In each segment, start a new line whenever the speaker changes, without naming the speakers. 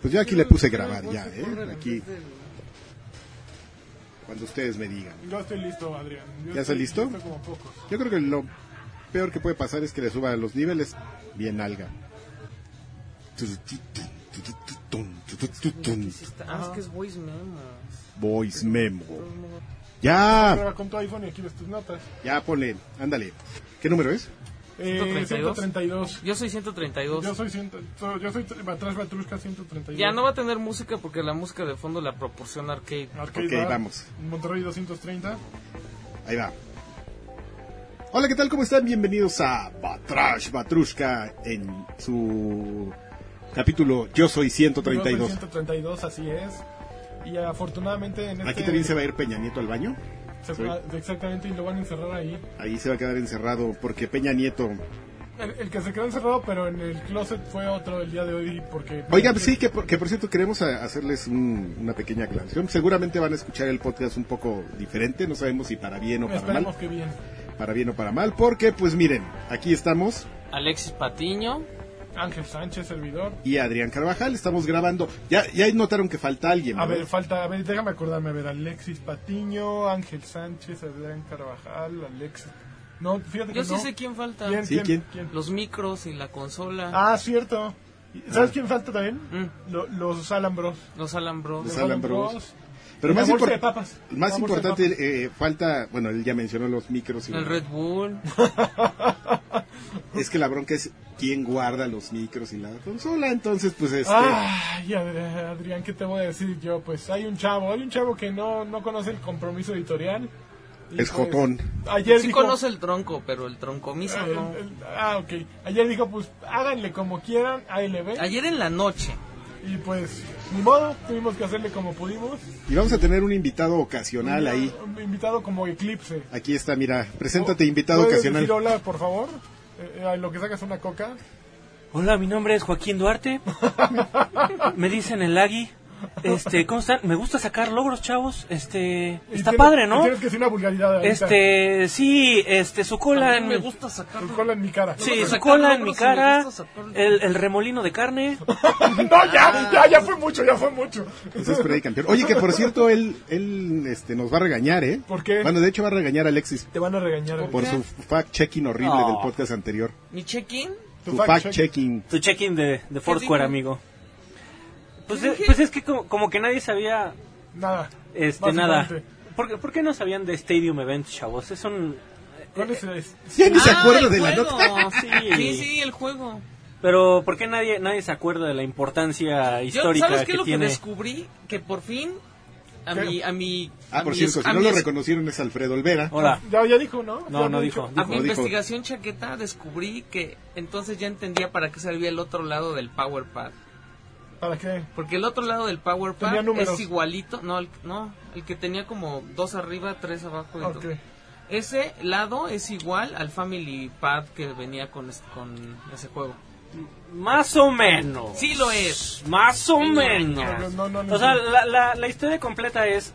Pues yo aquí le puse grabar ya, ¿eh? Aquí. Cuando ustedes me digan.
Yo estoy listo, Adrián. Yo
¿Ya
estoy
está listo?
como pocos.
Yo creo que lo peor que puede pasar es que le suba a los niveles bien alga.
¿Qué es esta? Ah, es que es voice memo.
Voice
Todo
memo.
el mundo-
Ya,
Prueba con tu iPhone y aquí ves tus notas.
ya ponle, ándale. ¿Qué número es?
Eh,
132.
132.
Yo soy 132.
Yo soy, ciento, so- yo soy tr- Batrash Batrushka 132.
Ya no va a tener música porque la música de fondo la proporciona Arcade.
Arcade
Ok,
Bar,
vamos.
Monterrey 230.
Ahí va. Hola, ¿qué tal? ¿Cómo están? Bienvenidos a Batrash Batrushka en su capítulo Yo soy
Yo soy
132.
132, así es. Y afortunadamente en este...
Aquí también se va a ir Peña Nieto al baño.
se va- Exactamente, y lo van a encerrar ahí.
Ahí se va a quedar encerrado porque Peña Nieto.
El, el que se quedó encerrado, pero en el closet fue otro el día de hoy porque...
Oigan, sí, que por, que por cierto queremos a- hacerles un- una pequeña aclaración. Seguramente van a escuchar el podcast un poco diferente. No sabemos si para bien o para
Esperemos
mal.
que bien.
Para bien o para mal. Porque, pues miren, aquí estamos.
Alexis Patiño.
Ángel Sánchez, servidor.
y Adrián Carvajal. Estamos grabando. Ya, ya notaron que falta alguien.
A
¿no?
ver, falta, a ver, déjame acordarme, a ver, Alexis Patiño, Ángel Sánchez, Adrián Carvajal, Alexis... No, fíjate que
Yo sí
no.
sé quién falta.
¿Quién,
Sí,
quién,
¿quién?
quién?
Los micros y la consola.
Ah, cierto. ¿Sabes quién falta también?
Mm.
Lo- los alambros.
Los alambros.
Los Alan Bros.
Pero más
impor-
importante... papas.
más
La bolsa de papas.
importante, eh, falta. Bueno, él ya mencionó los micros. y-
El Red Bull.
Es que la bronca es quién guarda los micros y la consola. Entonces, pues este.
Ah. Ay, Ad- Adrián, ¿qué te voy a decir yo? Pues hay un chavo, hay un chavo que no, no conoce el compromiso editorial. Y, pues,
Es jotón.
Ayer
Sí
dijo,
conoce el tronco, pero el troncomiso
Ah,
no.
el- el- ah, ok. Ayer dijo, pues háganle como quieran, ALB.
Ayer en la noche.
Y pues, ni modo, tuvimos que hacerle como pudimos.
Y vamos a tener un invitado ocasional ahí.
Un invitado como Eclipse.
Aquí está, mira. Preséntate, invitado
¿Puedes
ocasional.
decir hola, por favor? Eh, eh, a lo que sacas una coca.
Hola, mi nombre es Joaquín Duarte. Me dicen el Lagui. Este, ¿cómo están? Me gusta sacar logros, chavos. Este,
Y
está
tienes-
padre,
y
¿no?
Tienes que decir una vulgaridad. ahorita.
Este, sí, este, su cola
A mí
en
me
mi,
gusta sacar.
Tu cola en mi cara.
sí, su
sacar
cola en mi
logros y me
cara,
gusta sacar-
el, el remolino de carne.
no, ya, ya, ya fue mucho, ya fue mucho.
Entonces, por ahí, campeón. Oye, que por cierto, él, él este, nos va a regañar, ¿eh?
¿Por qué?
Bueno, de hecho, va a regañar a Alexis
Te van a regañar.
por
qué?
su fact-checking horrible del podcast anterior.
Mi check-in.
Tu
Su
fact-check.
fact-checking.
Tu check-in de, de Foursquare,
dijo?
amigo. Pues,
¿Qué
eh,
dije?
pues es que como, como que nadie sabía,
Nada.
este, nada.
Básicamente.
¿Por, qué- ¿Por qué no sabían de Stadium Event, chavos? Es un...
¿Cuál es el-
Ya ni se
Ah,
acuerda
el
de la
juego.
nota.
Sí.
Sí.
sí, el juego.
Pero, ¿por qué nadie, nadie se acuerda de la importancia
Yo,
histórica
¿Sabes qué es
que
lo
tiene?
que descubrí? Que por fin a
¿Qué?
mi... A mi
Ah,
a
por
mi-
cierto, si
a
no
mi-
lo reconocieron es Alfredo Olvera.
Hola.
Ya, ya dijo, ¿no?
No,
Ya
no dijo.
A mi
dijo.
investigación chaqueta descubrí que entonces ya entendía para qué servía el otro lado del Power Pad.
¿Para qué?
Porque el otro lado del Power
Tenía
Pad
números.
es igualito. No el, no, el que tenía como dos arriba, tres abajo. y
Ok.
todo. Ese lado es igual al Family Pad que venía con, es- con ese juego.
Más o menos.
Sí lo es.
Más o
Sí,
menos.
no, no, no,
o sea,
no.
la, la, la historia completa es...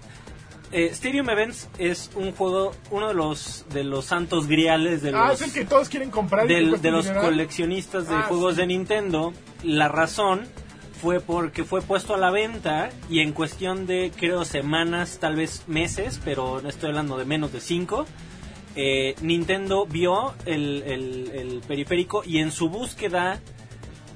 Eh, Stadium Events es un juego, uno de los de los santos griales de los,
Ah, es el que todos quieren comprar. y
del-
que cuesta
de
un
los
dineral.
coleccionistas de
Ah,
juegos de Nintendo. La razón fue porque fue puesto a la venta y en cuestión de, creo, semanas, tal vez meses, pero estoy hablando de menos de cinco, eh, Nintendo vio el, el- el periférico y en su búsqueda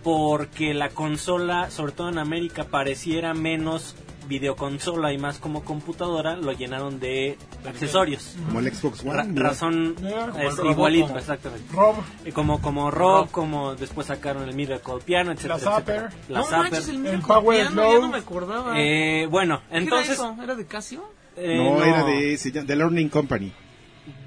porque la consola, sobre todo en América, pareciera menos videoconsola y más como computadora, lo llenaron de accesorios.
Como el Xbox One.
Ra-
mira.
razón
Mira, como
es
el Robocop.
igualito, exactamente.
Rob,
Eh, como como rock, como después sacaron el Miracle Piano, etcétera,
La Zapper.
etcétera. La
no
Zapper.
manches, el
el
mío
Power
ya no
Glove.
me acordaba.
Eh, bueno,
¿Qué era,
entonces
eso? ¿Era de Casio?
eh,
no,
no.
era de, se llama- de Learning Company.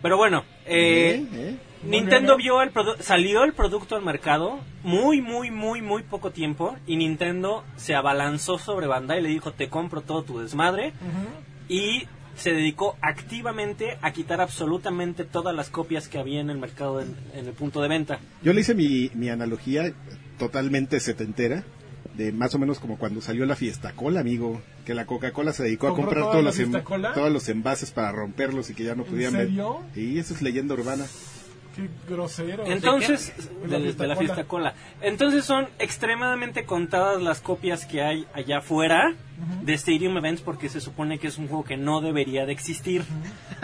Pero bueno, eh,
¿Eh? ¿Eh?
Nintendo
Muy
vio el produ- salió el producto al mercado muy muy muy muy poco tiempo y Nintendo se abalanzó sobre Bandai y le dijo, "Te compro todo tu desmadre." Y se dedicó activamente a quitar absolutamente todas las copias que había en el mercado, en, en el punto de venta.
Yo le hice mi, mi analogía totalmente setentera, de más o menos como cuando salió la fiesta cola, amigo, que la Coca-Cola se dedicó a
¿Compró
comprar
toda
todos
la
los, em-
Fiesta Cola?
todos los envases para romperlos y que ya no
¿En
podían
serio?
ver. Y eso es leyenda urbana.
Qué grosero.
Entonces,
qué?
de, de la fiesta cola. Entonces son extremadamente contadas las copias que hay allá afuera de Stadium Events porque se supone que es un juego que no debería de existir.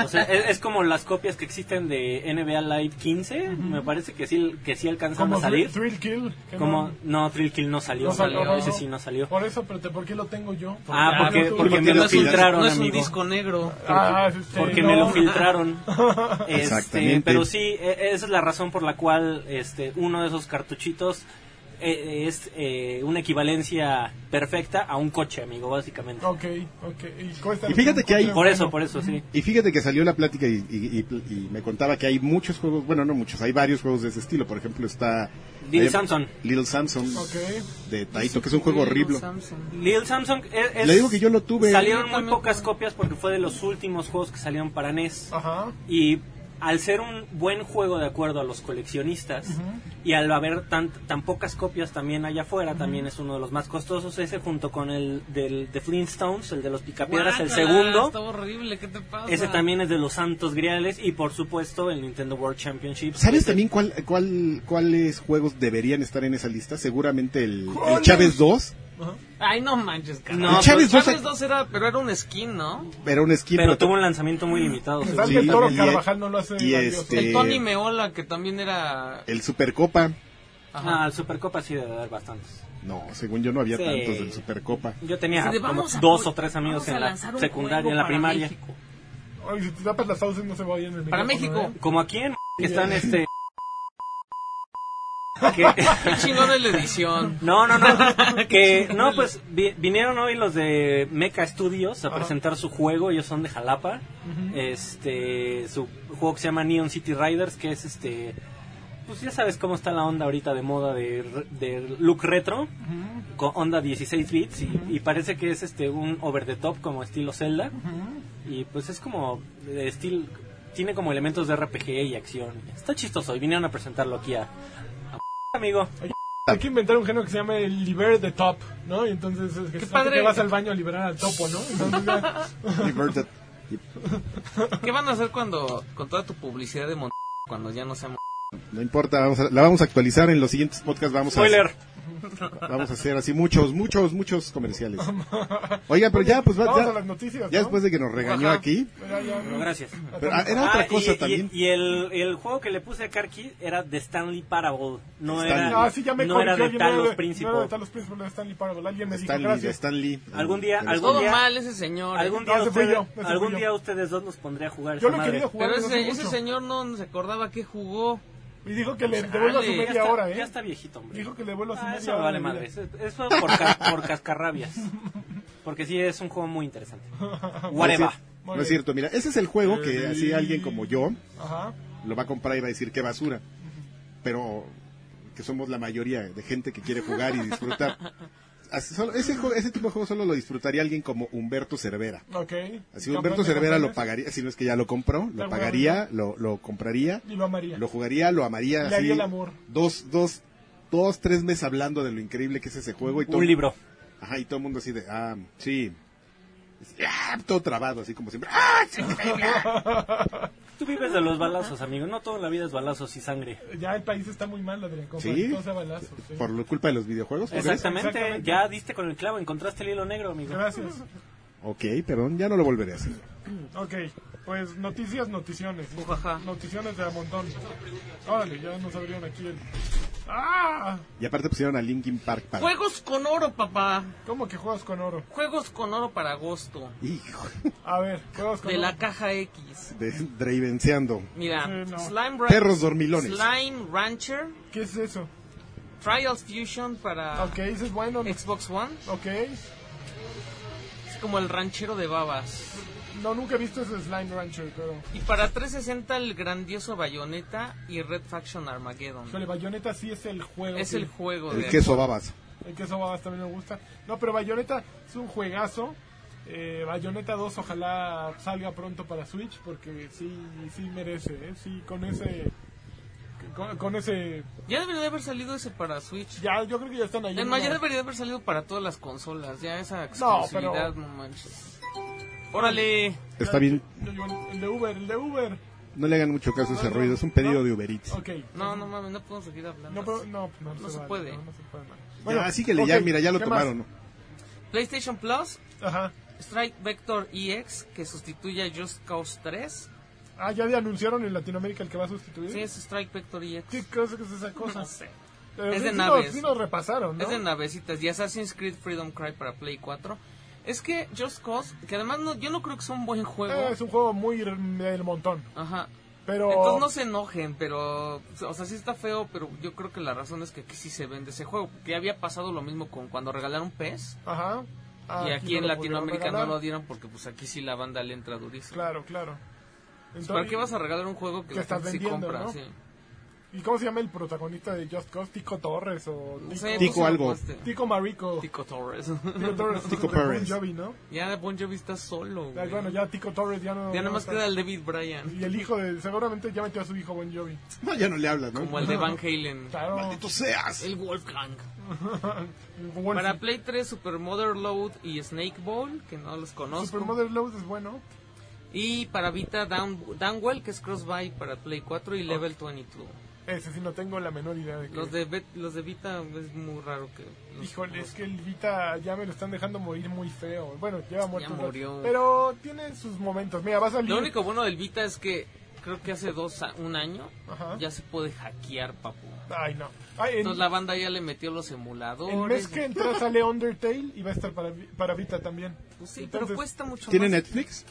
O sea, es, es como las copias que existen de NBA Live 15, me parece que sí, que sí alcanzan
Como
a salir.
Thrill- Thrill Kill. que
Como,
no-
no, Thrill Kill no salió,
no salió,
ese
¿no?
sí no salió.
Por eso, pero te- ¿por qué lo tengo yo?
Ah,
Ah,
porque,
tú-
porque
tú
me lo
tienes filas.
filtraron,
no es un
amigo.
disco negro.
Ah, este,
porque me lo
no.
filtraron. Este,
Exactamente.
Pero sí, e- esa es la razón por la cual este, uno de esos cartuchitos eh, es eh, una equivalencia perfecta a un coche, amigo, básicamente.
Ok, ok. Y, cuesta
Y fíjate que hay-
Por eso, por eso, sí.
Y fíjate que salió la plática y, y- y- y me contaba que hay muchos juegos, bueno, no muchos, hay varios juegos de ese estilo. Por ejemplo, está.
Little
eh,
Samson.
Little Samson.
Ok.
De Taito, que es un juego horrible.
Samsung.
Lil Samsung es- es-
Le digo que yo lo tuve.
salieron muy
También
pocas copias porque fue de los últimos juegos que salieron para E NES.
Ajá.
Y al ser un buen juego de acuerdo a los coleccionistas y al haber tan, tan pocas copias también allá afuera, también es uno de los más costosos. Ese junto con el del, de Flintstones, el de los Picapiedras, el
Guácala, Está
segundo.
horrible, ¿qué te pasa?
Ese también es de los Santos Griales y por supuesto el Nintendo World Championship.
¿Sabes
Ese-
también cuál, cuál, cuáles juegos deberían estar en esa lista? Seguramente el, el
¿Cuáles?
Chávez 2
Ay, no manches, cara.
No,
El Chávez
pero
dos-
Chávez 2 era, pero era un skin, ¿no?
era un skin.
Pero tuvo un lanzamiento muy limitado.
Tal
seguro.
Sí,
que el toro
y-
Carvajal no lo hace.
y
valioso.
este-
El Tony Meola, que también era...
El Supercopa.
Ajá.
Ah, el Supercopa sí debe dar bastantes.
No, según yo no había
Sí.
tantos del Supercopa.
Yo tenía
Así de,
como
vamos a-
dos o tres amigos
vamos a
en la
lanzar un
secundaria,
juego
en la
para
primaria.
México.
Ay, si te tapas las sauces no se va bien el
Para
micrófono, ¿eh?
México.
Como aquí en que están este... que-
Qué chingón es la edición.
No, no, no. que no, pues vi- vinieron hoy los de Mecha Studios a
Ajá.
presentar su juego. Ellos son de Jalapa. Este, su juego que se llama Neon City Riders, que es este, pues ya sabes cómo está la onda ahorita de moda de, re- de look retro con onda 16 bits y, y parece que es este un over the top como estilo Zelda y pues es como de estilo tiene como elementos de RPG y acción. Está chistoso y vinieron a presentarlo aquí a, a amigo.
Hay que inventar un género que se llame Liber the Top, ¿no? Y entonces es
Qué
que siempre
padre.
que vas al baño a liberar al topo, ¿no? Entonces, ya-
Libertad. Y-
¿Qué van a hacer cuando con toda tu publicidad de mon... cuando ya no sea mon...
No importa, vamos a- la vamos a actualizar en los siguientes podcasts. Vamos
Spoiler.
a vamos a hacer así muchos, muchos, muchos comerciales. Oiga, pero ya, pues va-
Vamos
ya-
a las noticias.
ya
¿no?
después de que nos regañó
Ajá.
aquí.
Ya, ya,
No, gracias.
Pero ah, era otra
Ah,
cosa
y, y-
también.
Y, el, el juego que le puse a Karki era de Stanley Parable. No
Stanley.
era,
Ah, sí, ya me
no era
corrigió alguien, no
de Talos
era de-
Principle.
No era de Talos Principal, era de Stanley Parable. Alguien me dijo,
Stanley, de
gracias.
Stanley.
Algún día-
Pero-
algún-
Todo
día-
mal ese señor. ¿eh?
Algún
No,
día,
ese fui
ustedes-
yo, ese fui
algún
yo.
día ustedes dos nos pondré a jugar.
Yo
esa
lo he
madre.
querido jugar
Pero
desde hace
ese, ese
mucho.
señor no se acordaba que jugó.
Y dijo que le devuelva su
Chale,
ya,
media
está,
hora, ¿eh?
ya está viejito, hombre.
Dijo que le vuelvo a su
Ah,
media
eso me
hora
vale
de vida.
madre. Eso, eso por, ca- por cascarrabias. Porque sí, es un juego muy interesante.
No es
Whatever.
cier- No es cierto, mira, ese es el juego que así alguien como yo
Ajá.
lo va a comprar y va a decir qué basura. Pero que somos la mayoría de gente que quiere jugar y disfrutar. Así solo- ese, jue- ese tipo de juego solo lo disfrutaría alguien como Humberto Cervera.
Ok.
Así Humberto Cervera lo pagaría, si no es que ya lo compró,
Está
lo pagaría, lo, lo compraría,
Y lo amaría.
lo jugaría, lo amaría.
Le
así,
haría el amor.
Dos, dos, dos, tres meses hablando de lo increíble que es ese juego. Y todo,
Un libro.
Ajá, y todo el mundo así de, ah, sí. Ah, todo trabado, así como siempre. Ah, sí,
Tú vives de los balazos, amigo. No toda la vida es balazos y sangre.
Ya el país está muy mal, Adrián. Con
Sí.
todo ese balazo, sí.
Por lo- culpa de los videojuegos. ¿tú crees?
Exactamente.
Exactamente. Ah.
Ya diste con el clavo. Encontraste el hilo negro, amigo.
Gracias.
Ok, perdón, ya no lo volveré a hacer.
Ok, pues noticias, noticiones.
Ujaja.
Noticiones de a montón. Órale, ya nos abrieron aquí el. ¡Ah!
Y aparte pusieron a Linkin Park para...
Juegos con oro, papá.
¿Cómo que juegas con oro?
Juegos con oro para agosto.
Hijo,
A ver, juegas con
De
oro.
la caja X.
de Dravenceando.
Mira,
Sí,
Mm,
no.
Slime Rancher.
Perros dormilones.
Slime Rancher.
¿Qué es eso?
Trials Fusion para
Ok, eso es bueno.
Xbox One.
Ok.
Es como el ranchero de babas.
No, nunca he visto ese Slime Rancher, pero.
Y para 360 el grandioso Bayonetta y Red Faction Armageddon.
Híjole, Bayonetta sí es el juego.
Es
sí.
el juego
El
de...
queso babas.
El queso babas también me gusta. No, pero Bayonetta es un juegazo. Eh, Bayonetta 2 ojalá salga pronto para Switch porque sí, sí merece, ¿eh? sí con ese... Con, con ese...
Ya debería de haber salido ese para Switch.
Ya, yo creo que ya están ahí.
En
¿no?
mayo debería de haber salido para todas las consolas. Ya esa
No,
exclusividad, no, manches. Órale.
Está bien,
Yo digo, El de Uber, el de Uber.
no le hagan mucho caso a ese ruido, es un pedido de Uber Eats.
Ok.
No, no mames, no podemos seguir hablando.
No, pero- no, no,
No se
vale,
puede.
No, no se puede, man.
ya, síguele, ya,
ok,
mira, ya lo
¿qué más?
tomaron. ¿no?
PlayStation Plus,
Ajá.
Strike Vector EX, que sustituye a Just Cause 3.
Ah, ya le anunciaron en Latinoamérica el que va a sustituir.
Sí, es Strike Vector EX.
¿Qué cosa que es esa cosa?
No sé.
Pero
Es
sí-
de
sí
naves.
nos- sí nos repasaron, ¿no?
Es de navecitas y Assassin's Creed Freedom Cry para Play 4. Es que Just Cause, que además no, yo no creo que sea un buen juego.
Eh, es un juego muy r- del montón.
Ajá.
Pero.
Entonces no se enojen, pero. O sea, sí está feo, pero yo creo que la razón es que aquí sí se vende ese juego. Que había pasado lo mismo con cuando regalaron PES.
Ajá. Ah,
y aquí
no
en
lo
Latinoamérica
pudieron
no
regalar.
lo dieron porque, pues aquí sí la banda le entra durísimo.
Claro, claro.
Pues,
Entonces,
¿Para qué vas a regalar un juego que
Que
la
estás
gente sí
vendiendo,
compra?
¿no?
Sí.
¿Y cómo se llama el protagonista de Just Cause? Tico Torres o.
No
Tico,
sé,
Tico
no sé,
algo.
este,
Tico Marico.
Tico Torres.
Tico Torres.
Tico
de Bon
Perez.
Jovi, ¿no?
ya Bon Jovi está solo.
Ya,
güey.
Bueno, ya Tico Torres ya no.
Ya nada más
está.
queda el David Bryan.
Y el hijo de. Seguramente ya metió a su hijo Bon Jovi.
No, ya no le hablas, ¿no?
Como el de Van Halen.
Claro.
Maldito seas.
El Wolfgang.
Wolfie.
Para Play 3, Super Mother Load y Snake Ball, que no los conozco.
Supermother Load es bueno.
Y para Vita Down, Downwell, que es Crossbuy para Play 4 y Level 22.
Ese sí no tengo la menor idea de que...
Los de, Bet- los de Vita es muy raro que... los-
Híjole, es que el Vita ya me lo están dejando morir muy feo. Bueno, lleva muerto. un rato.
murió.
Pero tiene sus momentos. Mira, va a salir...
Lo único bueno del Vita es que creo que hace dos a- un año
Ajá.
ya se puede hackear, papu.
Ay, no. Ay, el,
Entonces la banda ya le metió los emuladores.
el mes que entra sale Undertale y va a estar para, Vi- para Vita también.
Pues sí, pero pues-
Entonces,
cuesta mucho
¿Tiene
más.
Netflix?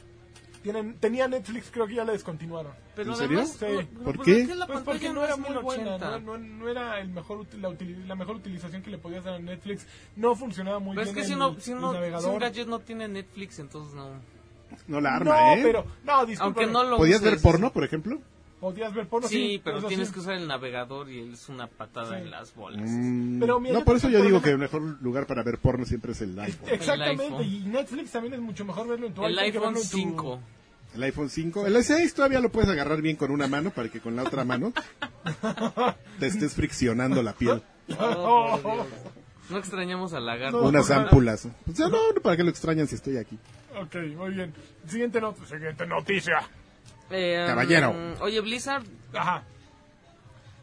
Tienen, tenía Netflix, creo que ya la descontinuaron.
Pero
¿En serio?
además,
Sí.
no-
¿Por
pues
qué?
es que la
Pues
pantalla
porque
no,
no era
es
muy
1080.
buena, no, no- no era el mejor, util- la, util- la mejor utilización que le podías dar a Netflix. No funcionaba muy
Pero es
bien
que
el,
si, uno, si,
el
uno- si un
navegador.
gadget no tiene Netflix, entonces no.
No la arma,
no,
¿eh?
pero... No, disculpa.
Aunque no lo
¿Podías
uses.
ver porno, por ejemplo?
Podías ver porno,
Sí,
sí.
pero
eso
tienes
sí.
que usar el navegador y él es una patada
Sí.
en las bolas.
Mm,
Pero mira,
no,
yo
por
tengo
eso
un
yo digo
problema.
que el mejor lugar para ver porno siempre es el iPhone.
Exactamente,
iPhone.
y Netflix también es mucho mejor verlo en tu
El
iPhone que
iPhone
verlo en tu-
5.
El iPhone 5, el 6 todavía lo puedes agarrar bien con una mano para que con la otra mano te estés friccionando la piel.
Oh, por Dios. no extrañamos al lagarto.
No.
Unas ámpulas. O sea, no, ¿para qué lo extrañan si estoy aquí?
oh. Ok, muy bien. Siguiente, not- siguiente noticia.
Eh,
Caballero.
mm, Oye, Blizzard
Ajá,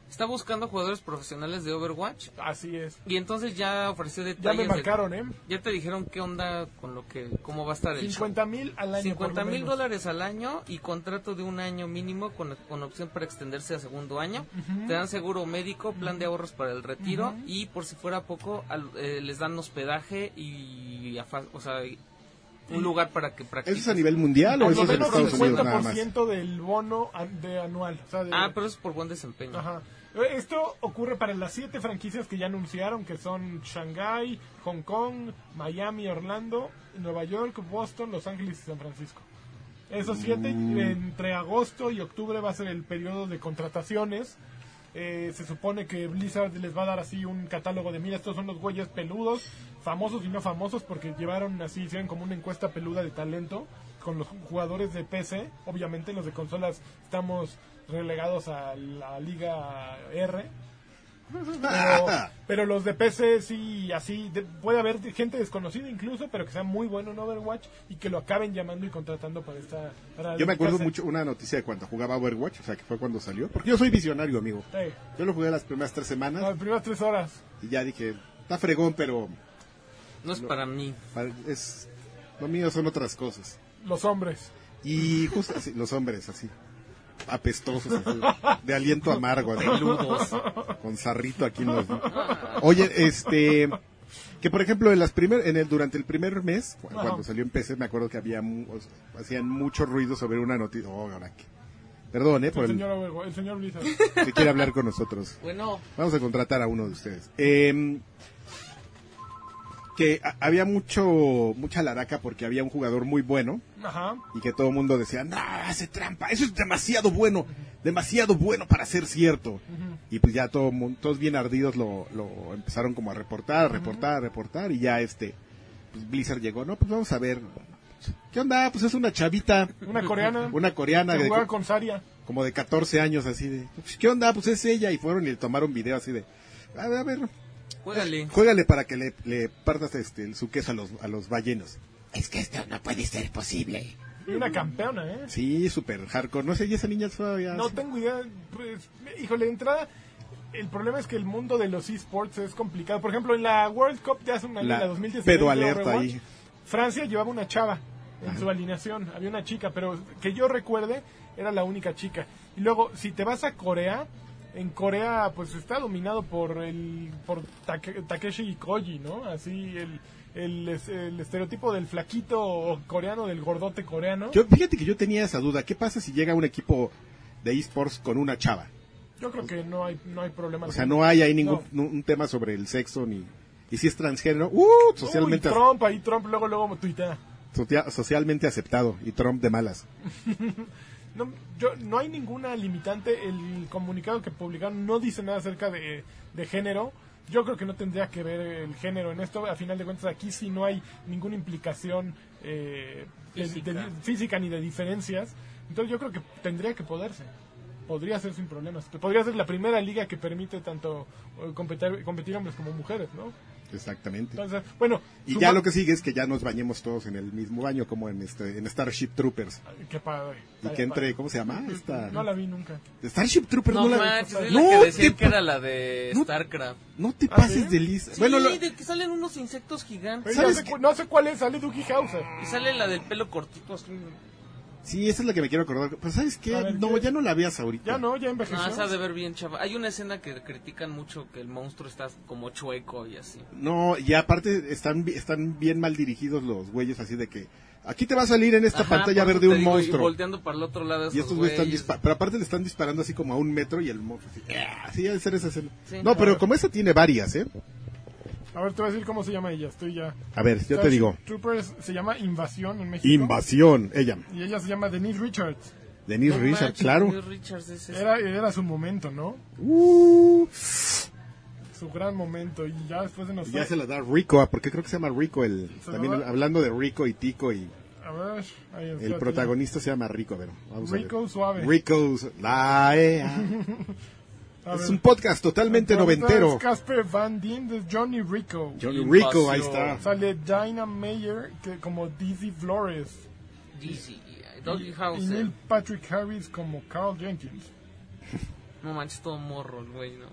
está buscando jugadores profesionales de Overwatch.
así es.
Y entonces ya ofreció
Ya
detalles.
me
de-
marcaron, ¿eh?
ya te dijeron qué onda con lo que. cómo va a estar el
50 mil al año.
50
por lo
mil
menos.
dólares al año y contrato de un año mínimo con, con opción para extenderse a segundo año. Te dan seguro médico, plan de ahorros para el retiro y por si fuera poco al- eh, les dan hospedaje y, afa- o sea, y un lugar para
¿Eso
que
es
practiques.
a nivel mundial o
Por
eso
lo
es Ah, en
menos
Estados Unidos nada más?
50% del bono an- de anual. o sea, de-
Ah, pero es por buen desempeño.
Ajá. Eh, Esto ocurre para las siete franquicias que ya anunciaron, que son Shanghai, Hong Kong, Miami, Orlando, Nueva York, Boston, Los Ángeles y San Francisco. Esos siete, entre agosto y octubre va a ser el periodo de contrataciones. Eh, se supone que Blizzard les va a dar así un catálogo de, mira, estos son los güeyes peludos, famosos y no famosos, porque llevaron así, hicieron como una encuesta peluda de talento con los jugadores de PC. Obviamente los de consolas estamos relegados a la liga R. Pero,
Ah.
pero los de PC sí, así, de- puede haber de- gente desconocida incluso, pero que sea muy bueno en Overwatch y que lo acaben llamando y contratando para esta... para
Yo me acuerdo
dedicarse-
mucho una noticia de cuando jugaba Overwatch, o sea, que fue cuando salió. Porque yo soy visionario, amigo.
Sí. Ah,
Yo lo jugué las primeras tres
Las
semanas
primeras tres horas.
y ya dije, está fregón, pero
No es para mí.
para- es lo mío son otras cosas.
Los hombres.
Y justo así, los hombres así, apestosos, así, de aliento amargo, así,
Peludos.
con zarrito aquí en los... Oye, este... Que por ejemplo, en las primer, en el, durante el primer mes, cu-
Ajá.
cuando salió en PC, me acuerdo que había mu- o sea, hacían mucho ruido sobre una noticia. Oh, ahora qué. Perdón, ¿eh? Por
El
el,
señor, Overwatch- el señor Blizzard.
que quiere hablar con nosotros.
Bueno,
Vamos a contratar a uno de ustedes. Eh, que a- había mucho mucha laraca porque había un jugador muy bueno
Ajá.
y que todo el mundo decía, no, hace trampa, eso es demasiado bueno, demasiado bueno para ser cierto. Y pues ya todo, mun- todos bien ardidos lo, lo empezaron como a reportar, a reportar, a reportar y ya este, pues Blizzard llegó, no, pues vamos a ver, ¿Qué onda? Pues es una chavita,
Una coreana.
una coreana
que
de,
jugaba con Saria.
como de 14 años, así de, pues, ¿qué onda? Pues es ella. Y fueron y le tomaron video así de, a ver, a ver,
Juégale.
juégale para que le, le partas este, su queso a los, a los ballenos.
Es que esto no puede ser posible.
Y una campeona, ¿eh?
Sí, súper hardcore. No sé, y esa niña todavía.
No tengo idea. Pues, híjole, de entrada. El problema es que el mundo de los esports es complicado. Por ejemplo, en la World Cup de hace un año,
La
la, 2016,
pedo
de
alerta
Overwatch,
ahí.
Francia llevaba una chava en su alineación. Había una chica, pero que yo recuerde, era la única chica. Y luego, si te vas a Corea, en Corea pues está dominado por el por Take- Takeshi Koji, ¿no? Así el, el, es- el estereotipo del flaquito coreano, del gordote coreano. Yo,
Yo, fíjate que yo tenía esa duda. ¿Qué pasa si llega un equipo de esports con una chava?
creo que no hay, no hay problema.
O sea, no hay ahí ningún
No.
nu- un tema sobre el sexo ni. Y si es transgénero, ¡uh! Socialmente,
Uy, Trump, ahí Trump luego, luego tuitea.
socia- socialmente aceptado. Y Trump de malas.
No, yo, no hay ninguna limitante. El comunicado que publicaron no dice nada acerca de, de género. Yo creo que no tendría que ver el género en esto. A final de cuentas, aquí sí no hay ninguna implicación eh, de- de-
Física.
física ni de diferencias. Entonces yo creo que tendría que poderse. Podría ser sin problemas. Podría ser la primera liga que permite tanto eh, competir, competir hombres como mujeres, ¿no?
Exactamente.
Entonces, bueno.
Y
suma-
ya lo que sigue es que ya nos bañemos todos en el mismo baño, como en, este, en Starship Troopers.
Ay, Qué padre.
Y
Ay,
que entre,
padre.
¿cómo se llama? Esta.
No la vi nunca.
Starship Troopers
No
no, la-
manches, es la
no
que
te,
decían que era la de
no-
StarCraft.
no te
¿Ah,
pases
sí?
de lista.
Sí,
bueno, lo-
de que salen unos insectos gigantes.
Pero
¿Sabes
no, sé,
qué?
cu- no sé cuál es, sale Duki Hauser.
Y sale la del pelo cortito así.
sí, esa es la que me quiero acordar. Pero ¿sabes qué?
A ver,
no,
¿qué?
ya no la veas ahorita.
Ya no, ya envejeció.
No, esa ha de ver bien chava. Hay una escena que critican mucho que el monstruo está como chueco y así.
No, y aparte están, bi- están bien mal dirigidos los güeyes, así de que aquí te va a salir en esta
Ajá,
pantalla
por
verde
eso te
un
digo, Y
monstruo.
volteando para el otro lado.
Y
esos
estos güeyes están
güeyes.
disparando, pero aparte le están disparando así como a un metro y el monstruo así, ¡ah! así ha de ser esa escena.
Sí.
no, pero como esa tiene varias, ¿eh?
A ver, te voy a decir cómo se llama ella. Estoy ya.
A ver, yo te
Starship
digo,
Troopers se llama Invasión en México.
invasión, ella,
Y ella se llama Denise Richards.
Denise
No
Richard,
manches,
claro.
Neil Richards es ese.
Era, era su momento, ¿no?
Uh,
Su gran momento. Y ya después de
y
nosotros.
ya se la da Rico, ah, porque creo que se llama Rico el,
Se
también
llama-
hablando de Rico y Tico y
A ver. ahí está,
el protagonista se llama Rico, a ver, vamos a ver.
Rico Suave.
Rico's, la, eh, ah.
A ver.
es un podcast totalmente
Protagonista
noventero.
es Casper Van Dien de Johnny Rico.
Johnny
Invasión.
Rico, ahí está.
Sale Dinah Mayer que, como Dizzy Flores.
Dizzy, E Doggy
Y
House. eh.
Neil Patrick Harris como Carl Jenkins.
No manches, todo morro el güey, ¿no?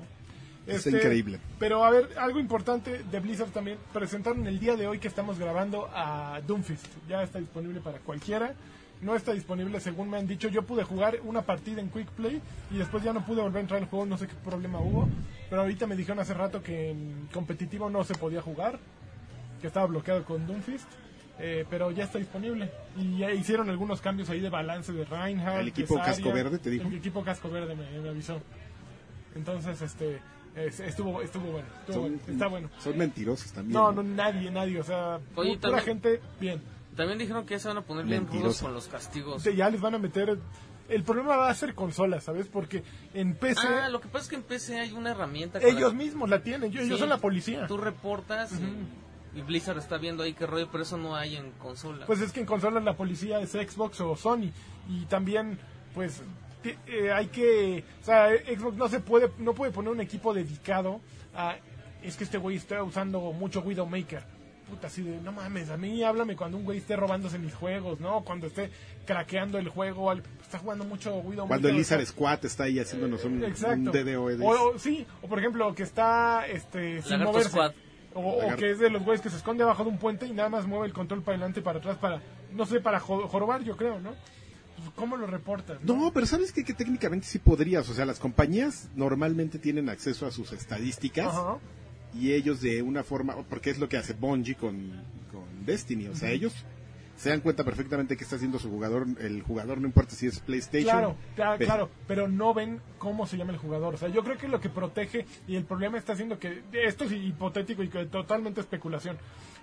Es increíble.
Este, Pero a ver, algo importante de Blizzard también. Presentaron el día de hoy que estamos grabando a Doomfist. Ya está disponible para cualquiera. No está disponible, según me han dicho. Yo pude jugar una partida en Quick Play y después ya no pude volver a entrar al juego. No sé qué problema hubo. Pero ahorita me dijeron hace rato que en competitivo no se podía jugar. Que estaba bloqueado con Doomfist. eh, pero ya está disponible. Y ya hicieron algunos cambios ahí de balance de Reinhardt.
¿El
de
equipo
Zarya.
casco verde te dijo?
El equipo casco verde me- me avisó. Entonces, este, es- estuvo, estuvo bueno, estuvo bueno, está bueno.
son mentirosos también.
No, no,
¿no?
nadie, nadie, o sea,
Oye,
pu- pura
también-
gente, bien.
También dijeron que ya se van a poner bien
Mentiroso.
rudos con los castigos.
Sí, Ya les van a meter, el problema va a ser consolas, ¿sabes? Porque en PC,
Ah, lo que pasa es que en PC hay una herramienta. para-
ellos mismos la tienen, yo- ellos
Sí.
son la policía.
Tú reportas y- y, Blizzard está viendo ahí qué rollo, pero eso no hay en consola.
Pues es que en consolas la policía es Xbox o Sony, y también, pues, ti- eh, hay que, o sea, Xbox no se puede, no puede poner un equipo dedicado a, es que este güey está usando mucho Widowmaker. Puta, así de, no mames, a mí háblame cuando un güey esté robándose mis juegos, ¿no? Cuando esté craqueando el juego, al- está jugando mucho Widowmaker.
Cuando el Lizard
o sea,
Squad está ahí haciéndonos un, un
Exacto.
DDoE. de-
O, o- sí, o por ejemplo, que está este, sin
Lagarto
moverse.
Squad.
O, o
Lagarto.
que es de los güeyes que se esconde abajo de un puente y nada más mueve el control para adelante y para atrás para, no sé, para jo- jorobar, yo creo, ¿no? Pues, ¿Cómo lo reportas?
No, pero ¿sabes qué? Que técnicamente sí podrías. O sea, las compañías normalmente tienen acceso a sus estadísticas
Ajá.
y ellos de una forma, porque es lo que hace Bungie con, con Destiny. O sea, ellos se dan cuenta perfectamente qué está haciendo su jugador. El jugador no importa si es PlayStation. pues,
Claro, cla-
Ve-
claro, pero no ven cómo se llama el jugador. O sea, yo creo que lo que protege y el problema está haciendo que esto es hipotético y que totalmente especulación.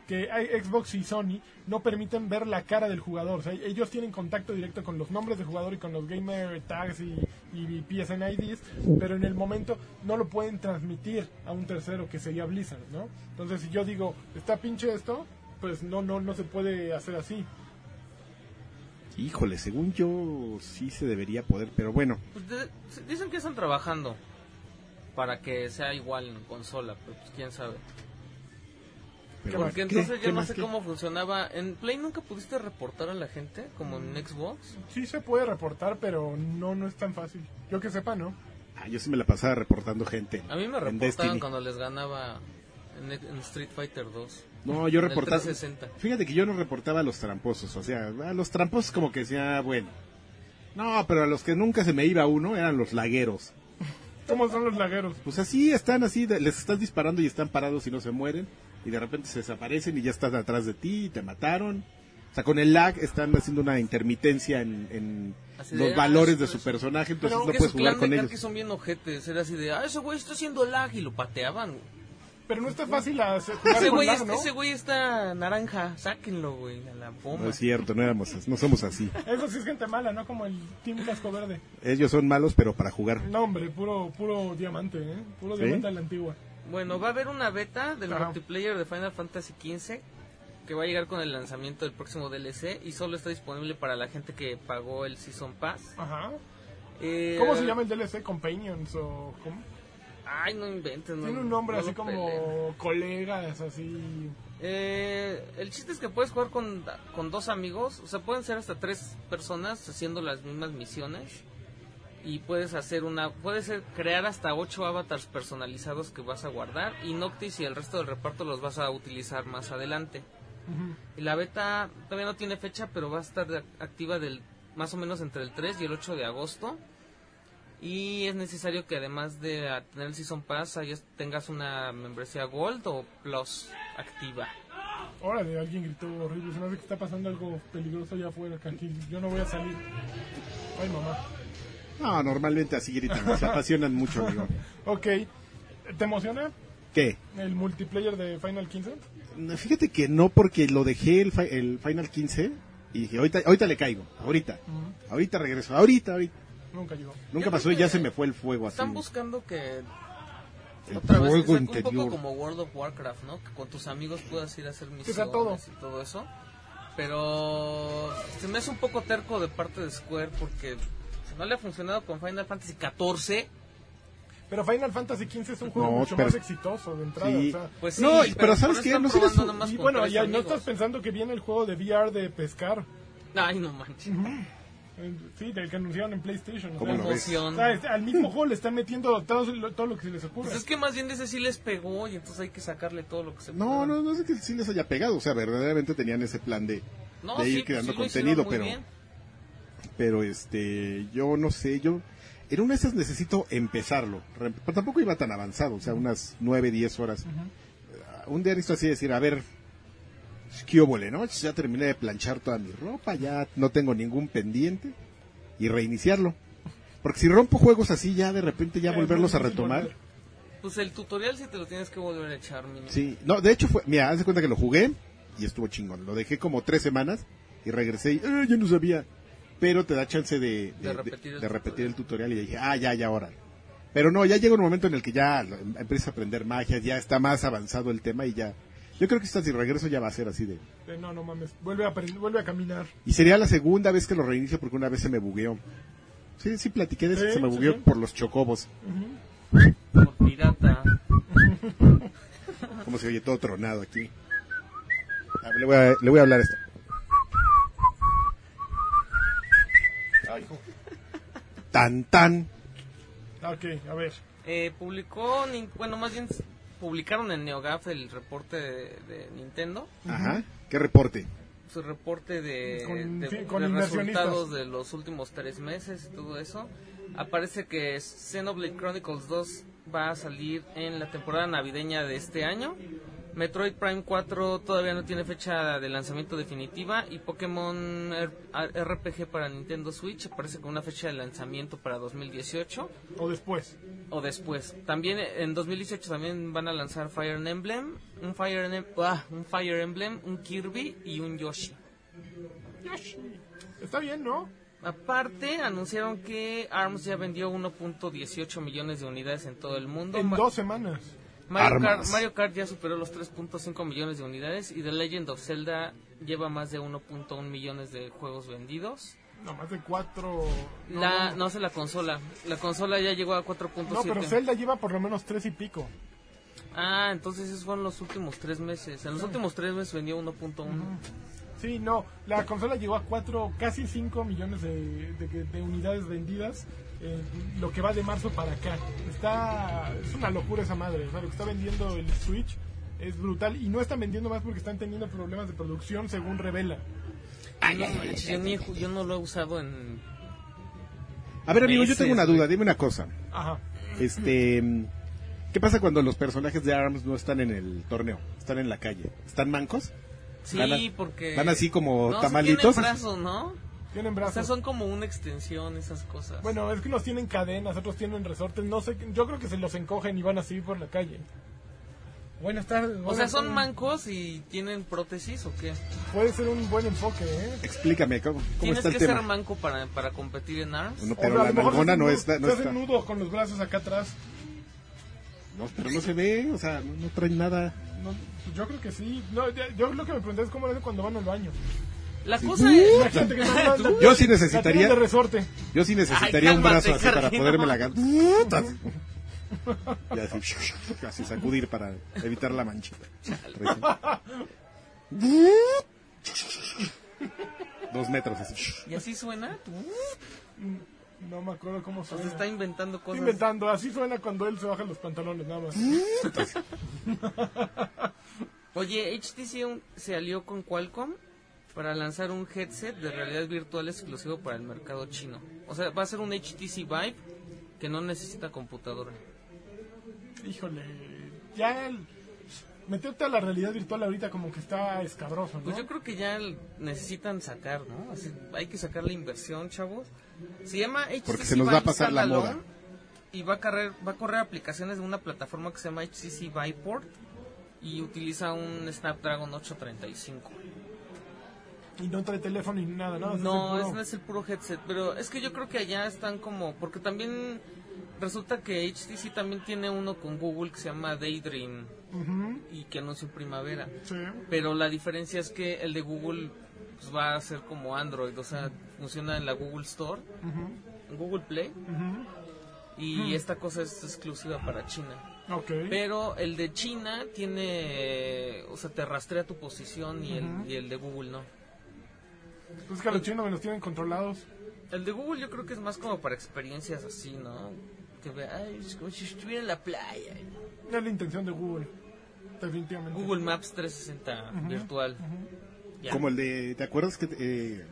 Que hay Xbox y Sony no permiten ver la cara del jugador. O sea, ellos tienen contacto directo con los nombres del jugador y con los gamer tags y, y PSN IDs, pero en el momento no lo pueden transmitir a un tercero que sería Blizzard, ¿no? Entonces, si yo digo, está pinche esto, pues no, no, no se puede hacer así.
Híjole, según yo sí se debería poder, pero bueno,
Pues de- dicen que están trabajando para que sea igual en consola, pero pues quién sabe.
pero bueno,
Porque
¿qué?
entonces
¿Qué
yo no
más
sé
qué?
cómo funcionaba. En Play nunca pudiste reportar a la gente como
Mm.
en Xbox.
Sí se puede reportar, pero no, no es tan fácil. Yo que sepa, ¿no?
Ah, yo sí me la pasaba reportando gente.
A mí me
en
reportaban
Destiny.
cuando les ganaba en, en Street Fighter 2.
No, yo
en el
reportaba.
360.
Fíjate que yo no reportaba a los tramposos, o sea, a los tramposos como que decía, ah, bueno. No, pero a los que nunca se me iba uno eran los lagueros.
¿Cómo son los lagueros?
Pues así están, así, de- les estás disparando y están parados y no se mueren. Y de repente se desaparecen y ya estás atrás de ti y te mataron. O sea, con el lag están haciendo una intermitencia en, en
Así de,
los
ah,
valores
eso
de
es-
su personaje, entonces
Pero
no
que
puedes
su
jugar
clan
con
de
ellos.
que son bien ojetes. Era así de, ah, ese güey está haciendo lag y lo pateaban.
Pero no está fácil hacer- jugar
Ese
con
güey,
lag,
es-
¿no?
ese güey está naranja, sáquenlo, güey, a la bomba.
No es cierto, no, éramos, as- no somos así.
Eso sí es gente mala, ¿no? Como el Team Casco Verde.
Ellos son malos, pero para jugar.
No, hombre, puro, puro diamante, ¿eh? Puro
¿Sí?
diamante a la antigua.
Bueno, va a haber una beta del
Ajá.
multiplayer de Final Fantasy XV que va a llegar con el lanzamiento del próximo DLC y solo está disponible para la gente que pagó el Season Pass.
Ajá.
Eh,
¿Cómo se llama el DLC? ¿Companions o cómo?
Ay, no inventes. no-
Tiene un nombre
no
así
lo peleen.
como colegas, así.
Eh, el chiste es que puedes jugar con, con dos amigos, o sea, pueden ser hasta tres personas haciendo las mismas misiones y puedes hacer una, puedes ser- crear hasta ocho avatars personalizados que vas a guardar y Noctis y el resto del reparto los vas a utilizar más adelante.
Ujú.
Y la beta todavía no tiene fecha, pero va a estar de- activa del más o menos entre el 3 y el 8 de agosto. Y es necesario que además de ah, tener el Season Pass, hayas- tengas una membresía Gold o Plus activa.
Órale, alguien gritó horrible. Se me hace que está pasando algo peligroso allá afuera, Cantín. Yo no voy a salir. Ay, mamá.
No, normalmente así gritan, se apasionan mucho, amigo.
Ok. ¿Te emociona
¿Qué?
el multiplayer de Final 15?
No, Fíjate que no, porque lo dejé el, fi- el Final 15 y dije, ahorita, ahorita le caigo, ahorita, ahorita regreso, ahorita, ahorita.
Nunca llegó.
Nunca
Yo
pasó
creo
y ya
que
se me fue el fuego así.
Están buscando que
El
otra vez
fuego
que sea un poco
interior.
como World of Warcraft, ¿no? Que con tus amigos puedas ir a hacer misiones
sea todo.
y todo eso. Pero se me hace un poco terco de parte de Square porque si no le ha funcionado con Final Fantasy XIV.
Pero Final Fantasy 15 es un juego
No,
mucho
pero-
más exitoso de entrada.
Sí.
o sea.
Pues sí,
No, pero ¿sabes
no
qué?
están
No se les-
probando nomás
Y
con
bueno,
tres
ya no
amigos.
estás pensando que viene el juego de VR de pescar.
Ay, no manches.
Eh, Sí, del que anunciaron en PlayStation. o
¿Cómo
sea,
lo ves?
o
Emoción.
sea, este- al mismo juego le están metiendo todo, lo- todo lo que se les ocurre.
Pues es que más bien de ese sí les pegó y entonces hay que sacarle todo lo que se
No,
pueda.
no, no sé que sí les haya pegado, o sea, verdaderamente tenían ese plan de,
No,
de ir
sí, pues
creando
sí lo hicieron
contenido,
muy
pero,
bien.
pero este, yo no sé, yo en una de esas necesito empezarlo, re- pero tampoco iba tan avanzado, o sea, unas 9, 10 horas. Ah, Un día necesito así decir, a ver, ¿qué óvole, no? Ya terminé de planchar toda mi ropa, ya no tengo ningún pendiente y reiniciarlo. Porque si rompo juegos así, ya de repente ya
Eh,
volverlos a
sí, sí,
retomar.
volver.
Pues el tutorial sí te lo tienes que volver a echar, mínimo.
Sí, no, de hecho fue, mira, haz de cuenta que lo jugué y estuvo chingón. Lo dejé como tres semanas y regresé y "Eh, yo no sabía. Pero te da chance de,
De repetir el
de repetir el tutorial y dije, ah, ya, ya, ahora. Pero no, ya llega un momento en el que ya lo- em- empiezas a aprender magia, ya está más avanzado el tema y ya. Yo creo que esta si regreso ya va a ser así de.
Eh, No, no mames. Vuelve a, pre- vuelve a caminar.
Y sería la segunda vez que lo reinicio porque una vez se me bugueó. Sí, sí, platiqué de eso,
Sí,
se me
sí,
bugueó
sí.
por los chocobos.
Por pirata.
Como se oye todo tronado aquí. A ver, le, voy a, le voy a hablar a este. esta. Tan tan.
Ah, Ok, a ver.
Eh, publicó, nin- bueno, más bien publicaron en NeoGAF el reporte de, de Nintendo,
Ajá. ¿Qué reporte?
su pues, reporte de,
Con-
de-
sí, con
de
inversionistas.
resultados de los últimos tres meses y todo eso. Aparece que Xenoblade Chronicles 2 va a salir en la temporada navideña de este año. Metroid Prime 4 todavía no tiene fecha de lanzamiento definitiva y Pokémon R- RPG para Nintendo Switch aparece con una fecha de lanzamiento para 2018
O después.
o después. También eh, en 2018 también van a lanzar Fire Emblem, un Fire Emblem, ah, un Fire Emblem, un Kirby y un Yoshi.
Yoshi. Está bien, ¿no?
Aparte anunciaron que ARMS ya vendió 1.18 millones de unidades en todo el mundo.
En
Ma-
dos semanas.
Mario, Kart,
Armas.
Mario Kart ya superó los 3.5 millones de unidades y The Legend of Zelda lleva más de 1.1 millones de juegos vendidos.
No, más de cuatro. no,
la,
no,
no sé la consola. La consola ya llegó a
No, pero
4.7.
Zelda lleva por lo menos tres y pico.
ah, entonces esos fueron los últimos tres meses. En los últimos tres meses vendió 1.1.
Sí, no, la consola llegó a 4, casi 5 millones de, de- de unidades vendidas, eh, lo que va de marzo para acá. Está, es una locura esa madre, o sea, lo que está vendiendo el Switch es brutal y no están vendiendo más porque están teniendo problemas de producción según revela.
Ay,
No
ay, ay,
manches,
ay,
yo, ni he
ay,
ju- yo no lo he usado en...
A ver, amigo, yo
Meses,
tengo una duda,
güey.
dime una cosa.
Ajá.
Este, ¿qué pasa cuando los personajes de ARMS no están en el torneo? Están en la calle. ¿Están mancos?
Sí,
Van a-
porque...
van así como
no, sí
tamalitos.
tienen brazos, ¿no?
Tienen
O sea,
brazos.
son como una extensión esas cosas.
Bueno, es que los tienen cadenas, otros tienen resortes, no sé, yo creo que se los encogen y van así por la calle. Buenas tardes.
o sea,
buenas
son
tardes.
mancos y tienen prótesis o qué.
Puede ser un buen enfoque, ¿eh?
Explícame, ¿cómo, cómo
Tienes
está el
que
tema?
ser manco para, para competir en ARMS.
No,
O
pero
sea, a
la
lo mejor se
nalgona
hacen
no
nudo-
está, no
se hacen
está.
nudos con los brazos acá atrás.
No, pero no se ve, o sea, no, no traen nada.
No, pues yo creo que sí. No, ya- yo lo que me pregunté es cómo lo hacen cuando van al baño.
La cosa es...
Imagínate que no- no-
Yo sí
la
necesitaría-
tienen de resorte.
Yo sí necesitaría
Ay,
un
cálmate,
brazo así para
Jardín,
poderme
no.
la gan- Y así, así sacudir para evitar la manchita. Dos metros así.
¿Y así suena? Tú,
No me acuerdo cómo
o
suena.
sea, Pues está inventando
Estoy
cosas.
inventando. Así suena cuando él se baja los pantalones, nada más.
Oye, HTC un- se alió con Qualcomm para lanzar un headset de realidad virtual exclusivo para el mercado chino. O sea, va a ser un HTC Vive que no necesita computadora.
Híjole. Ya el- meterte a la realidad virtual ahorita como que está escabroso, ¿no?
Pues yo creo que ya el- necesitan sacar, ¿no? Así, hay que sacar la inversión, chavos. Se llama HTC
Porque se nos va a
Vive
pasar la
Standalone
moda.
Y va a, correr, va a correr aplicaciones de una plataforma que se llama HTC Viveport y utiliza un Snapdragon 835.
Y no trae teléfono ni nada, ¿no?
No,
es
es, no es el puro headset, pero es que yo creo que allá están como, porque también resulta que HTC también tiene uno con Google que se llama Daydream y que anunció en primavera, pero la diferencia es que el de Google pues, va a ser como Android, o sea, funciona en la Google Store, en Google Play, y esta cosa es exclusiva para China.
Ok.
Pero el de China tiene, o sea, te rastrea tu posición y el, y el de Google no.
Pues que a los chinos me los tienen controlados.
El de Google yo creo que es más como para experiencias así, ¿no? Que ve, ay, es como si estuviera en la playa.
No es la intención de Google. Definitivamente.
Google Maps 360 virtual. Ya.
Como el de, ¿te acuerdas que eh,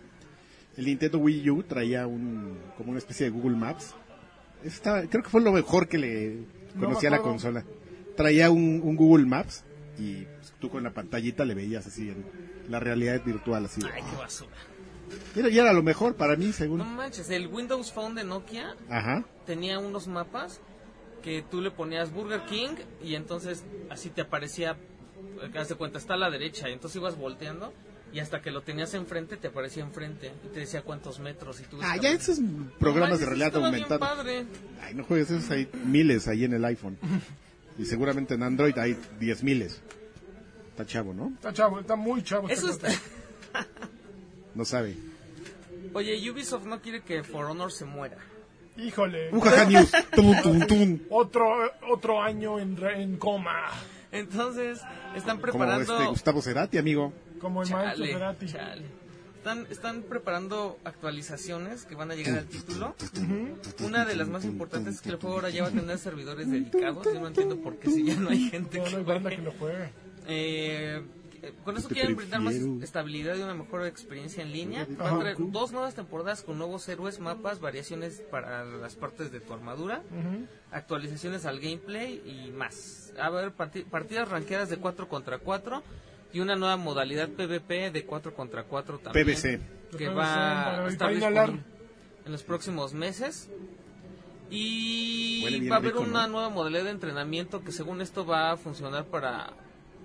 el Nintendo Wii U traía un como una especie de Google Maps? Esta, creo que fue lo mejor que le
No
conocía
me
a la
acuerdo.
consola. Traía un, un Google Maps y pues, tú con la pantallita le veías así en la realidad virtual así.
Ay, qué basura.
Era, y era lo mejor para mí,
No
según.
manches, el Windows Phone de Nokia
Ajá.
tenía unos mapas que tú le ponías Burger King y entonces así te aparecía, eh, haz de cuenta, está a la derecha. Y entonces ibas volteando y hasta que lo tenías enfrente te aparecía enfrente y te decía cuántos metros y tú...
Ah,
ibas
ya
caminando.
esos
No
programas
manches,
de realidad
estaba bien
aumentada.
padre.
Ay, no juegues, esos hay miles ahí en el iPhone. Y seguramente en Android hay diez miles. Está chavo, ¿no?
Está chavo, está muy chavo.
Eso
está.
está...
No sabe.
Oye, Ubisoft no quiere que For Honor se muera.
Híjole.
Ujaja News. Tum, tum, tum.
Otro, otro año en, re- en coma.
Entonces, están
Como
preparando.
este Gustavo Cerati, amigo.
Como el maestro
Chale,
Cerati.
chale. Están, están preparando actualizaciones que van a llegar al título. Una de las más importantes es que el juego ahora ya va a tener servidores dedicados. Yo no entiendo por qué si ya no hay gente
No, no
que
hay banda que
juegue.
lo juegue.
Eh, eh, con eso
Te
quieren brindar más
prefiero.
estabilidad y una mejor experiencia en línea. Van a traer dos nuevas temporadas con nuevos héroes, mapas, variaciones para las partes de tu armadura, actualizaciones al gameplay y más. A ver, parti- partidas ranqueadas de 4 contra 4 y una nueva modalidad PvP de 4 contra 4 también.
PVC.
Que
PVC,
va
para
a estar
inhalar.
disponible en los próximos meses.
Huele
Y
bien
va a haber
rico,
una
¿no?
nueva modalidad de entrenamiento que según esto va a funcionar para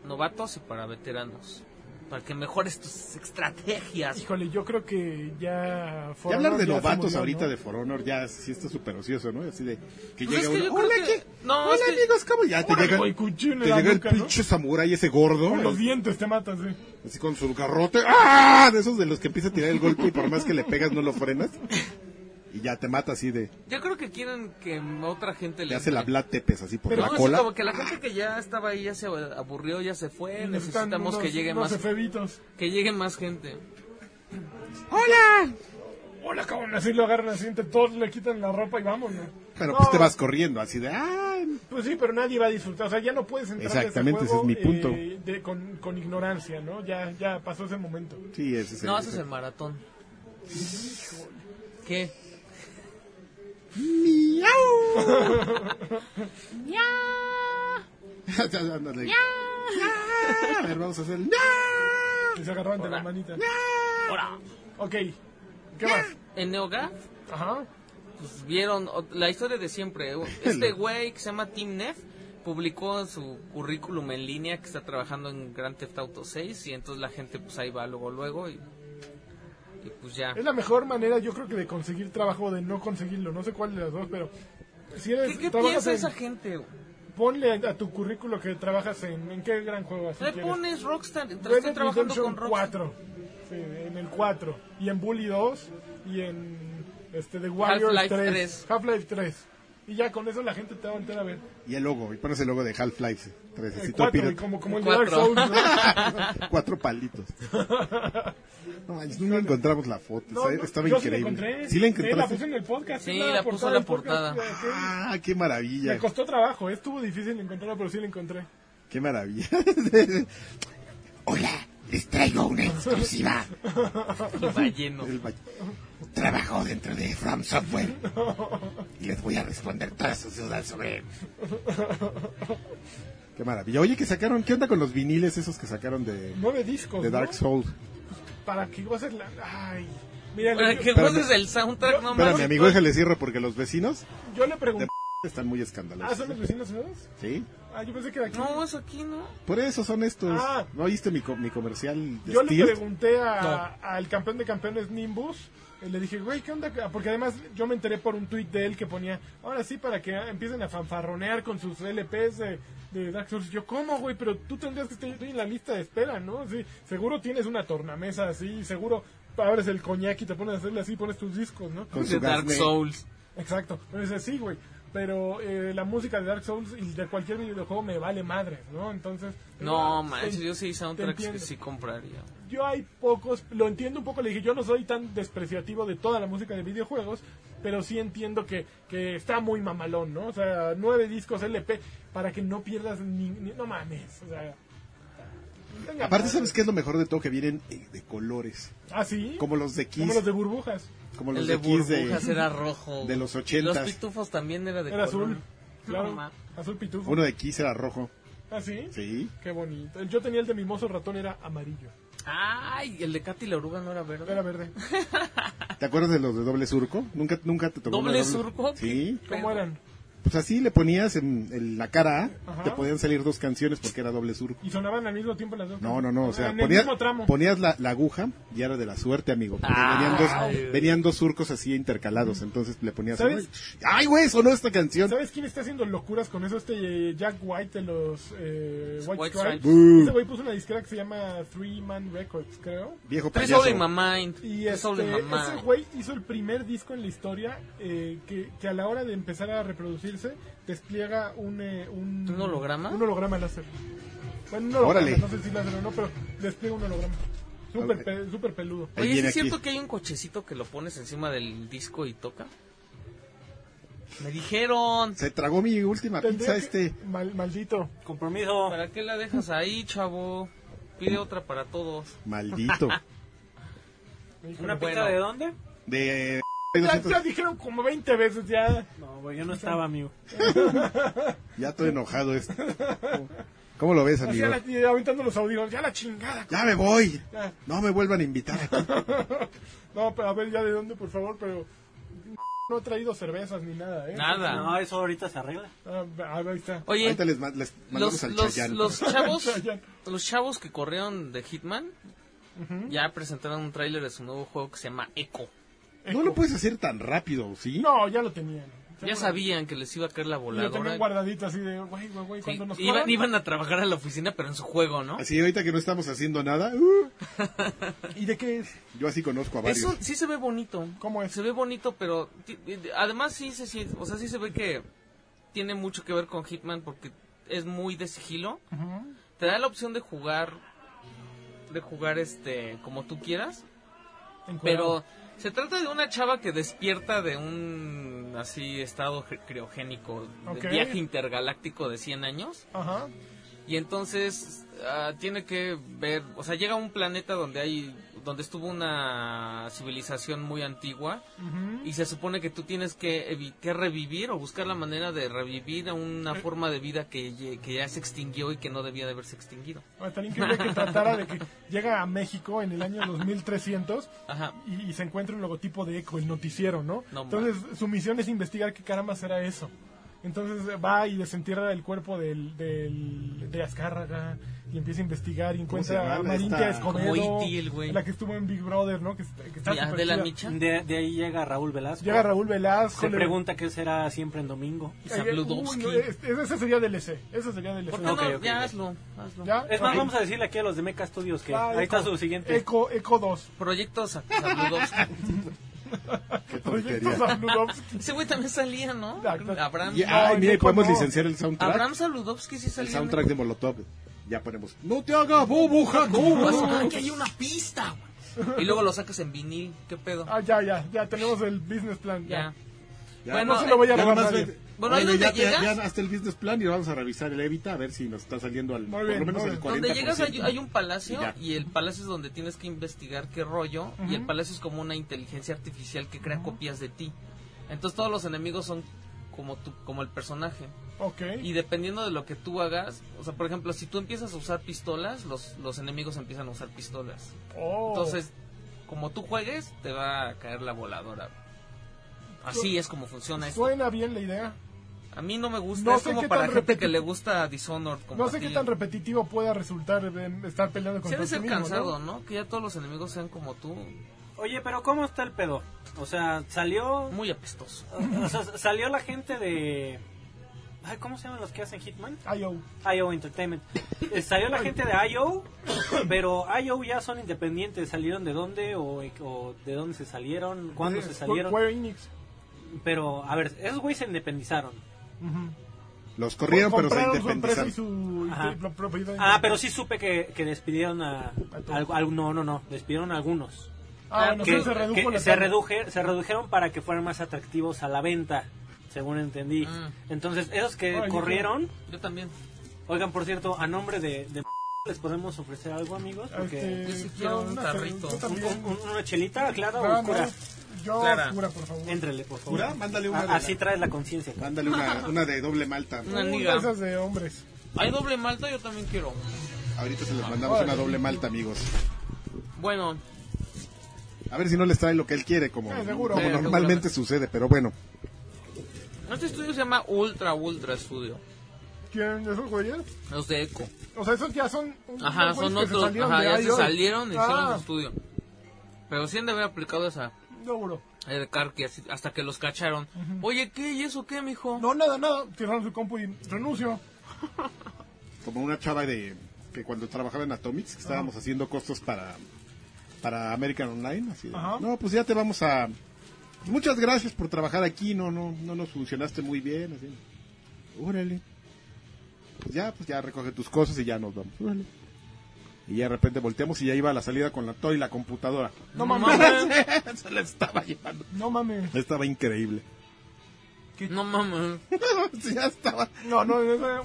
novatos y para veteranos. Para que mejores tus estrategias.
Híjole, yo creo que ya. For
Ya hablar
Honor
de
ya se
novatos
murió,
ahorita
¿no?
de For Honor ya sí está súper ocioso, ¿no? Así de que
Pues
llega
es que
uno.
yo creo
Hola,
que-
¿qué?
no,
Hola,
es que-
amigos, ¿cómo ya? Te
Órale,
llega,
güey, cuchillo en
te
la
llega el
nuca, ¿no?
pinche samurái ese gordo.
Con los
¿no?
dientes te matas, eh. sí.
así con su garrote, ¡ah! De esos de los que empieza a tirar el golpe y por más que le pegas no lo frenas. Y ya te mata así de,
Yo creo que quieren que otra gente
te
le
hace la
entre.
Vlad Tepes así por
Pero
la
No, es
cola.
como que la gente que ya estaba ahí ya se aburrió, ya se fue.
Necesitan
Necesitamos que
unos-
llegue
unos
más
efebitos.
que llegue más gente.
Hola, cabrón, así lo agarran así, entre todos le quitan la ropa y vámonos.
Pero
No,
pues te vas corriendo así de, ¡ah!
Pues sí, pero nadie va a disfrutar. O sea, ya no puedes entrar a ese
Exactamente, ese
juego,
es mi punto.
eh, de- con, con ignorancia, ¿no? Ya, ya pasó ese momento.
Sí, ese es el-
No haces el maratón. ¿Qué?
Ándale. A ver, vamos a hacer el-
Y se agarraban de la
Hola.
manita.
Ahora,
Ok, ¿qué más?
en Neogaf
Ajá.
pues, vieron o- la historia de siempre. Este güey que se llama Tim Neff publicó en su currículum en línea que está trabajando en Grand Theft Auto 6 y entonces la gente pues ahí va luego luego y, y pues ya.
Es la mejor manera, yo creo que de conseguir trabajo o de no conseguirlo. No sé cuál de las dos, pero si eres.
¿Qué, qué
pues, trabajas
piensa
en-
esa gente? güey?
Ponle a, a tu currículo que trabajas en. ¿En qué gran juego así
Le
quieres?
pones Rockstar, estoy
Red Dead
trabajando
Redemption
con Rockstar.
4. Sí, en el 4. Y en Bully 2. Y en. Este, The Warrior
Half-Life
3.
3.
Half-Life 3. Y ya con eso la gente te va a voltear a ver.
Y el logo, y pones el logo de Half-Life 3, así
El
todo
4,
pirata.
y como, como el de Dark
Cuatro.
Souls. ¿no?
Cuatro palitos. No, manches, nunca encontramos la foto.
No,
o sea,
no,
estaba
yo
increíble.
Sí, la encontré.
¿Sí la
Sí, la
encontraste?
puse en el podcast.
Sí,
en
la puso en la
del podcast,
portada.
sí, sí.
Ah, qué maravilla.
Me costó trabajo, estuvo difícil encontrarla, pero sí la encontré.
Qué maravilla.
Hola, les traigo una exclusiva.
Y va lleno.
El baño.
Trabajo dentro de From Software. Y les voy a responder todas sus dudas sobre
Qué maravilla. Oye, que sacaron, ¿qué onda con los viniles esos que sacaron de,
Nueve discos.
de
¿no?
Dark Souls?
Para que goces la. Ay. Mira,
Para
yo,
que
Espérame.
goces el soundtrack, no
Espera, mi
mames.
amigo, déjale cierro porque los vecinos
yo le pregunté.
están muy
Ah, ¿son
escandalosos.
los vecinos nuevos?
¿Sí?
Ah, yo pensé que era aquí.
No, es aquí, ¿no?
Por eso son estos.
Ah.
¿No oíste mi, co- mi comercial de
Yo le
Steel?
pregunté a- al campeón de campeones Nimbus, eh, le dije, güey, ¿qué onda? Porque además yo me enteré por un tuit de él que ponía, ahora sí, para que empiecen a fanfarronear con sus LPs de, de Dark Souls. Yo, ¿cómo, güey? Pero tú tendrías que estar en la lista de espera, ¿no? Sí, seguro tienes una tornamesa así, seguro abres el coñac y te pones a hacerle así, pones tus discos, ¿no?
Con
De
su
Dark
gasné.
Souls.
Exacto, pero dice, sí, güey. Pero eh, la música de Dark Souls y de cualquier videojuego me vale madre, ¿no? Entonces...
No,
te-
manches, yo
te
sí soundtracks que
entiendo.
sí compraría.
Yo hay pocos, lo entiendo un poco, le dije, yo no soy tan despreciativo de toda la música de videojuegos, pero sí entiendo que, que está muy mamalón, ¿no? O sea, nueve discos LP para que no pierdas ni... ni- no mames, o sea... venga,
Aparte,
madre.
¿sabes qué es lo mejor de todo? Que vienen eh, de colores.
Ah, sí.
Como los de Kiss.
Como los de burbujas.
Como los
El
de
de
Kiss de-
burbujas era rojo.
de los
Los
ochentas.
pitufos también era de
Era
color.
azul. Claro.
No, ma.
azul pitufo.
Uno de Kiss era rojo.
Ah, sí.
Sí.
Qué bonito. Yo tenía el de mimoso ratón, era amarillo.
Ay, el de Katy la oruga no era verde.
Era verde.
¿Te acuerdas de los de doble surco? Nunca, nunca te tocó. uno de
¿Doble surco?
Sí.
¿Cómo eran?
Pues así le ponías en, en la cara A,
Ajá.
te podían salir dos canciones porque era doble surco.
¿Y sonaban al mismo tiempo las dos?
No, no, no, o sea,
Ah, en el
ponías,
mismo tramo. Ah,
ponías la, la aguja y era de la suerte, amigo. porque venían, dos, venían dos surcos así intercalados, entonces le ponías...
¿Sabes?
¡Ay, güey! Sonó esta canción.
¿Sabes quién está haciendo locuras con eso? Este eh, Jack White de los eh, White,
White
Stripes.
Stripes.
Ese güey puso una disquera que se llama Three Man Records, creo.
Viejo
Tres
payaso.
sobre mamá.
Y
Tres
este,
sobre mamá.
ese güey hizo el primer disco en la historia eh, que, que a la hora de empezar a reproducirse despliega un... eh, un
¿Un holograma?
Un holograma láser. Bueno, un holograma,
Órale.
no sé si láser o no, pero despliega un holograma. Súper pe- súper peludo.
Ahí
Oye, ¿sí
viene
¿es
aquí.
cierto que hay un cochecito que lo pones encima del disco y toca? Me dijeron.
Se tragó mi última
Tendría
pizza
que-
este...
mal- maldito.
Compromiso.
¿Para qué la dejas ahí, chavo? Pide otra para todos.
Maldito.
¿Una
Bueno.
pizza de dónde?
De...
Ya, ya dijeron como 20 veces ya.
No, güey, yo no estaba, amigo.
Ya estoy enojado este. ¿Cómo lo ves,
Así
amigo?
a la- y aventando los audífonos. Ya la chingada.
Ya me voy.
Ya.
No me vuelvan a invitar. aquí.
No, pero a ver ya de dónde, por favor, pero no he traído cervezas ni nada, ¿eh?
Nada.
No, eso ahorita se arregla.
Ah, ah, ahí está.
Oye,
Ahorita les, ma- les mandamos
los,
al
los,
Chayanne.
los chavos
Chayanne.
los chavos que corrieron de Hitman ya presentaron un tráiler de su nuevo juego que se llama Echo.
No lo puedes hacer tan rápido, ¿sí?
No, ya lo tenían.
Ya sabían que les iba a caer la
Yo tenía
voladora.
un guardadito así de, güey, güey, güey,
Sí,
cuando nos
iban,
corran,
iban a trabajar a la oficina, pero en su juego, ¿no?
Así ahorita que no estamos haciendo nada, uh,
¿Y de qué es?
yo así conozco a varios.
Eso sí se ve bonito.
¿Cómo es?
Se ve bonito, pero ti- eh, además sí se sí, o sea, sí se ve que tiene mucho que ver con Hitman porque es muy de sigilo.
Ujú.
Te da la opción de jugar de jugar este como tú quieras,
Encuadrado.
pero se trata de una chava que despierta de un así estado ge- criogénico, de
Ok.
viaje intergaláctico de 100 años.
Ajá.
Y entonces ah, tiene que ver, o sea, llega a un planeta donde hay, donde estuvo una civilización muy antigua
Ujú.
y se supone que tú tienes que, evi- que revivir o buscar la manera de revivir a una forma de vida que, ye- que ya se extinguió y que no debía de haberse extinguido.
Ah, Estaría increíble que tratara de que llega a México en el año 2300
Ajá.
y, y se encuentra un logotipo de Eco, el noticiero, ¿no?
No
Entonces, su misión es investigar qué caramba será eso. Entonces eh, va y desentierra el cuerpo del, del- de Azcárraga y empieza a investigar y
se
encuentra
llama
a Marintia
esta?
Escobedo,
Como E.T. el güey.
la que estuvo en Big Brother, ¿no? Que, es- que está
Ya,
súper
de la
chida.
micha.
De, de ahí llega Raúl Velasco.
Llega Raúl Velasco.
Se
le-
pregunta qué será siempre en domingo.
Ay, ay,
Zabludovsky.
uy, no, es- es- Ese sería DLC. Ese sería DLC.
¿Por qué no?
Ok, ok,
ya
ok.
hazlo, hazlo.
¿Ya?
Es más,
Ok.
vamos a decirle aquí a los de Meca Studios que
Ah,
ahí está
Eco.
su siguiente.
Eco, Eco 2.
Proyectos saludos.
Qué
Proyecto
porquería.
Zabludovsky.
Ese güey también salía, ¿no?
Exacto.
Abraham,
Y-
No,
ay, mire,
Nico,
podemos
no.
licenciar el soundtrack.
Abraham Saludowski sí
el
salía.
soundtrack de Molotov. Ya ponemos. No te hagas bobo,
Pues,
Jacobo.
ah, que hay una pista, güey. Y luego lo sacas en vinil, qué pedo.
Ah, ya, ya, ya tenemos el business plan.
Ya.
Ya.
Ya.
Bueno,
No se lo voy a
Ya
robar
nomás
nadie.
ve-
Bueno, ahí
Oye,
donde
ya, te-
llegas-
ya hasta el business plan y vamos a revisar el Evita a ver si nos está saliendo al,
Muy
por
bien,
lo menos
muy
al
bien.
40%.
Donde llegas hay, hay un palacio
Y ya.
y el palacio es donde tienes que investigar qué rollo y el palacio es como una inteligencia artificial que crea copias de ti. Entonces todos los enemigos son como tú, como el personaje.
Ok.
Y dependiendo de lo que tú hagas, o sea, por ejemplo, si tú empiezas a usar pistolas, los, los enemigos empiezan a usar pistolas.
Oh.
Entonces, como tú juegues, te va a caer la voladora. Así es como funciona esto.
Suena bien la idea.
A mí no me gusta,
No
es
sé
como
qué
para
tan
gente que
repeti-
le gusta Dishonored. como
No sé
a
qué
ti.
tan repetitivo pueda resultar em, estar peleando
Se
contra
ha de
ti
ser
mismo,
cansado,
¿no?
¿no? Que ya todos los enemigos sean como tú.
Oye, pero ¿cómo está el pedo? O sea, salió.
Muy apestoso.
o sea, salió la gente de. Ay, ¿Cómo se llaman los que hacen Hitman?
Ay, oh.
IO Entertainment. Eh, Salió la gente de IO, pero IO ya son independientes. ¿Salieron de dónde o, o de dónde se salieron? ¿Cuándo se
Fue-
salieron?
Fue eh, Enix.
Pero, a ver, esos güeyes se independizaron.
Ujú.
Los corrieron, pero se
Compraron su empresa
independizaron.
y su y
Ajá.
su pro- propiedad.
Ah, pero sí supe que, que despidieron a...
todos.
al- al- no, no, no, despidieron a algunos.
Ah, bueno,
que-
sí, se redujo
que
la
se,
tabla.
reduje- se redujeron para que fueran más atractivos a la venta, según entendí.
Ah.
Entonces, esos que
Ay,
corrieron...
Yo también.
Oigan, por cierto, a nombre de... de ¿Les podemos ofrecer algo, amigos? Porque...
Este,
Yo sí quiero un
una-
tarrito.
yo también.
un- un- ¿Una chelita
No,
clara o
Ah,
oscura?
no, Yo
Ah, Clara.
oscura, por favor.
Éntrele, por favor.
Cura, mándale una
A-
de la-
así traes la conciencia. cabrón.
Mándale una, una de doble malta.
Una
Uy,
liga.
esas de hombres.
Hay doble malta, yo también quiero.
Ahorita se les mandamos una doble malta, amigos.
Bueno,
A ver si no les trae lo que él quiere, como,
Eh, seguro.
como
Eh,
normalmente
seguramente.
sucede, pero bueno.
este estudio se llama Ultra Ultra Studio.
¿Quién de esos güeyes?
Los de Echo.
O sea, esos ya son.
Ajá,
unos güeyes
son
que se
otros.
salieron
Ajá,
de
ya se
IO.
salieron y hicieron su
Ah,
estudio. Pero sí han de haber aplicado esa.
seguro.
El carque, así- hasta que los cacharon. Oye, ¿qué? ¿Y eso qué, mijo?
No, nada, nada. Cerraron su compu y renuncio.
como una chava de que cuando trabajaba en Atomics que estábamos haciendo costos para para American Online así de,
Ajá.
no pues ya te vamos a muchas gracias por trabajar aquí no no no nos funcionaste muy bien así órale pues ya pues ya recoge tus cosas y ya nos vamos órale y ya de repente volteamos y ya iba a la salida con la toy y la computadora
No
No
mames.
se la estaba llevando
No mames.
estaba increíble
No mames.
Sí, ya estaba
No, no, no.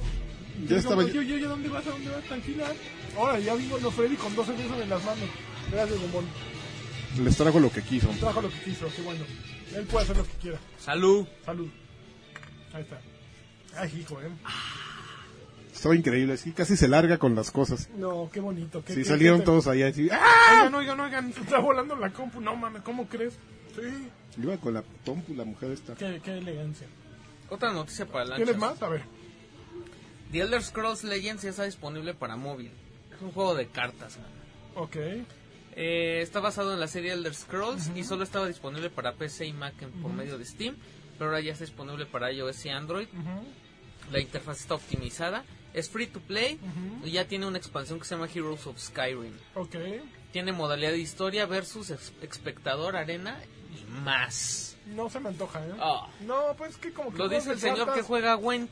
ya estaba
Yo, yo, yo, ¿dónde vas? ¿A dónde vas? Tranquila. Ahora ya vino los Freddy con dos cervezas en las manos. Gracias, bombón.
les trajo lo que quiso
Trajo lo que quiso, qué bueno. Él puede hacer lo que quiera.
Salud.
Salud. Ahí está. Ay, hijo, eh.
estaba increíble sí casi se larga con las cosas
No, qué bonito. Qué,
Sí,
qué-
salieron
qué-
todos allá así, ¡ah!
Oigan, oigan, oigan. Se está volando la compu. No mames, ¿cómo crees? Sí.
Iba con la pompu, la mujer esta.
Qué, qué elegancia.
Otra noticia para la
¿Tienes más? A ver.
The Elder Scrolls Legends ya está disponible para móvil. Es un juego de cartas. man.
Ok.
Eh, está basado en la serie Elder Scrolls y solo estaba disponible para PC y Mac en- por medio de Steam. pero ahora ya está disponible para iOS y Android. La interfaz está optimizada, es free to play
Ujú.
y ya tiene una expansión que se llama Heroes of Skyrim.
Ok.
Tiene modalidad de historia versus ex- espectador, arena y más.
No se me antoja, ¿eh?
Ah.
No, pues que como que.
Lo
juegos
dice el
de
señor que
cartas-
juega Gwent.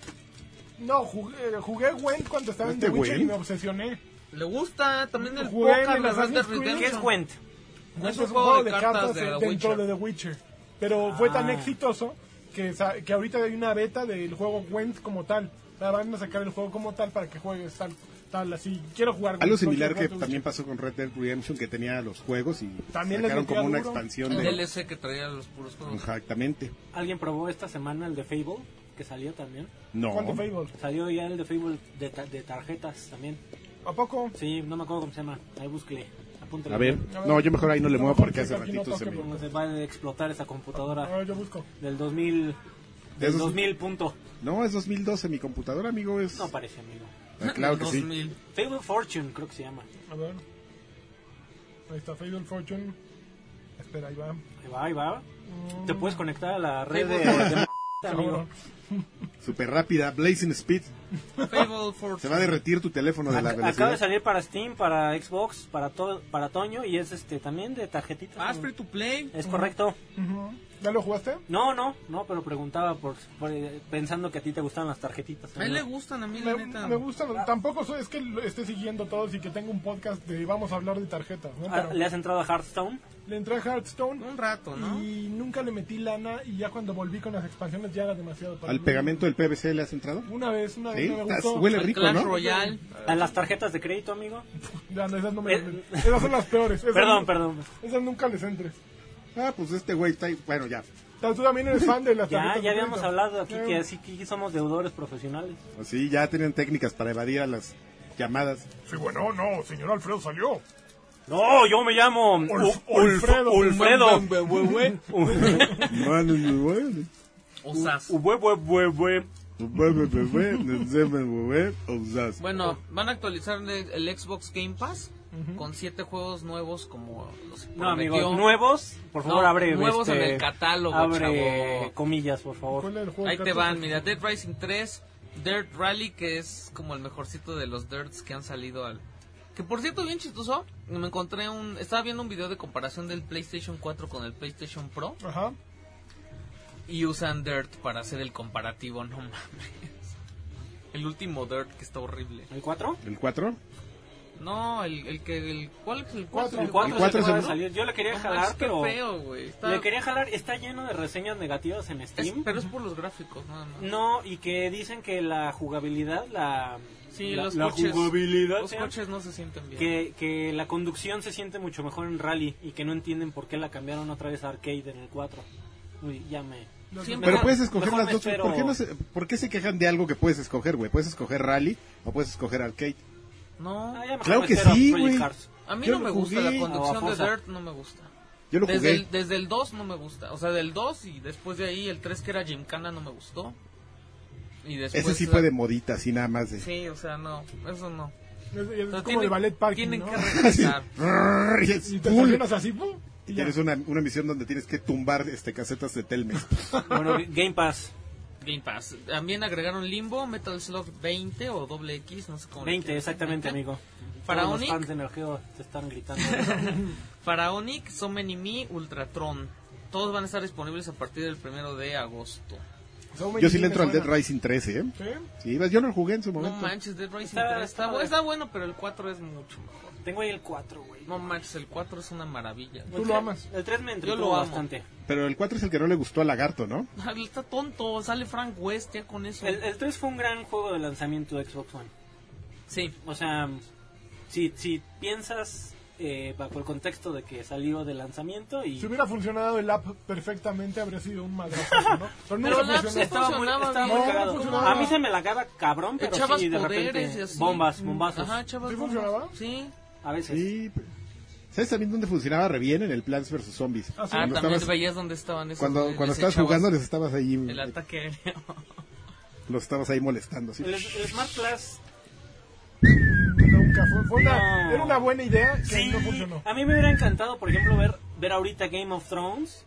No, jugué, eh, jugué Gwent cuando estaba en
¿Este
The Witcher y
Gwent?
me obsesioné.
Le gusta también el
Jugué en
póker,
el
las Red Dead
Assassin's Creed.
¿Qué es
Redemption.
Gwent?
No es
Este
un juego de cartas de
eh,
The
dentro
Witcher.
de The Witcher. Pero fue tan
Ah.
exitoso que, sa- que ahorita hay una beta del juego Gwent como tal. La van a sacar el juego como tal para que juegues tal, tal así. Quiero jugar Gwent,
Algo
no
similar
quiero
que
jugar The
también pasó con Red Dead Redemption, que tenía los juegos y
También les
sacaron
metía
como una
duro.
expansión
El
de...
DLC que traía los puros juegos.
Exactamente.
¿Alguien probó esta semana el de Fable? Que salió también.
No.
¿Cuánto Fable?
Salió ya el de Fable de, ta- de tarjetas también.
¿A poco?
Sí, no me acuerdo cómo se llama. Ahí búsquele. Apúntele.
A ver, no, yo mejor ahí no le muevo porque hace
Aquí no
ratito se
toque,
me...
Cómo se va a explotar esa computadora
Ahora yo busco.
del 2000. Del
Esos-
2000 punto.
No, es 2012 mi computadora, amigo, es...
No parece, amigo.
Ah, claro que sí.
2000.
Fable Fortune, creo que se llama.
A ver. Ahí está Fable Fortune. Espera, ahí va.
Ahí va, ahí va.
Mm.
Te puedes conectar a la red de.
Fable
de- amigo.
Súper rápida, Blazing Speed.
Fable
Se va a
Fortune.
derretir tu teléfono de la
Ac- Acaba de
velocidad.
salir para Steam, para Xbox, para todo, para Toño y es este también de tarjetitas.
Ah, es
¿no?
free to play.
Es correcto.
Ujú. ¿Ya lo jugaste?
No, no, no, pero preguntaba por, por, eh, pensando que a ti te gustaban las tarjetitas.
A él le
amigo.
gustan, a mí la
Me,
neta.
me gusta, tampoco soy, es que lo esté siguiendo todos y que tengo un podcast de vamos a hablar de tarjetas, ¿no?
Ah,
Pero
¿Le has entrado a Hearthstone?
le entré a Hearthstone
Un rato, ¿no?
y nunca le metí lana y ya cuando volví con las expansiones ya era demasiado para
¿Al
mí.
pegamento del PVC le has entrado?
Una vez, una vez
Sí,
no me
estás-
gustó.
huele
Al
rico,
Clash
¿no?
Royale.
¿A las tarjetas de crédito, amigo?
Ya, no, esas, no me-
Eh.
esas son las peores. Esas
Perdón,
nu-
perdón.
Esas nunca les entres.
Ah, pues este güey está... ahí- Bueno, ya.
O sea, Tú también eres fan de las
Ya,
tarjetas
ya
de
habíamos
crédito.
hablado aquí
Ya.
que así que somos deudores profesionales.
Pues Sí, ya tienen técnicas para evadir a las llamadas.
Sí, bueno, no, señor Alfredo salió.
No, yo me llamo
Ulf- Ulfredo.
Ulfredo. Ulfredo.
Mano, mi güey.
Osas.
Ue, ue, ue, ue.
Bue, bue, bue, bue, nos vemos, bue, bue, obsas.
Bueno, van a actualizar el, el Xbox Game Pass con siete juegos nuevos como los
No, amigos,
prometió.
nuevos, por favor,
No,
abre. este
nuevos en el catálogo,
Abre
chavo.
comillas, por
¿Cuál
favor.
era el juego de
Ahí te
cartas?
van, mira, Dead Rising 3, Dirt Rally, que es como el mejorcito de los Dirts que han salido al... Que por cierto, bien chistoso, me encontré un... Estaba viendo un video de comparación del PlayStation 4 con el PlayStation Pro
Ajá.
y usan Dirt para hacer el comparativo, no mames. El último Dirt que está horrible.
¿El 4?
¿El 4?
No, el, el que... El, ¿Cuál es el
Cuatro,
4?
el
cuatro es el
que acaba de
uno?
salir. Yo le quería
es
jalar,
que
pero.
feo, güey. Está-
Le quería jalar, está lleno de reseñas negativas en
es-
Steam.
pero es por los gráficos, nada más.
No, y que dicen que la jugabilidad, la.
Sí,
la,
los
la
coches.
jugabilidad,
Los
¿sí?
coches no se sienten bien.
Que, que la conducción se siente mucho mejor en Rally y que no entienden por qué la cambiaron otra vez a arcade en el 4. Uy, ya me.
Siempre-
Pero
Mejor-
puedes escoger
mejor
las
me
dos.
espero.
¿Por qué, no se, por qué se quejan de algo que puedes escoger, güey? Puedes escoger Rally o puedes escoger Arcade.
No,
Ah, ya mejor
Claro
me
que
espero a
sí,
Project
güey.
Cars.
a mí
Yo
no
lo
me gusta
jugué.
la
Ah,
conducción de
Forza.
Dirt, no me gusta.
Yo lo
Desde
jugué.
el, desde el 2 no me gusta. O sea, del 2 y después de ahí el 3 que era Gymkhana no me gustó. Y después
Ese sí fue de modita, así nada más de...
Pues, Sí, o sea, no, eso no.
Es, es
O sea,
como
tienen-
el ballet parking,
Tienen
¿no?
que regresar.
Y es
Y te
cool.
estacionas así, ¡pum!
Y
y ya.
tienes una, una misión donde tienes que tumbar este casetas de Telmex.
Bueno, Game Pass.
Game Pass. También agregaron Limbo, Metal Slug 20 o doble X, no sé cómo. le
20,
quieras.
exactamente, amigo.
Para
Todos los
Onic.
fans de Energeo te están gritando.
Faraonic, Somen y Me, Ultratron. Todos van a estar disponibles a partir del primero de agosto.
Someone
Yo sí
me
le entro al Dead
suena.
Rising 13, ¿eh?
¿Sí?
Sí, vas, yo no lo jugué en su
No
momento.
manches, Dead Rising
Está-
3 está,
está
bu-
bien.
está bueno, pero el 4 es mucho mejor.
Tengo ahí el 4, güey.
No manches, el 4 es una maravilla.
Tú lo amas.
El 3 me entretuvo
Yo lo amo.
bastante.
Pero el 4 es el que no le gustó a Lagarto, ¿no?
Ah, Está tonto, sale Frank West ya con eso.
El, el 3 fue un gran juego de lanzamiento de Xbox One.
Sí,
O sea, si, si piensas eh, bajo el contexto de que salió de lanzamiento y
Si hubiera funcionado el app perfectamente, habría sido un madrazo, ¿no? Pero nunca
Pero el app
funcionó.
sí
estaba muy,
funcionaba
estaba
bien.
muy
No,
cagado.
no funcionaba.
A mí se me la caga cabrón, pero
echabas
sí, de
poderes
repente
y así. Mm,
bombas, bombazos.
Ajá, echabas
¿Sí
bombas.
funcionaba?
Sí.
A veces.
Sí. pero- ¿Sabes también dónde funcionaba re bien? En el Plants vs. Zombies.
Ah, sí.
Ah,
Cuando
también
estabas-
veías dónde estaban esos.
cuando,
güeyes,
cuando
les
estabas
echabas
jugando les estabas ahí eh,
El ataque aéreo.
los estabas ahí molestando así.
El, el Smart Plus,
Nunca fue. fue una,
No.
Era una buena idea que
sí,
no funcionó.
a mí me hubiera encantado, por ejemplo, ver, ver ahorita Game of Thrones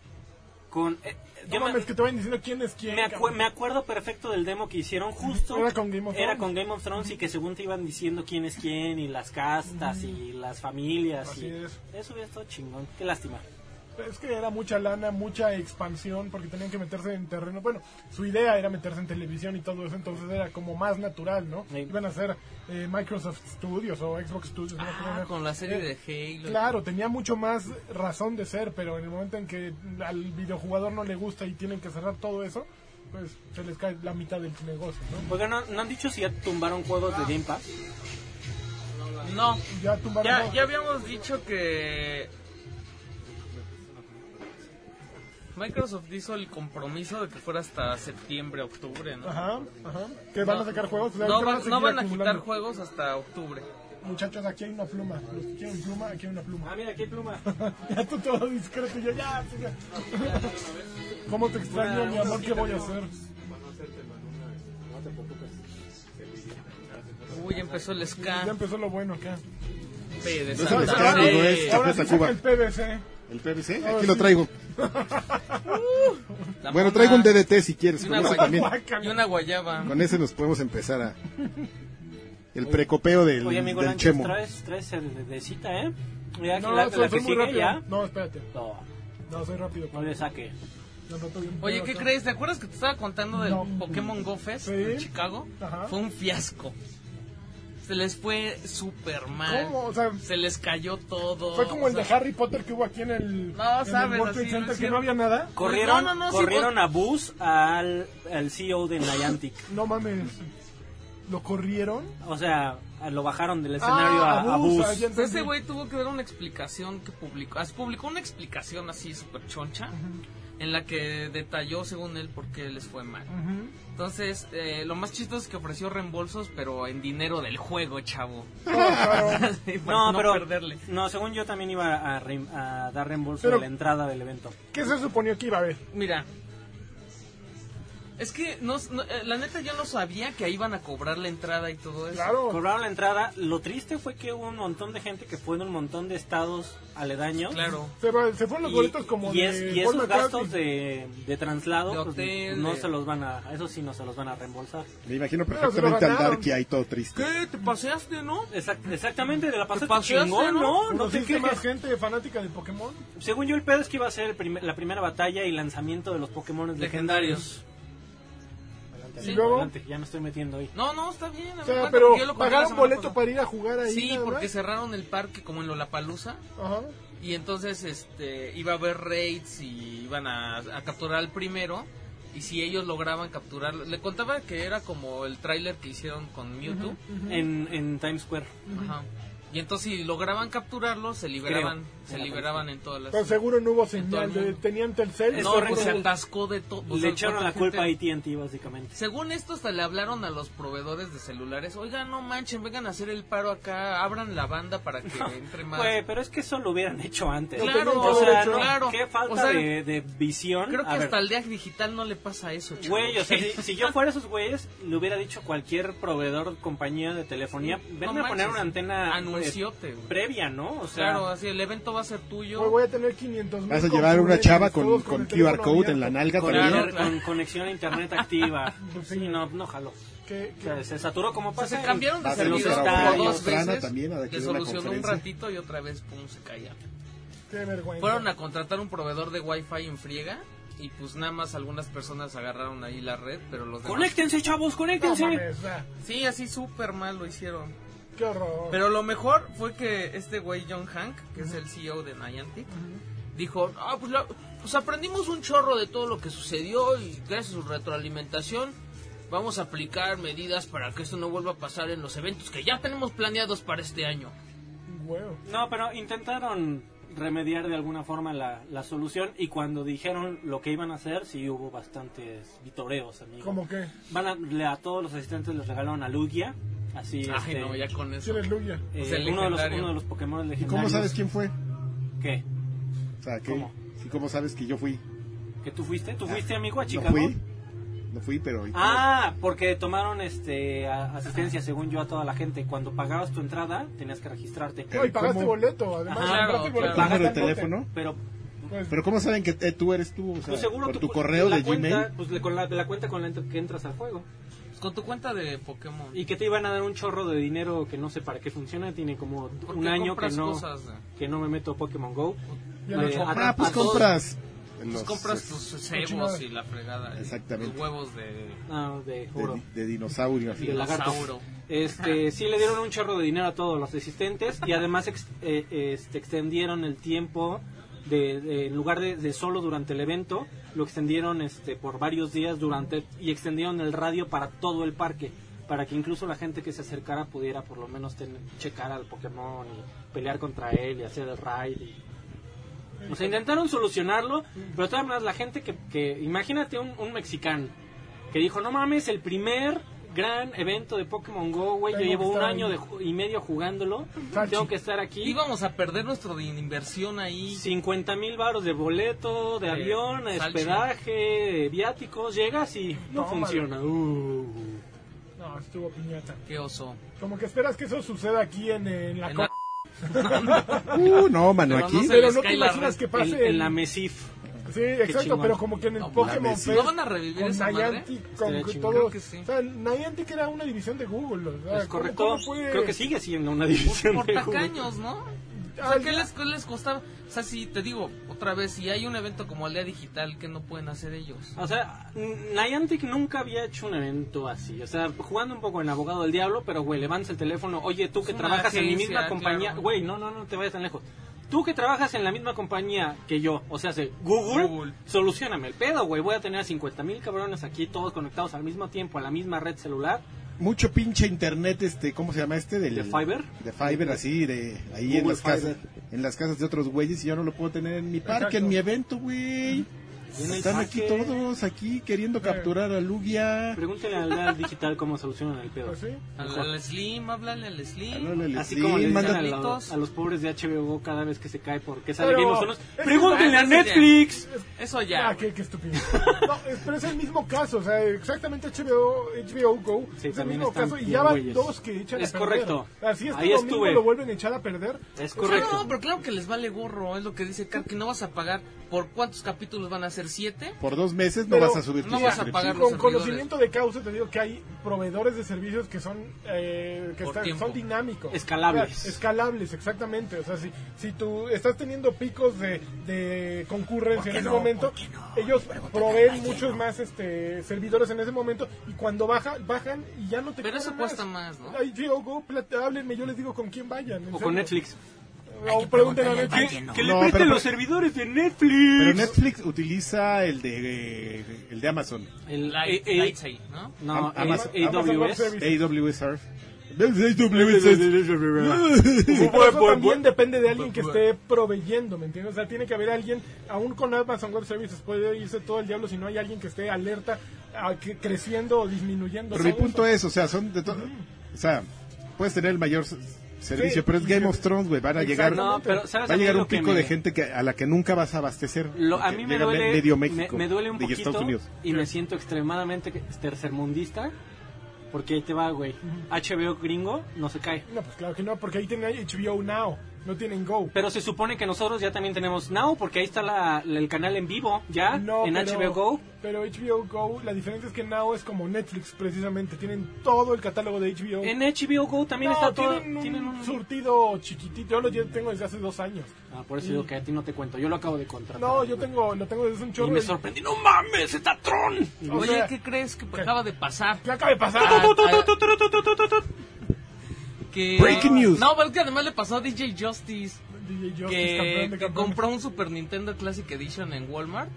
con... eh,
No
yo me-
mames, que te vayan diciendo quién es quién.
me, acu-
cabrón.
me acuerdo perfecto del demo que hicieron justo.
Era con Game of
era
Thrones.
con Game of Thrones y que según te iban diciendo quién es quién y las castas y las familias.
Así
y-
es.
Eso hubiera estado chingón. Qué lástima.
Es que era mucha lana, mucha expansión, porque tenían que meterse en terreno. Bueno, su idea era meterse en televisión y todo eso, entonces era como más natural, ¿no?
Sí.
Iban a hacer eh, Microsoft Studios o Xbox Studios. no me acuerdo.
Ah, con la serie
Eh,
de Halo.
Claro, tenía mucho más razón de ser, pero en el momento en que al videojugador no le gusta y tienen que cerrar todo eso, pues se les cae la mitad del negocio, ¿no?
Oigan, ¿no, no han dicho si ya tumbaron juegos
Ah.
de Game Pass?
No,
Ya tumbaron.
ya,
todo.
ya habíamos dicho que... Microsoft hizo el compromiso de que fuera hasta septiembre, octubre, ¿no?
Ajá, ajá. Que van a
No,
sacar juegos. O sea,
No
ahorita
van, no
seguir
van a quitar
acumulando.
juegos hasta octubre.
Muchachos, aquí hay una pluma. Los que quieren pluma, aquí hay una pluma.
Ah, mira, qué pluma.
ya tú todo discreto, yo ya. sí, ya. ¿Cómo te extraño, mi amor? ¿Qué voy a hacer?
Uy, empezó el
Ya
ska.
empezó lo bueno acá.
P de
No es
Santa
ska,
Fe.
amigo, es-
Ahora
Café
sí saca
Tacuba.
el PVC.
El PVC,
Ah,
aquí
sí.
lo traigo.
La
Bueno,
mona
traigo un DDT si quieres,
Y
con
una,
ese
guayaba,
también.
y una guayaba.
Con ese nos podemos empezar a... El precopeo del,
Oye, amigo
del
Lanchas,
chemo.
traes, traes el de cita, ¿eh? Mira,
No,
la, la
soy,
que
soy muy
sigue
rápido.
ya.
No, espérate.
No,
No, soy rápido.
no le saque.
Yo no estoy bien
Oye,
pedo
¿qué
acá.
crees? ¿Te acuerdas que te estaba contando del
No.
Pokémon Go Fest
Sí.
en Chicago?
Ajá.
Fue un fiasco. Se les fue súper mal.
¿Cómo? O sea,
Se les cayó todo.
Fue como
o
el de
sea,
Harry Potter que hubo aquí en el,
No,
en el
sabes,
World Trade
así, no
Center,
es
que no
cierto.
había nada.
Corrieron,
no, no, sí,
corrieron
por-
a Bus al, al CEO de Niantic.
No mames. ¿Lo corrieron?
O sea, lo bajaron del escenario
Ah,
a, a
Buzz,
Buzz.
ah, ya
o sea, ese
entendí.
güey tuvo que dar una explicación que publicó. ah, Publicó una explicación así súper choncha. En la que detalló, según él, por qué les fue mal.
Ujú.
Entonces, eh, lo más chistoso es que ofreció reembolsos, pero en dinero del juego, chavo. Sí, para
No, pero
perderle.
no, según yo también iba a, re- a dar reembolso
Pero-
de la entrada del evento.
¿Qué se suponía que iba a haber?
Mira. Es que no, no, eh, la neta yo no sabía que ahí iban a cobrar la entrada y todo eso.
Claro.
Cobraron la entrada. Lo triste fue que hubo un montón de gente que fue en un montón de estados aledaños.
Claro.
Se, va- se fueron los boletos como
y, es-
de
y
Paul
esos
McCartney.
gastos de, de traslado
De
pues,
hotel,
no
de-
se los van a eso sí no se los van a reembolsar
Me imagino
Pero se lo
perfectamente al
ganaron.
Darky ahí todo triste.
¿Qué? ¿Te paseaste, no?
Exact- exactamente de la pasaste
paseaste,
chingón
¿no?
Pues este, no no te
¿Conociste más
quejes.
gente fanática de Pokémon?
según yo el pedo es que iba a ser el primer- la primera batalla y lanzamiento de los Pokémon legendarios
Legendarios.
Adelante,
Sí.
adelante,
¿Y luego?
adelante, ya me estoy metiendo ahí
No, no, está bien. a
O
ver,
sea,
cuenta,
pero
porque yo lo conté la
pagaron
semana
boleto
pasada.
para ir a jugar ahí.
Sí,
nada
porque
más.
cerraron el parque como en Lollapalooza
Ajá.
y entonces este iba a haber raids y iban a, a capturar al primero y si ellos lograban capturar, le contaba que era como el tráiler que hicieron con Mewtwo.
en, en Times Square
Ajá. Y entonces si lograban capturarlo, se liberaban,
Creo.
se liberaban en todas las...
Pero seguro no hubo
todo
señal.
el
De,
mundo.
tenían Telcel.
Es
no,
correcto.
pues, se atascó de todo.
le echaron la culpa a AT&T básicamente
Según esto, hasta le hablaron a los proveedores de celulares. Oigan, no manchen, vengan a hacer el paro acá, abran la banda para que entre más.
Güey, pero es que eso lo hubieran hecho antes.
Claro,
o sea,
claro,
no,
claro.
qué falta
O sea,
de, de visión.
Creo que
A ver,
hasta al DEAC digital no le pasa eso, chavo.
Güey, o sea, si, si yo fuera esos güeyes, le hubiera dicho a cualquier proveedor, compañía de telefonía, venme a
manches,
poner una antena
Anunciote,
eh,
güey.
previa, ¿no? O sea,
Claro, así el evento va a ser tuyo.
Hoy
Pues,
voy a tener 500 mil.
Vas a llevar una
configuradores,
chava con,
todos
con
el
QR
teléfono
code en la
abierto.
nalga
con,
también.
Claro.
con conexión a internet activa. sí, no, no jaló.
Que-
O
que-
sea, se saturó como
O sea,
pasa.
se cambiaron de
Va a ser
servidor
Australia,
como dos
Australia
veces.
también, ha de que
le
dar una
solucionó un
conferencia.
ratito y otra vez, pum, se caía.
Qué vergüenza.
Fueron a contratar un proveedor de Wi-Fi en friega. Y pues nada más algunas personas agarraron ahí la red, pero los demás.
Conéctense, chavos,
No
conéctense.
mames, o sea,
Sí, así súper mal lo hicieron.
qué horror.
Pero lo mejor fue que este güey John Hank, que es el CEO de Niantic, dijo, ah, pues, la- pues aprendimos un chorro de todo lo que sucedió y gracias a su retroalimentación vamos a aplicar medidas para que esto no vuelva a pasar en los eventos que ya tenemos planeados para este año.
Huevo.
No, pero intentaron remediar de alguna forma la, la solución y cuando dijeron lo que iban a hacer, sí hubo bastantes vitoreos, amigo.
¿Cómo que?
Van a, le- a todos los asistentes les regalaron a Lugia, así
Ay,
este,
no, ya con
Si
eso.
eres Luya.
eh,
O sea, el
uno, de los,
legendario.
uno de los Pokémon legendarios.
¿Cómo sabes quién fue?
¿Qué?
O sea, ¿qué?
¿Cómo?
Sí, ¿Cómo sabes que yo fui?
¿Que tú fuiste? ¿Tú fuiste, amigo, a
No
Chicago?
Ah, fui. No fui, pero...
Ah, porque tomaron este a- asistencia, según yo, a toda la gente. Cuando pagabas tu entrada, tenías que registrarte.
Pero
No, y pagaste
¿cómo?
boleto, además.
Ajá,
claro,
compraste
claro. ¿Número
boleto.
de
Pagaste el bote,
teléfono?
Pero
Pues,
Pero ¿cómo saben que eh, tú eres tú? O sea,
Pues seguro
por
tú
tu
pu-
correo
la
de
cuenta,
Gmail.
Pues le- con la, la cuenta con la ent- que entras al juego.
Pues con tu cuenta de Pokémon.
Y que te iban a dar un chorro de dinero que no sé para qué funciona. Tiene como
¿Por
un
qué
año que
compras
no,
cosas, eh?
que no me meto a Pokémon Go.
Ya no
Eh,
compras.
a-
Ah, pues
a todos-
compras.
Pues
los-
compras
es-
tus
cochinadas.
cebos y la fregada. y
Exactamente.
Los huevos de
Ah, de oro.
de, de dinosaurio.
de lagarto.
dinosaurio.
Este, sí le dieron un chorro de dinero a todos los asistentes y además ex- eh, este, extendieron el tiempo de, de- en lugar de, de solo durante el evento, lo extendieron este por varios días durante y extendieron el radio para todo el parque para que incluso la gente que se acercara pudiera por lo menos tener- checar al Pokémon y pelear contra él y hacer el raid y o sea, intentaron solucionarlo, pero de todas maneras la gente que, que- imagínate un, un mexicano que dijo, no mames, el primer gran evento de Pokémon Go, güey, yo
Tengo
llevo
que
un
estar
año
ahí.
de ju- y medio jugándolo,
Salchi.
tengo que estar aquí.
Íbamos a perder nuestro din- inversión ahí.
50 mil baros de boleto, de
Eh,
avión, de
salchi.
hospedaje, de viáticos, llegas y no
Tómala.
funciona. Uh.
No, estuvo piñata.
Qué oso.
Como que esperas que eso suceda aquí en, eh, en la
En
co-
la-
Uh, no, mano,
Pero no
aquí.
se
Pero
les
no te
cae la
imaginas
red.
que pase
En, en
en-
la MESIF.
Sí, exacto,
chingón.
pero como que en el
No
Pokémon
mames, sí.
Fest
¿No van a revivir
con
esa madre?
Niantic, con
Estaría chingón.
todo,
Creo que sí.
o sea, Niantic era una división de Google, o sea,
Es
¿cómo-
correcto.
cómo fue?
Creo que sigue siendo una división
Por
de juego.
tacaños, ¿no? O sea,
Ay,
¿qué les, qué les costaba? O sea, si te digo, otra vez, si hay un evento como Aldea Digital, ¿qué no pueden hacer ellos?
O sea, N- Niantic nunca había hecho un evento así. O sea, jugando un poco en abogado del diablo, pero güey, levantas el teléfono. Oye, tú que
una
trabajas en mi
agencia,
misma compañía.
claro.
Güey, no, no, no te vayas tan lejos. Tú que trabajas en la misma compañía que yo, o sea, se- Google,
Google.
solucioname el pedo, güey. Voy a tener a 50 mil cabrones aquí, todos conectados al mismo tiempo, a la misma red celular.
Mucho pinche internet, este, ¿cómo se llama este? Del,
¿De Fiverr?
De Fiverr, así, de ahí en
Google
las casas.
Fiverr.
En las casas de otros güeyes y yo no lo puedo tener en mi parque,
Exacto.
en mi evento, güey.
Y en el
Están aquí
parque.
todos, aquí queriendo capturar a Lugia.
Pregúntale al Dal digital cómo solucionan el pedo.
pues sí.
Al,
Mejor.
al Slim, háblale al Slim.
Háblale al
Así
Slim,
como le dicen
manda-
a,
mándale.
los, a los pobres de HBO cada vez que se cae porque sale
Pero-
Game of Thrones,
es-
¡Pregúntenle a
Ah, ese ya.
Netflix!
Eso ya.
Ah, qué, qué estúpido. No, es- pero es el mismo caso, o sea, exactamente HBO, HBO Go
Sí,
es el
también
mismo
están
caso y
bien
ya van
güeyes.
dos que echan
Es
a perder.
correcto.
Así es,
Ahí
todo domingo
estuve.
lo vuelven a echar a perder.
Es
O sea,
correcto.
no, pero claro que les vale gorro, es lo que dice Karki, no vas a pagar por cuántos capítulos van a ser siete.
Por dos meses no
Pero
vas a subir
no
tu
vas a
suscripción.
pagar
Con
los
conocimiento de causa te digo que hay proveedores de servicios que son eh, que
Por
están,
tiempo.
son dinámicos.
Escalables.
O sea, escalables, exactamente. O sea, si, si tú estás teniendo picos de, de concurrencia en ese momento, ellos proveen muchos más este servidores en ese momento y cuando baja, bajan y ya no te
Pero eso
cobran
cuesta más, ¿no?
Ay, yo, go, plat- háblenme, yo les digo con quién vayan. en
O con
serio.
Netflix.
O pregúntenle a
preguntarle al
Netflix.
valle, ¿no?
Que
No,
le presten
pero-
los servidores de Netflix.
Pero Netflix utiliza el de, eh, el de Amazon.
El,
Light,
eh, eh,
lights ahí, ¿no?
no,
Am-
es
Amazon-
Amazon Web
AWS.
Service.
AWS Earth. AWS.
Pues
Sí, pero eso también depende de alguien que esté proveyendo, ¿me entiendes? O sea, tiene que haber alguien, aún con Amazon Web Services puede irse todo el diablo si no hay alguien que esté alerta, a que- creciendo o disminuyendo.
Pero mi
¿sabes?
punto es, o sea, son de todo. O sea, puedes tener el mayor s- servicio,
Sí,
pero es Game
sí.
of Thrones, güey. Van a llegar.
Exacto.
No, pero
Va
¿sabes
a
mí
llegar
lo
un
que
pico
me-
de gente que, a la que nunca vas a abastecer.
lo- a
porque
mí me
llega me-
duele,
medio
me-
México
me duele un
y
poquito
Estados Unidos.
y me siento extremadamente tercermundista porque ahí te va, güey. HBO gringo no se cae.
No, pues claro que no, porque ahí tienen HBO Now, no tienen Go.
Pero se supone que nosotros ya también tenemos Now porque ahí está la- la- el canal en vivo ya
No,
¿Ah? en
pero-
HBO Go.
Pero HBO Go, la diferencia es que Now es como Netflix, precisamente. Tienen todo el catálogo de HBO.
En HBO Go también
No,
está todo.
tienen un
tienen un-
surtido chiquitito. Yo lo ya tengo desde hace dos años.
Ah, por eso digo que a ti no te cuento. Yo lo acabo de contratar.
No, yo
güey.
tengo, lo tengo desde un
Y
chorro.
me
y-
sorprendí. ¡No mames! ¡Está Tron!
o
Oye,
sea,
¿qué crees que acaba de pasar?
¿Qué acaba de pasar?
Ah, Que...
Breaking news.
No, pero que además le pasó a DJ Justice,
DJ Jockey,
que,
campeón de
que
campeones.
compró un Super Nintendo Classic Edition en Walmart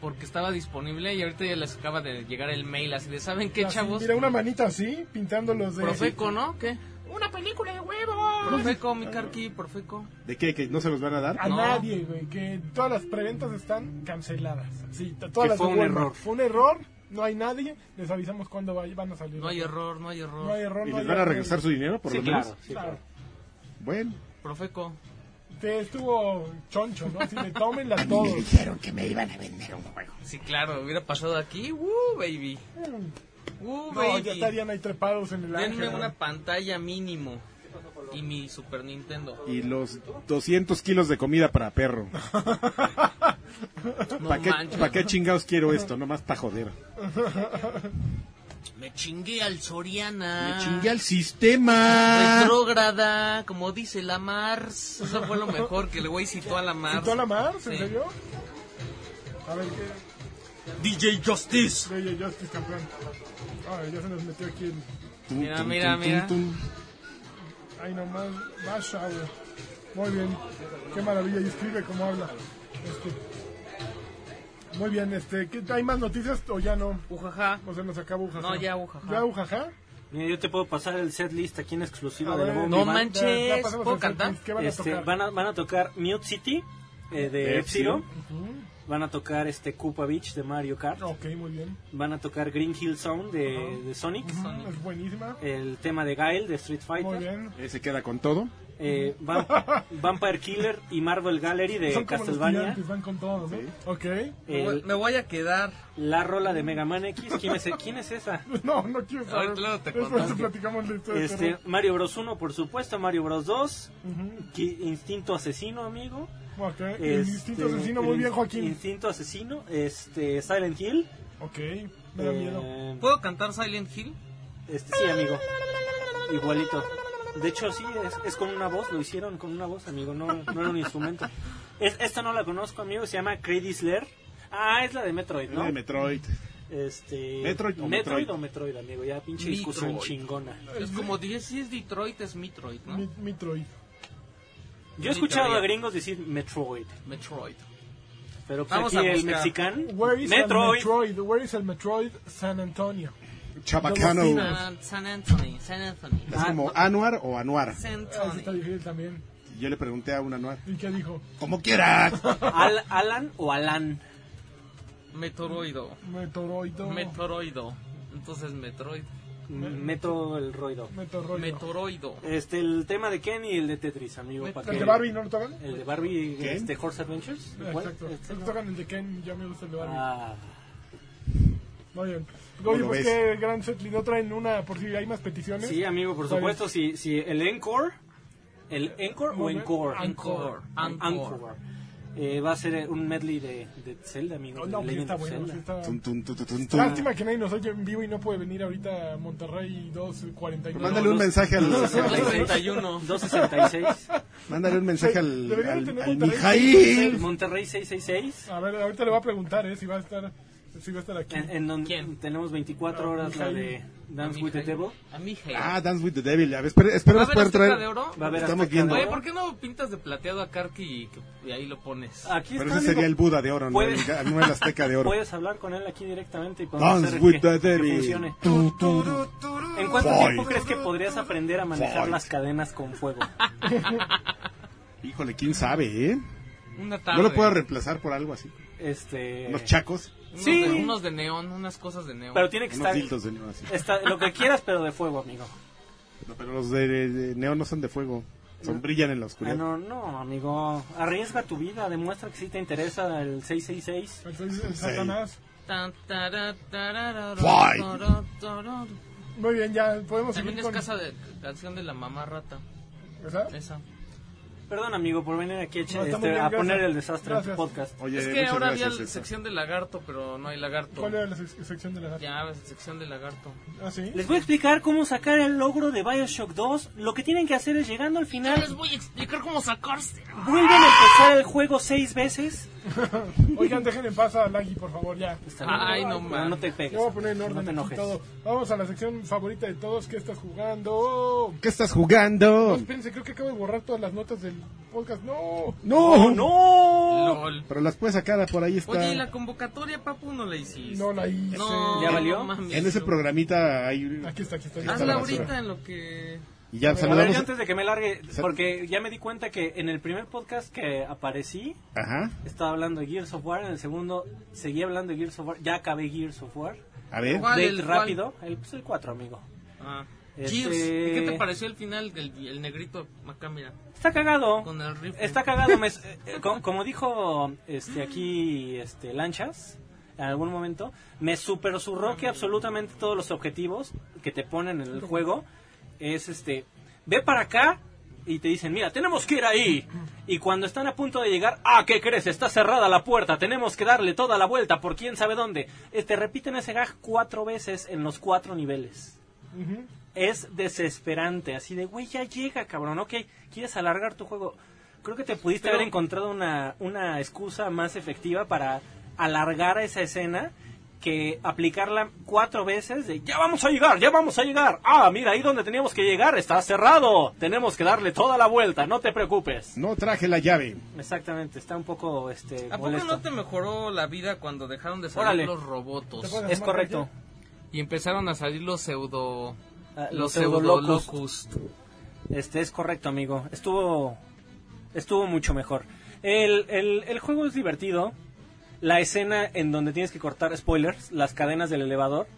porque estaba disponible y ahorita ya les acaba de llegar el mail así de, ¿saben qué,
Así,
chavos?
Ah, Mira, una manita así, pintándolos de...
Profeco, ¿no? ¿Qué?
¡Una película de huevos!
Profeco, mi carqui, Profeco.
¿De qué? ¿Que no se los van a
Ah,
dar?
A
No.
nadie, güey, que todas las preventas están canceladas. Sí, t- todas
Que
las
fue
de
un
Walmart.
error.
Fue un error, no hay nadie, les avisamos cuándo va- van a salir.
No hay error, no hay error.
No hay error,
¿Y
no
les
hay
van a
error.
regresar su dinero, por
Sí,
lo menos?
claro. sí,
Claro.
Bueno,
Profeco.
Te estuvo choncho, ¿no? Así de tómenla
A mí me
todos.
dijeron que me iban a vender un juego.
Sí, claro, hubiera pasado aquí. ¡Uh, baby! ¡Uh,
Mm. No, ya
baby!
estarían ahí trepados en el ángel.
Denme
¿no?
una pantalla mínimo. Y mi Super Nintendo.
y los 200 kilos de comida para perro.
No
¿Para qué,
manches.
pa' qué chingados quiero esto? Nomás para joder.
Me chingué al Soriana.
Me chingué al
Ah.
sistema.
Retrógrada, como dice la Mars. Eso fue lo mejor que el güey citó a la Mars.
¿Citó a la Mars? ¿En
Sí.
serio? A ver qué.
DJ Justice.
Oye, yo estoy campeón. Ay, ya se nos metió aquí el.
Tum,
Mira,
tum,
mira,
tum,
mira.
tum,
Ay, nomás. Basha, güey. Muy bien. Qué maravilla. Y escribe como habla. Este. Muy bien, este. ¿qué- ¿Hay más noticias o ya no?
Ujaja.
O sea, nos acaba Ujajá.
No, ya uh, Ujajá.
¿Ya uh, Ujajá?
Mira, yo te puedo pasar el set list aquí en exclusiva
A
de la
ver,
Bomba
No
Iván.
manches.
ya- ya pasamos
¿Puedo
al set
cantar?
list. ¿Qué van a
Este,
tocar?
van, a, van a tocar Mute City eh, de
De
F-Zero.
F-Zero.
Van a tocar este Koopa Beach de Mario Kart.
Ok, muy bien.
Van a tocar Green Hill Zone de, de Sonic.
Sonic.
Es buenísima.
El tema de Guile de Street
Muy
Fighter.
bien.
Ese queda con todo.
Eh, Vam- Vampire Killer y Marvel Gallery de
Son como los
Eh, Castlevania.
gigantes, van con todo, ¿no? Ok.
Me voy-
El-
Me voy a quedar.
la rola de Mega Man X. ¿Quién es, ¿quién es esa?
No, no quiero saber.
Ahorita luego te
Después
contamos.
te platicamos la historia.
Este, Mario Bros 1, por supuesto. Mario Bros 2. Ki- Instinto Asesino, amigo.
Ok, el
Este,
instinto asesino, muy
el
bien,
ins-
Joaquín.
Instinto Asesino. Este, Silent Hill.
Ok, me da
Eh,
miedo.
¿Puedo cantar Silent Hill?
Este, sí, amigo. Igualito. De hecho, sí, es, es con una voz, lo hicieron con una voz, amigo, no, no era un instrumento. Es, esta no la conozco, amigo, se llama Credit Slayer. Ah, es la de Metroid, ¿no?
De Eh, Metroid.
Este,
Metroid o Metroid.
o Metroid, amigo, ya pinche
Metroid.
discusión chingona.
Es como dije, si es Detroit, es Metroid,
Eh,
¿no?
Mi- Metroid.
Yo he escuchado
Metroid.
a gringos decir Metroid,
Metroid.
pero pues
Vamos
aquí
a
el
buscar.
mexicano,
Where is el
Metroid,
Metroid? Where is el Metroid San Antonio?
Chabacano.
Dolosina.
Es
Ah, San Anthony, San Anthony.
como
Ah,
Anuar o Anuar.
San
Ah, eso está
Anthony.
difícil también.
Yo le pregunté a un Anuar.
¿Y qué dijo?
Como quieras.
Al- Alan o Alan.
Metoroido.
Metoroido.
Metoroido. Entonces Metroid.
Meto el roido.
Metoroido.
Metoroido.
Este, el tema de Kenny y el de Tetris, amigo.
Met-
pa'
¿El
que-
de Barbie no lo tocan?
El de Barbie,
¿Qué?
este, Horse Adventures.
Ah,
¿Cuál?
Exacto.
Este,
No
¿no?
tocan el de Ken, ya me gusta el de Barbie.
Ah,
Muy bien.
¿Cómo
Oye,
lo
pues
ves?
qué gran set. ¿No traen una por si hay más peticiones?
sí, amigo, por
Vale.
supuesto. Si, si el Encore, el Encore o
Moment.
Encore,
Encore. Encore.
Encore. Eh, va a ser un medley de, de Zelda, amigo.
Oh,
de
no, pues sí
Legend
está
of
bueno. sí
Zelda.
está-
Tum, tum, tu, tu, tum, tum.
Lástima que nadie nos oye en vivo y no puede venir ahorita a Monterrey 249.
Mándale un
no,
mensaje al,
no,
31.
266.
mándale un mensaje al,
Deberían
al-
tener
al
un
Mijail.
Monterrey 666.
A ver, ahorita le voy a preguntar, ¿eh? Si va a estar, si va a estar aquí.
En, en donde
¿Quién?
tenemos
Ah,
24 horas la de Dance with the Devil.
A mi hija.
Ah, Dance with the Devil. A ver, espere-
¿Va a
esperemos
haber
poder
azteca
traer.
de oro?
Va a haber
Estamos
Azteca
viendo.
de
Oye,
Oro.
¿por qué no pintas de plateado a Karki y, que- y ahí lo pones?
Aquí
Pero ese
está, amigo.
sería el Buda de oro, no el,
Puedes-
no el Azteca de oro.
Puedes hablar con él aquí directamente y podemos
Dance
hacer
with
que-
the
que
Devil.
funcione.
Tu, tu, tu.
¿En cuánto
Fight.
tiempo crees que podrías aprender a manejar
Fight.
las cadenas con fuego?
Híjole, quién sabe, ¿eh?
Una tarde.
Yo lo puedo reemplazar por algo así.
Este.
Unos chacos,
Unos
Sí.
de- unos de neón, unas cosas de neón.
Pero tiene que
unos
estar.
dildos de neón así.
está- lo que quieras, pero de fuego, amigo.
No, pero los de, de- de neón no son de fuego. Son brillan en la
Ah,
oscuridad.
no, no, amigo. Arriesga tu vida. Demuestra que sí te interesa el 666.
Entonces, Satanás.
Tan, tará, tarararo,
Fight.
toró, toró.
Muy bien, ya podemos
También
seguir
es
con...
casa de canción de la mamá rata.
¿Verdad?
Esa.
Perdón, amigo, por venir aquí a,
No, está muy
este,
bien,
a poner
gracias.
el desastre en
Gracias.
tu podcast.
Oye,
es que
muchas
ahora
gracias,
había la
César.
sección de lagarto, pero no hay lagarto.
¿Cuál era la sec- sección de la gata?
Ya, sección de lagarto.
¿Ah, sí?
Les voy a explicar cómo sacar el logro de Bioshock 2. Lo que tienen que hacer es llegando al
Ya
final.
les voy a explicar cómo sacarse.
Vuelven a empezar el juego seis veces.
Oigan, dejen en paz a Laggy, por favor, ya.
Ay, no
No,
man.
no te pegues.
Yo voy a poner en
no
orden
te
aquí
enojes.
todo. Vamos a la sección favorita de todos, ¿qué estás jugando?
¿Qué estás
No,
jugando?
espérense, creo que acabo de borrar todas las notas del podcast. ¡No!
No,
¡No!
LOL.
Pero las puedes sacar, por ahí está.
Oye, ¿y la convocatoria, papu, no la hiciste?
No la hice.
No,
¿Ya valió?
no mames.
En ese programita hay...
Aquí está, aquí está.
Hazla
Está
Hazla
la
basura.
ahorita en lo que...
Y ya
A ver,
saludamos...
yo antes de que me largue,
Sal-
porque ya me di cuenta que en el primer podcast que aparecí,
Ajá.
estaba hablando de Gears of War, en el segundo seguí hablando de Gears of War, ya acabé Gears of War.
A ver.
¿Cuál,
Date
el cuál?
rápido, el, pues el 4, amigo.
Ah.
Este-
Cheers. ¿Y ¿Qué te pareció el final del el negrito acá, mira?
Está cagado.
Con el rifle.
Está cagado, me- eh, eh, co- como dijo este aquí este Lanchas en algún momento, me super zurró que absolutamente todos los objetivos que te ponen en el juego es este ve para acá y te dicen, mira, tenemos que ir ahí. Y cuando están a punto de llegar, ah, ¿qué crees? Está cerrada la puerta, tenemos que darle toda la vuelta por quién sabe dónde. Eh, Te repiten ese gag cuatro veces en los cuatro niveles.
Ujú.
Es desesperante, así de, güey, ya llega, cabrón, ok, quieres alargar tu juego. Creo que te pudiste
Pero-
haber encontrado una, una excusa más efectiva para alargar esa escena que aplicarla cuatro veces de, ya vamos a llegar, ya vamos a llegar. Ah, mira, ahí donde teníamos que llegar está cerrado. Tenemos que darle toda la vuelta, no te preocupes.
No traje la llave.
Exactamente, está un poco, este,
¿A poco
molesto.
no te mejoró la vida cuando dejaron de salir
Órale.
los robotos?
¿Te acuerdas?
Es correcto.
Y empezaron a salir los pseudo...
Ah,
los
los
pseudo
pseudolocust.
locust.
Este es correcto, amigo. Estuvo estuvo mucho mejor. El, el- el juego es divertido. La escena en donde tienes que cortar spoilers, las cadenas del elevador,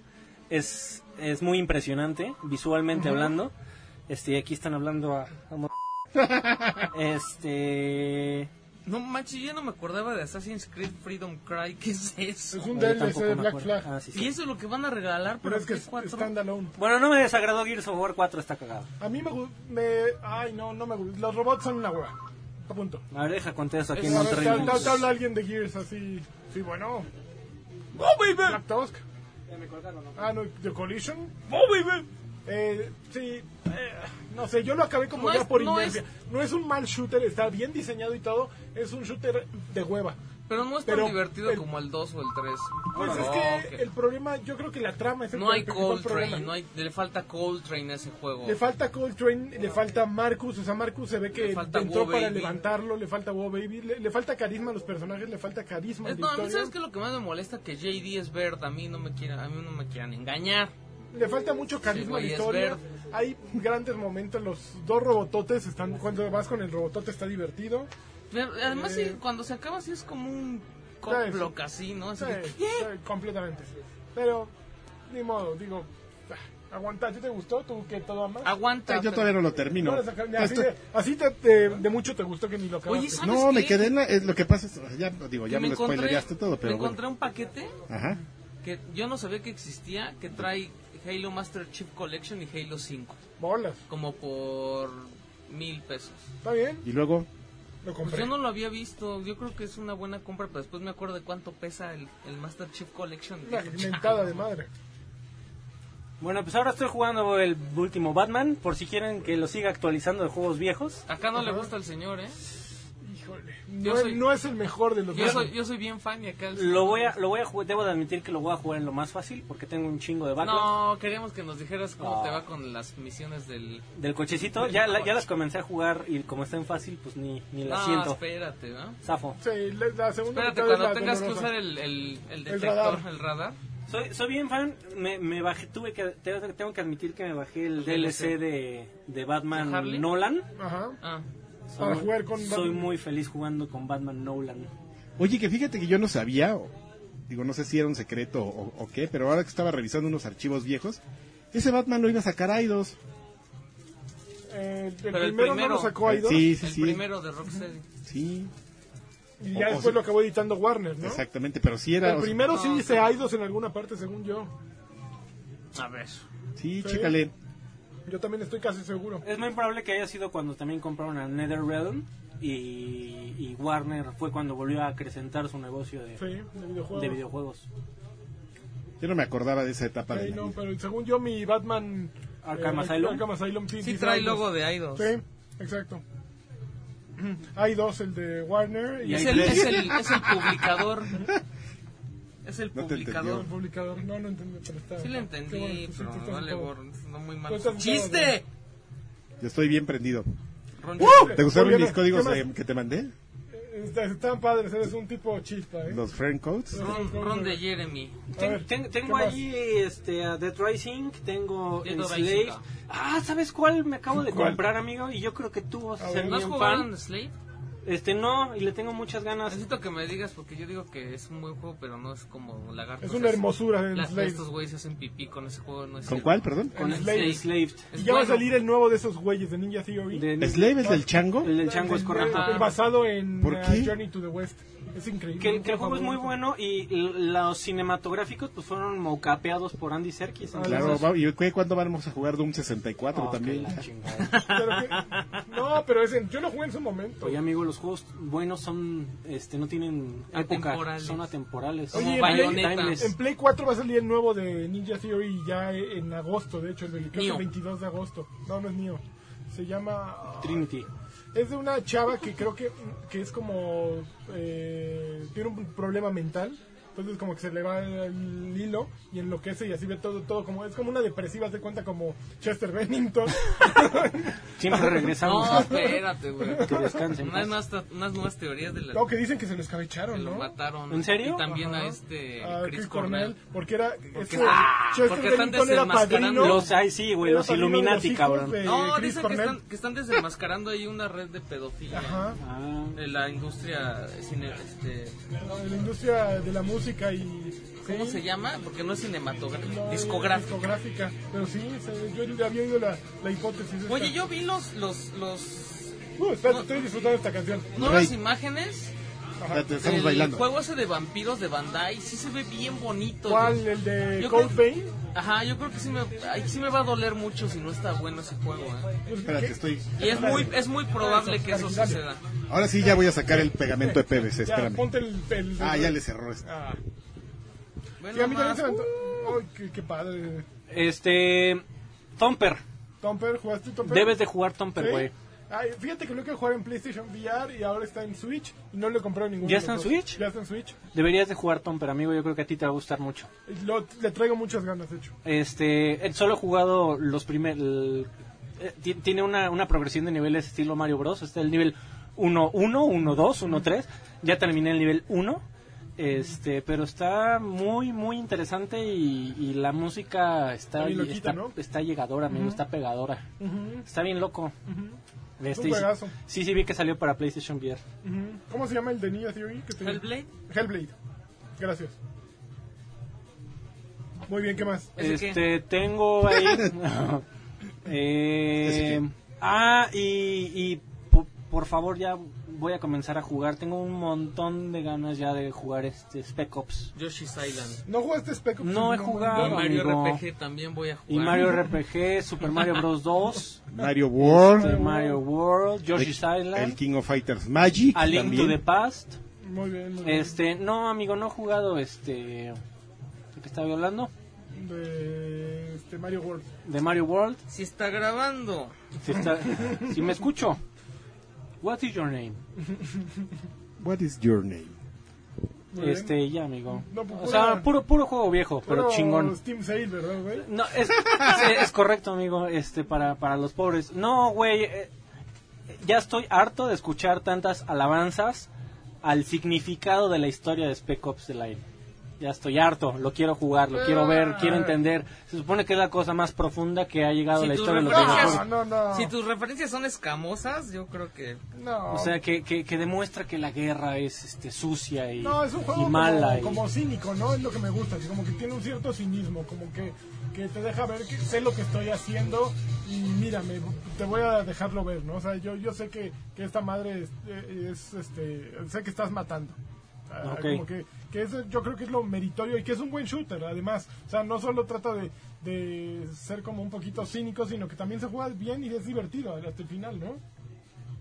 es, es muy impresionante, visualmente hablando. Este, y aquí están hablando a. a mo- este.
No manches, yo no me acordaba de Assassin's Creed Freedom Cry. ¿Qué es eso?
Es un
yo
DLC
tampoco
de
me
Black
acuerdo.
Flag.
Ah, sí, sí.
Y eso es lo que van a regalar
Pero
para
es que
Play
es
4.
standalone.
Bueno, no me desagradó Gears of War 4, está cagado.
A mí me, gu- me. Ay, no, no me gusta. Los robots son una hueá. A punto.
A ver, deja contesto aquí
Es-
en
A ver,
Monterrey.
te, te-
Montes.
te habla alguien de Gears así. Sí, bueno. Black Tusk. Ah, no, The Collision. Eh, sí, eh, no sé, yo lo acabé como
No
ya
es-
por
no
inercia. No es un mal shooter, está bien diseñado y todo. Es un shooter de hueva.
Pero no es tan
Pero
divertido
el-
como el 2 o el 3.
Pues es
No,
que
que-
el problema, yo creo que la trama es el,
Ah, no hay
el principal
Coltrane,
problema. ¿eh?
no hay, le falta Coltrane a ese juego.
Le falta Coltrane, le falta Marcus, o sea, Marcus se ve que
Le falta
entró
Wo
para
Baby.
levantarlo, le falta Wo Baby, le, le falta carisma a los personajes, le falta carisma a
Es- no,
la
a mí
historia.
sabes que lo que más me molesta que JD es Verde, a mí no me quieran, a mí no me quieran engañar.
Le falta mucho carisma a
güey,
la
es
historia.
verde.
Hay grandes momentos, los dos robototes están, cuando vas con el robotote está divertido.
Pero, además
Eh.
sí, cuando se acaba sí es como un
Sí,
cop
sí.
block así, ¿no? Así
Sí,
de,
sí,
¿qué?
completamente. Pero, ni modo, digo, ah, aguanta, ¿sí te gustó? ¿Tú que todo amas?
Aguanta.
Yo
pero-
todavía no lo termino.
No le saca- ni así
Esto-
de, así te- te- de mucho te gustó que ni lo acabaste.
Oye, Ah, ¿sabes
no, me
qué?
quedé en la, es lo que pasa es, ya digo,
que
ya me, lo
encontré-
spoileaste todo, pero
me
bueno.
encontré un paquete
Ajá.
que yo no sabía que existía, que trae Halo Master Chief Collection y Halo 5,
Bolas,
como por mil pesos.
está bien,
Y luego
lo
Pues
compré.
yo no lo había visto, yo creo que es una buena compra, pero después me acuerdo de cuánto pesa el, el Master Chief Collection.
Una
Dije,
mentada de madre.
Bueno, pues ahora estoy jugando el último Batman, por si quieren que lo siga actualizando de juegos viejos.
Acá no le gusta al señor, ¿eh?
Híjole,
Yo
no, es-
soy-
no es el mejor de los
Yo
dos.
soy, yo soy bien fan y acá... el-
Lo voy a, lo voy a jugar, debo de admitir que lo voy a jugar en lo más fácil, porque tengo un chingo de Batman.
No, queríamos que nos dijeras cómo
No.
te va con las misiones del...
Del cochecito, ya, la- ya las comencé a jugar y como está en fácil, pues ni, ni la
No,
siento.
Ah, espérate, ¿no?
Zafo.
Sí, la, la segunda
Espérate,
mitad es
cuando
la
tengas que
dolorosa.
usar el, el, el detector, el radar.
radar.
Soy, soy bien fan, me, me bajé, tuve que, tengo, tengo que admitir que me bajé el DLC de, de Batman
¿De Harley?
Nolan.
Ajá.
Ah,
Para jugar con
soy
Batman.
muy feliz jugando con Batman Nolan.
Oye, que fíjate que yo no sabía, o- digo, no sé si era un secreto o, o qué, pero ahora que estaba revisando unos archivos viejos, ese Batman lo iba a sacar Aidos.
Eh, el,
Pero el
primero no
primero.
lo sacó Aidos
Sí, sí,
el
sí.
primero de Rocksteady.
Sí, O-
y ya
o
después
sea-
lo acabó editando Warner, ¿no?
exactamente, pero sí era.
El
o sea,
primero sí
No,
dice
sí.
Aidos en alguna parte, según yo.
A ver.
sí,
Sí.
chécale.
Yo también estoy casi seguro.
Es muy probable que haya sido cuando también compraron a NetherRealm y, y Warner fue cuando volvió a acrecentar su negocio de,
Sí, de videojuegos.
de videojuegos.
Yo no me acordaba de esa etapa
Sí,
de. la
no,
vida.
pero según yo mi Batman... eh,
Arkham Asylum.
Arkham Asylum sí,
Sí
dice
trae
Aidos.
logo de Aidos.
Sí, exacto. Hay dos, el de Warner y
Y
Es
hay
el,
tres.
es, el, es el publicador. Es el
No te
publicador.
el publicador. No, no entendí, pero está...
Sí le
qué bueno,
entendí,
pues, sí,
pero
tú estás
vale,
todo.
gorro, no muy
Tú
mal.
estás
¡Chiste!
Yo estoy bien prendido.
Ron-
¿Te gustaron
Muy bien,
mis códigos
¿qué más? Eh,
eh, que te mandé?
Está- Están padres, eres un tipo chispa, ¿eh?
Los friend codes.
Ron, Ron de Jeremy.
Ten-
ver,
ten-
¿qué
tengo
más?
ahí este, a Dead Rising, tengo
Dead Rising,
Enslaved.
ah.
Ah, ¿sabes cuál me acabo de
¿Cuál?
comprar, amigo? Y yo creo que tú vas a
A
ser
ver.
¿No has
bien
jugado en
fan. Ah,
Slate?
Este, no, y le tengo muchas ganas.
Necesito que me digas porque yo digo que es un buen juego, pero no es como lagarto.
Es una hermosura en Slade.
Estos güeyes hacen pipí con ese juego. No es
¿Con
cierto.
cuál, perdón?
Con
Slade.
Slade.
Enslaved.
Es
Y ya va a
bueno.
salir el nuevo de esos güeyes de Ninja Theory.
De-
¿Slave es del chango?
El del chango es
El-
correcto.
El, el basado en
¿Por
eh,
qué?
Journey to the West. Es increíble.
Que,
un
que el juego es muy
favorito.
bueno y l- los cinematográficos pues fueron mocapeados por Andy Serkis.
Ah,
Claro,
entonces-
va- ¿y cu- cuándo vamos a jugar Doom 64
Oh,
también?
que la chingada.
Pero que- no, pero ese, yo lo jugué en su momento.
Oye amigo, los juegos buenos son, este, no tienen época,
Atemporales.
son atemporales.
Oye,
Son
en Play-
timeless.
Bayonetta.
En Play 4 va a salir el nuevo de Ninja Theory ya en agosto, de hecho, el, del- creo que el
Neo.
22 de agosto. No, no es mío. Se llama...
Trinity.
Es de una chava que creo que, que es como... eh, tiene un problema mental. Entonces como que se le va el hilo y enloquece y así ve todo, todo como... Es como una depresiva, se cuenta como Chester Bennington.
Siempre regresamos.
No, espérate, güey.
Que descansen.
Unas nuevas, ta- unas nuevas teorías de la...
no, que dicen que se lo
que
escabecharon,
lo
¿no?
mataron.
¿En serio?
Y también
Ajá.
a este
A
Chris, Cornell.
Porque era... este ese
ah,
Chester
porque están
Bennington era
desenmascarando. e-
padrino.
Los, ay sí, güey,
Era
los
padrino de los
Illuminati,
hijos
cabrón.
de
No,
Eh, Chris
dicen que
Cornell.
están, que están desenmascarando ahí una red de pedofilia.
Ajá.
Ah,
De la industria cine, este,
de la industria de la música y...
¿Cómo
sí,
se llama? Porque no es cinematográfica,
no, es
discográfica.
discográfica. Pero sí, se- yo ya había oído la, la hipótesis. esta.
Oye, yo vi los, los, los,
Uh, espérate,
no.
estoy disfrutando esta canción.
nuevas
Rey.
imágenes
Espérate, estamos
del
bailando.
juego ese de vampiros de Bandai. Sí se ve bien bonito.
¿Cuál? ¿El de
Yo
Cold
creo-
Pain?
Ajá, yo creo que sí me, ay, sí me va a doler mucho si no está bueno ese juego. ¿eh?
Pues,
Espérate, estoy...
Y es muy, es muy probable que eso suceda.
Ahora sí ya voy a sacar el pegamento de PVC,
Ya,
espérame.
ponte el... el-
Ah, ya le cerró esto.
Ah. Sí,
Bueno,
a mí también
más,
se me anto- Ay, qué, qué padre.
Este. Tomper.
Tomper, ¿jugaste Tomper?
Debes de jugar Tomper,
Sí.
güey.
Ay, fíjate que lo que jugar en PlayStation VR y ahora está en Switch y no le compré ningún
¿Ya está en Switch?
Ya está en Switch.
Deberías de jugar Tomper, amigo. Yo creo que a ti te va a gustar mucho.
Lo- le traigo muchas ganas, de hecho.
Este. él Solo he jugado los primeros. Tiene una, una progresión de niveles estilo Mario Bros. Está el nivel 1-1, 1-2, 1-3. Ya terminé el nivel 1. Este, pero está muy, muy interesante y, y la música está,
Está bien loquita,
está,
¿no?
está llegadora, amigo, está pegadora.
Ujú,
Está bien loco.
ujú.
Este,
un juegazo.
sí, sí, vi que salió para PlayStation VR.
Ujú. ¿Cómo se llama el de Ninja Theory? que te-
Hellblade,
Hellblade. Gracias. Muy bien, ¿qué más?
¿Ese qué?
Este, tengo ahí. eh, ah, y, y po- por favor, ya voy a comenzar a jugar. Tengo un montón de ganas ya de jugar este Spec Ops.
Yoshi's Island.
¿No jugaste Spec Ops?
No he jugado. Ah,
y Mario
amigo.
RPG también voy a jugar.
Y Mario RPG, Super Mario Bros. 2,
Mario World,
Super Mario World, Yoshi's
el
Island,
King of Fighters Magic,
A Link to the
también.
Past.
Muy bien, muy bien.
Este, no, amigo, no he jugado este. ¿De qué estaba hablando?
De este, Mario World.
De Mario World.
Si está grabando.
Si, está- si me escucho. What is your name?
What is your name?
Muy bien.
Este, ya, amigo.
No, pues,
o
pura-
sea, puro, puro juego viejo, pero
Puro
chingón.
Steam Sale, ¿verdad, güey?
No, es, es, es correcto, amigo, este, para, para los pobres. No, güey, eh, ya estoy harto de escuchar tantas alabanzas al significado de la historia de Spec Ops The Line. Ya estoy harto, lo quiero jugar, lo quiero
Ah.
ver, quiero entender. Se supone que es la cosa más profunda que ha llegado
Si
a la
tú
historia de los
reflejas-
videojuegos.
No, no, no.
Si tus referencias son escamosas, yo creo que
No.
O sea, que, que, que demuestra que la guerra es este, sucia y,
No, es un
y
juego
mala.
como,
y-
como cínico, ¿no? Es lo que me gusta, así como que tiene un cierto cinismo, como que, que te deja ver que sé lo que estoy haciendo y mírame, te voy a dejarlo ver, ¿no? O sea, yo, yo sé que, que esta madre es, eh, es, este, sé que estás matando. Ah,
Ok.
Como que, que eso yo creo que es lo meritorio y que es un buen shooter, además. O sea, no solo trata de, de ser como un poquito cínico, sino que también se juega bien y es divertido hasta el final, ¿no?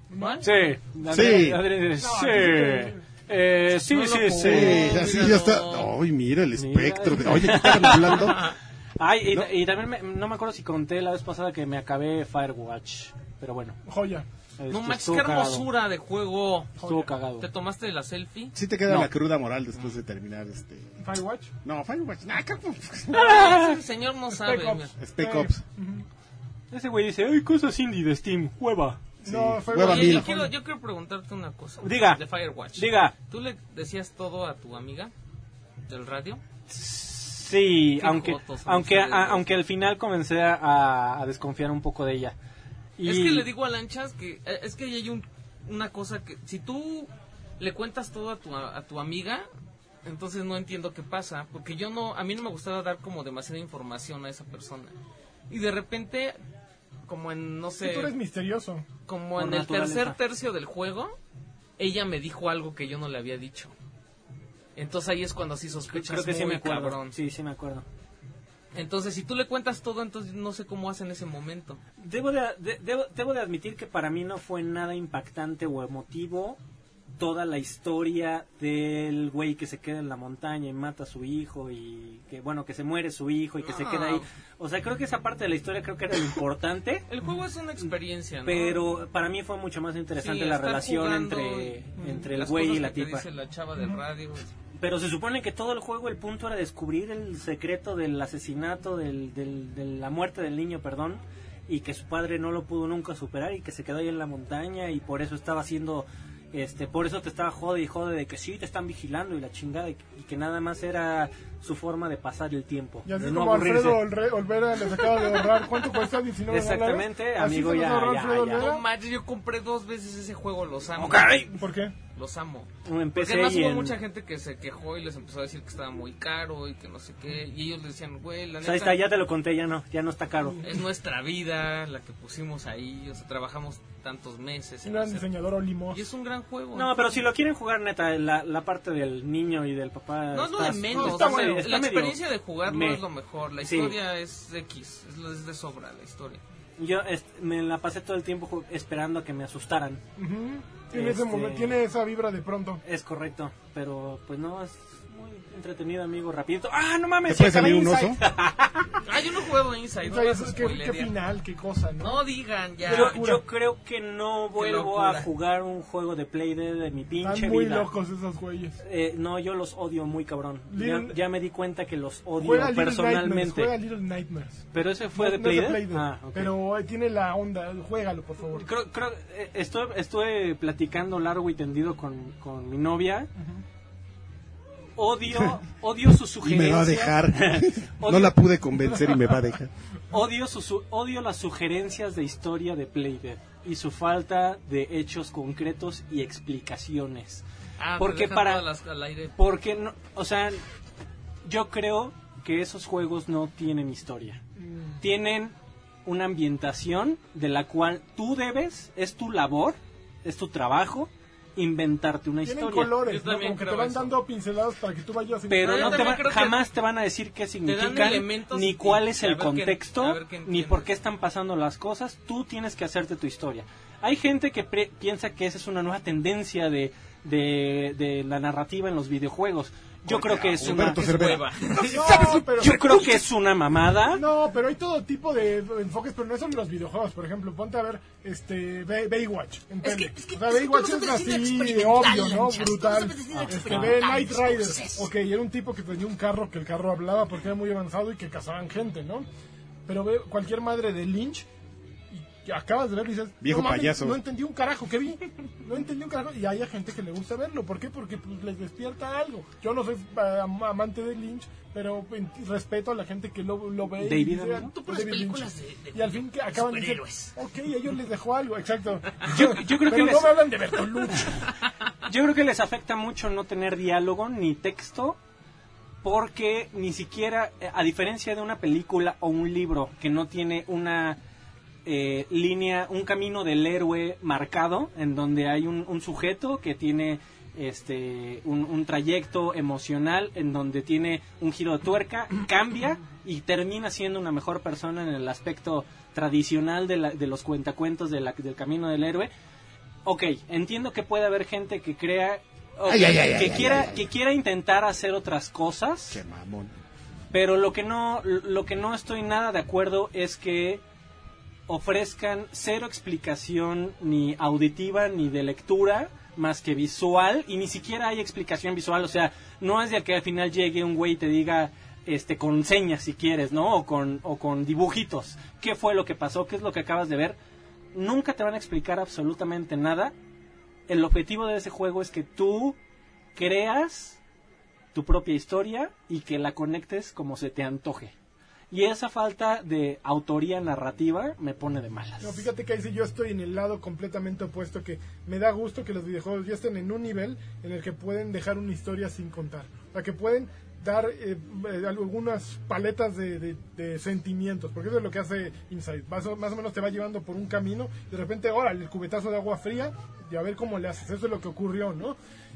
¿Mal?
Sí. Adrián-
Sí.
Adrián- sí.
que-
Eh, sí,
No lo
sí,
puedo.
sí.
Sí,
mira,
así Oh, ya está.
no.
Ay, mira el
Mira.
espectro. de- Oye, ¿qué estaban hablando?
Ay, y, y también me- no me acuerdo si conté la vez pasada que me acabé Firewatch. Pero bueno.
Joya.
No
este,
Max, qué
estuvo cagado.
hermosura de juego.
Estuvo cagado.
¿Te tomaste la selfie?
Sí te queda
No.
la cruda moral después de terminar este...
Firewatch.
No, Firewatch. Nah, capo.
Ah, el señor no sabe.
Spec Ops.
mira.
Spec
Sí.
Ops.
Ese güey dice, ay, cosas indie de Steam, hueva.
Sí.
No, fue
Hueva
bueno.
Oye,
mil.
yo quiero, yo quiero preguntarte una cosa.
Diga.
De Firewatch.
Diga,
¿Tú le decías todo a tu amiga del radio?
sí,
Qué
aunque
jotos son
aunque
ustedes
a-
dos.
aunque al final comencé a, a desconfiar un poco de ella. Y
Es que le digo a Lanchas que eh, es que ahí hay un- una cosa que si tú le cuentas todo a tu, a tu amiga, entonces no entiendo qué pasa, porque yo no a mí no me gustaba dar como demasiada información a esa persona. Y de repente como en no
Sí,
sé,
tú eres misterioso.
como
Por
en el
naturaleza.
tercer tercio del juego, ella me dijo algo que yo no le había dicho. Entonces ahí es cuando sí sospechas
Creo que sí
muy
me acuerdo.
cabrón.
Sí, sí me acuerdo.
Entonces, si tú le cuentas todo, entonces no sé cómo hacen ese momento.
Debo de, de- debo, debo de admitir que para mí no fue nada impactante o emotivo toda la historia del güey que se queda en la montaña y mata a su hijo y que bueno que se muere su hijo y que se
No.
queda ahí. O sea, creo que esa parte de la historia creo que era lo importante,
El juego es una experiencia, ¿no?
Mm, pero para mí fue mucho más interesante
Sí,
la
estar
relación
jugando
entre
y-
entre el
las
güey y
cosas
la
que te
tipa.
dice la chava del radio.
Pero se supone que todo el juego el punto era descubrir el secreto del asesinato, del, del- de la muerte del niño, perdón, y que su padre no lo pudo nunca superar y que se quedó ahí en la montaña y por eso estaba haciendo, este, por eso te estaba jode y jode de que sí, te están vigilando y la chingada y, que- y que nada más era su forma de pasar el tiempo.
Y así
de no
como Alfredo
aburrirse.
Olre- Olvera les acaba de ahorrar, ¿cuánto cuesta? 19
Exactamente,
dólares.
amigo,
así se los
ya,
ahorró
ya,
Alfredo
ya.
Olvera.
No manches, yo compré dos veces ese juego, los amo.
¿Por qué?
Los amo. Porque
Empecé
además
y
hubo
en-
mucha gente que se quejó y les empezó a decir que estaba muy caro y que no sé qué. Y ellos les decían, güey, la
o
neta
sea, Pues ahí está, ya te lo conté, ya no, ya no está caro.
es nuestra vida, la que pusimos ahí. O sea, trabajamos tantos meses.
Un
en
gran
hacer-
diseñador Olimos.
Y es un gran juego.
No, pero si lo quieren jugar, neta, la, la parte del niño y del papá.
No es lo de
está-
menos.
está
o sea,
medio- está
la
medio
experiencia de jugarlo
meh.
es lo mejor. La
Sí.
historia es X. Es, lo- es de sobra la historia.
Yo est- me la pasé todo el tiempo ju- esperando a que me asustaran.
Ujú. tiene, ese
Este-
momen- tiene esa vibra de pronto.
Es correcto, pero pues no, es muy entretenido, amigo, rapidito. ¡Ah, no mames!
¿Te puede
ya acabé
salir un
Inside!
oso?
Ah, yo no juego Inside.
O
No,
sea,
las
es- qué, qué
spoilería.
final, qué cosa, ¿no?
no digan ya.
Yo, yo creo que no vuelvo
locura.
a jugar un juego de Play de, de mi pinche
Están muy
vida.
locos esos güeyes.
Eh, no, yo los odio muy cabrón. Ya,
Lil-
ya me di cuenta que los odio
Juega Little Nightmares.
personalmente.
Juega Little Nightmares.
Pero ese fue
No- no
de
es
Play
de
Dead.
Play Dead,
Ah, ok.
Pero eh, tiene la onda. Juégalo, por favor.
Creo, creo, eh, estuve, estuve platicando largo y tendido con, con mi novia. Odio, odio su
Y
sugerencia.
me va a dejar.
Odio-
no la pude convencer y me va a dejar.
Odio, su- su- odio las sugerencias de historia de Playdead y su falta de hechos concretos y explicaciones.
Ah, te
porque
dejan
para-
todas las- al aire.
Porque, no, o sea, yo creo que esos juegos no tienen historia. Tienen una ambientación de la cual tú debes, es tu labor, es tu trabajo, inventarte una
Tienen
historia.
colores,
Yo
¿no?
también
Como que te
creo
van
eso.
dando pinceladas para que tú vayas.
pero
Pero yo
no te
también
va-
creo que
jamás te van a decir qué significan,
elementos
ni cuál es
y a
el
ver qué- a
contexto,
ver qué
ni
entiendes.
por qué están pasando las cosas. Tú tienes que hacerte tu historia. Hay gente que pre- piensa que esa es una nueva tendencia de, de, de la narrativa en los videojuegos. Yo creo que es una,
Humberto Cervera.
Hueva.
No, pero,
yo creo que es una mamada.
no, pero hay todo tipo de enfoques, pero no son los videojuegos. Por ejemplo, ponte a ver este Bay- Baywatch. En
Es
tele.
que- es que-
o sea,
es que tú no
Baywatch es
sabes decir
así de
experimental,
obvio, ¿no?
Lanchas, tú no
Brutal.
sabes decir
Este,
experimental
ve Night
las
Rider.
cosas.
Ok, era un tipo que tenía un carro, que el carro hablaba porque era muy avanzado y que cazaban gente, ¿no? Pero ve cualquier madre de Lynch y acabas de verlo y dices,
Viejo
no mames,
payaso.
No entendí un carajo que vi. No entendí un carajo. Y hay gente que le gusta verlo. ¿Por qué? Porque pues, les despierta algo. Yo no soy eh, am- amante de Lynch, pero en- respeto a la gente que lo, lo ve. y
David
dice,
Attenborough.
"Ah,
Tú puras
David Lynch".
películas de- de
Y al fin que acaban de decir,
superhéroes.
ok, ellos les dejó algo. Exacto.
Yo- yo creo que
pero no
les-
me hablan de Bertolucci.
Yo creo que les afecta mucho no tener diálogo ni texto porque ni siquiera, eh, a diferencia de una película o un libro que no tiene una eh, línea, un camino del héroe marcado, en donde hay un, un sujeto que tiene este un, un trayecto emocional, en donde tiene un giro de tuerca, cambia y termina siendo una mejor persona en el aspecto tradicional de, la- de los cuentacuentos de la- del camino del héroe. Ok, entiendo que puede haber gente que crea ok,
Ay, ay, ay,
que
ay,
quiera
ay, ay.
que quiera intentar hacer otras cosas.
Qué mamón.
Pero lo que no, lo que no estoy nada de acuerdo es que ofrezcan cero explicación ni auditiva ni de lectura más que visual y ni siquiera hay explicación visual, o sea, no es de que al final llegue un güey y te diga este con señas si quieres, ¿no? O con o con dibujitos, qué fue lo que pasó, qué es lo que acabas de ver. Nunca te van a explicar absolutamente nada. El objetivo de ese juego es que tú creas tu propia historia y que la conectes como se te antoje. Y esa falta de autoría narrativa me pone de malas.
No, fíjate que ahí sí yo estoy en el lado completamente opuesto que me da gusto que los videojuegos ya estén en un nivel en el que pueden dejar una historia sin contar. O sea, que pueden dar eh, eh, algunas paletas de, de- de sentimientos, porque eso es lo que hace Inside. Más o, más o menos te va llevando por un camino y de repente, órale, el cubetazo de agua fría y a ver cómo le haces. Eso es lo que ocurrió, ¿no?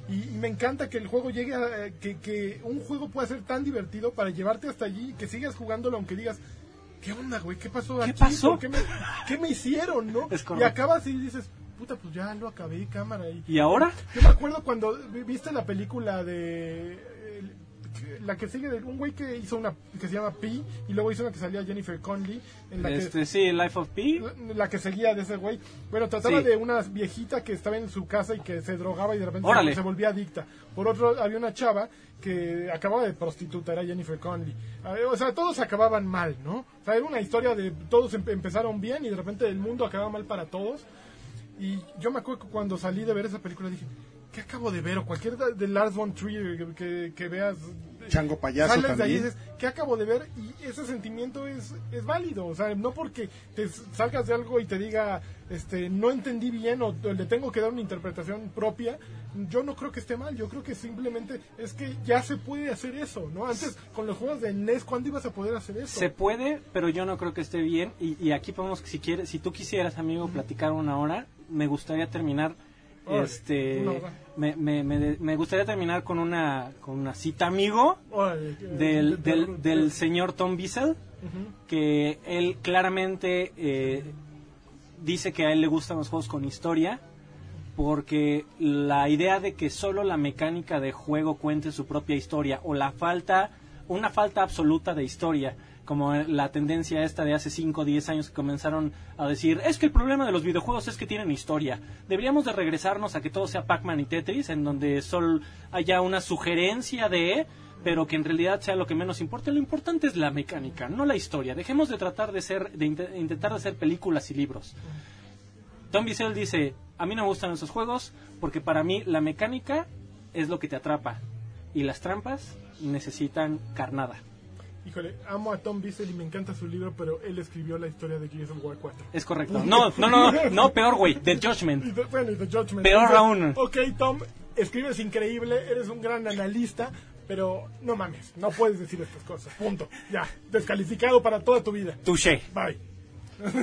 Y, y me encanta que el juego llegue a. Que, que un juego pueda ser tan divertido para llevarte hasta allí y que sigas jugándolo, aunque digas. ¿Qué onda, güey? ¿Qué pasó
¿Qué
aquí?
pasó?
¿Por ¿Qué me, qué me hicieron, no?
Es
y
correcto.
acabas y dices, puta, pues ya lo acabé, cámara. Y,
¿Y ahora?
Yo me acuerdo cuando vi- viste la película de. el- La que sigue de un güey que hizo una que se llama Pi y luego hizo una que salía Jennifer Conley en la que
Este, sí, Life of Pi.
la que seguía de ese güey. Bueno, trataba
Sí.
de una viejita que estaba en su casa y que se drogaba y de repente
Órale.
se volvía adicta. Por otro, había una chava que acababa de prostitutar a Jennifer Conley. A ver, O sea, todos acababan mal, ¿no? O sea, era una historia de todos empe- empezaron bien y de repente el mundo acababa mal para todos. Y yo me acuerdo que cuando salí de ver esa película dije, ¿qué acabo de ver? O cualquier de de Lars von Trier que- que, que veas. eh,
Chango payaso
Sales de ahí y
también.
dices, ¿qué acabo de ver? Y ese sentimiento es, es válido. O sea, no porque te salgas de algo y te diga, este, no entendí bien o le tengo que dar una interpretación propia. Yo no creo que esté mal. Yo creo que simplemente es que ya se puede hacer eso, ¿no? Antes, con los juegos de NES, ¿cuándo ibas a poder hacer eso?
Se puede, pero yo no creo que esté bien. Y, y aquí podemos, si quieres, si tú quisieras, amigo, platicar una hora, me gustaría terminar.
Órale,
Este,
una hora.
me, me, me, de- me gustaría terminar con una, con una cita, amigo,
Órale, eh,
del, del, del
Ujú.
señor Tom Bissell, que él claramente eh, dice que a él le gustan los juegos con historia, porque la idea de que solo la mecánica de juego cuente su propia historia o la falta, una falta absoluta de historia, como la tendencia esta de hace 5 o 10 años que comenzaron a decir, es que el problema de los videojuegos es que tienen historia. Deberíamos de regresarnos a que todo sea Pac-Man y Tetris, en donde solo haya una sugerencia de pero que en realidad sea lo que menos importa. Lo importante es la mecánica, no la historia. Dejemos de tratar de ser, de inte- intentar de hacer películas y libros. Tom Bissell dice, a mí no me gustan esos juegos porque para mí la mecánica es lo que te atrapa y las trampas necesitan carnada.
Híjole, amo a Tom Bissell y me encanta su libro, pero él escribió la historia de Gears of War 4.
Es correcto. No, no, no, no, no, peor, güey, The
Y
Judgment.
de- bueno, y de Judgment.
Peor
Entonces,
aún.
Ok, Tom, escribes increíble, eres un gran analista, pero no mames, no puedes decir estas cosas. Punto. Ya, descalificado para toda tu vida.
Touché.
Bye.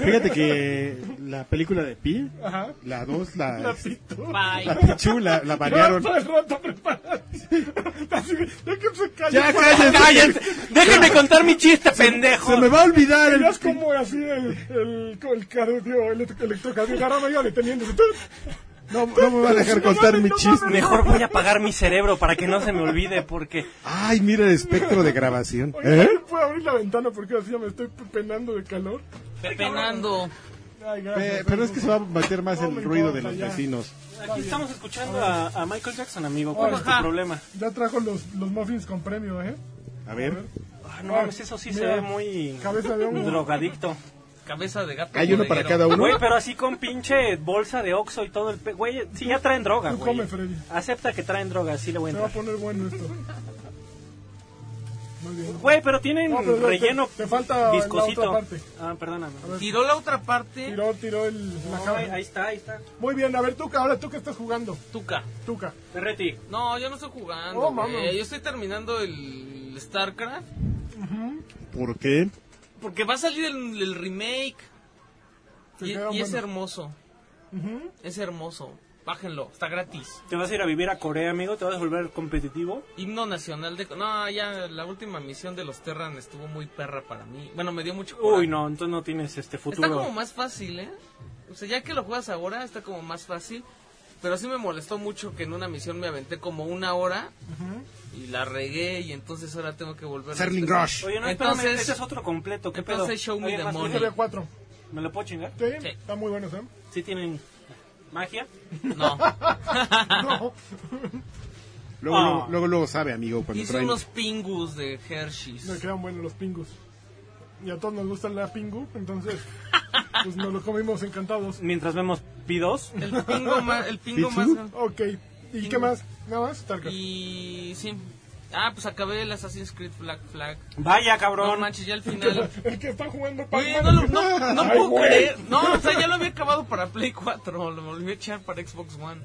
Fíjate que la película de Pi,
Ajá.
la 2, la,
La
la,
pito.
Bye.
Pichu, la, la variaron.
Rato, rato, prepárate. Así que, ya que se calle
Ya
fuera.
cállense.
¡Cállense! ¡Déjenme contar mi chiste, pendejo!
Se me va a olvidar el
Ya es como así el, el, el cardio, el electrocardiograma ya deteniéndose.
No, no me va a dejar contar mi chiste.
Mejor voy a apagar mi cerebro para que no se me olvide porque...
Ay, mira el espectro de grabación.
Oye,
¿Eh?
¿puedo abrir la ventana porque así ya me estoy penando de calor?
Pepenando.
Ay, gracias.
Pe- Eh, Pero es que se va a meter más
No
el
me
ruido de
importa,
los
ya.
vecinos.
Aquí estamos escuchando a, a Michael Jackson, amigo. ¿Cuál es tu
Ajá.
problema?
Ya trajo los, los muffins con premio, ¿eh?
A ver,
Ah, no mames, eso sí se
Mira,
ve muy
Cabeza de hongo.
drogadicto.
Cabeza de gato.
hay uno para cada uno.
Güey, pero así con pinche bolsa de Oxxo y todo el... pe- Güey, sí, ya traen droga,
Tú
güey.
come, Freddy.
Acepta que traen droga, sí le voy a
Se va a
entrar.
poner bueno esto. Muy bien.
Güey, pero tienen
No, pero no, te-
relleno
te falta la
viscosito.
otra parte.
Ah, perdóname.
Tiró la otra parte.
Tiró, tiró el, la
No, ahí
cara.
ahí está, ahí está.
Muy bien, a ver, Tuca, ahora tú que estás jugando.
Tuca.
Tuca.
Ferretti.
No, yo no estoy jugando.
Oh, mames.
güey. yo estoy terminando el StarCraft.
¿por qué?
Porque va a salir el, el remake.
Se
Y,
quedaron
y es
buenos.
hermoso. Es hermoso. Bájenlo. Está gratis.
Te vas a ir a vivir a Corea, amigo. Te vas a volver competitivo.
Himno nacional de... No, ya la última misión de los Terran estuvo muy perra para mí. Bueno, me dio mucho... coraje.
Uy, no, entonces no tienes este futuro.
Está como más fácil, ¿eh? O sea, ya que lo juegas ahora, está como más fácil. Pero sí me molestó mucho que en una misión me aventé como una hora y la regué y entonces ahora tengo que volver a...
Serling
empezar.
Rush.
Oye, no,
Entonces-
espérame, ese es otro completo. ¿Qué
Entonces,
pedo?
show me
Oye,
the
más-
money.
Yo había cuatro.
¿Me lo puedo chingar?
¿Sí?
Sí.
Está muy bueno, ¿eh?
Sí tienen magia.
No.
No.
Luego,
Ah.
luego, luego, luego sabe, amigo, cuando
Hice
traen...
unos pingus de
Me
Hershey's.
quedan buenos los pingus. Y a todos nos gusta la pingu, entonces pues nos lo comimos encantados.
Mientras vemos P2.
El pingo más... El pingo
¿Y
más
tú?
grande.
Ok, ¿y qué más? ¿Nada más? Starcraft.
Y... Sí. Ah, pues acabé el Assassin's Creed Black Flag.
Vaya,
No
cabrón.
manches, ya al final...
El que está jugando
Oye,
Pac-Man.
no, lo- no, no
Ay,
puedo
güey.
creer. No, o sea, ya lo había acabado para Play 4. Lo volví a echar para Xbox One.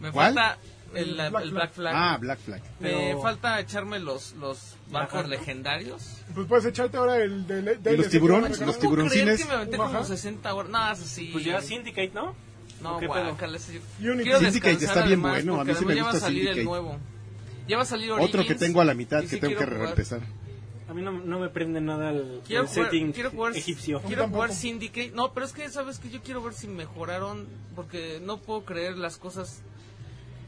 Me
¿Cuál?
falta el, la- el
Black
Black,
Flag.
Flag.
Ah, Black Flag.
Me
pero-
falta echarme los, los barcos
Ajá.
legendarios.
Pues puedes echarte ahora el de... de-
¿Y los tiburones?
de-
Los
¿Cómo creer
tiburoncines.
que me aventé como
Ajá.
60 horas? No, eso sí.
Pues ya Syndicate, ¿no?
No,
Pues ¿Qué pedo?
guácala, ese-
Unity.
Quiero
Syndicate
descansar
está bien
además,
bueno, a
porque
mí sí me
además ya va a
gusta
salir
Syndicate.
el nuevo. Ya va a salir Origins,
Otro que tengo a la mitad
y
que
sí
tengo que
quiero jugar.
reempezar.
A mí no, no me prende nada el,
Quiero
el
jugar,
setting
quiero jugar,
egipcio.
quiero
Tampoco.
jugar Syndicate. No, pero es que sabes que yo quiero ver si mejoraron. Porque no puedo creer las cosas.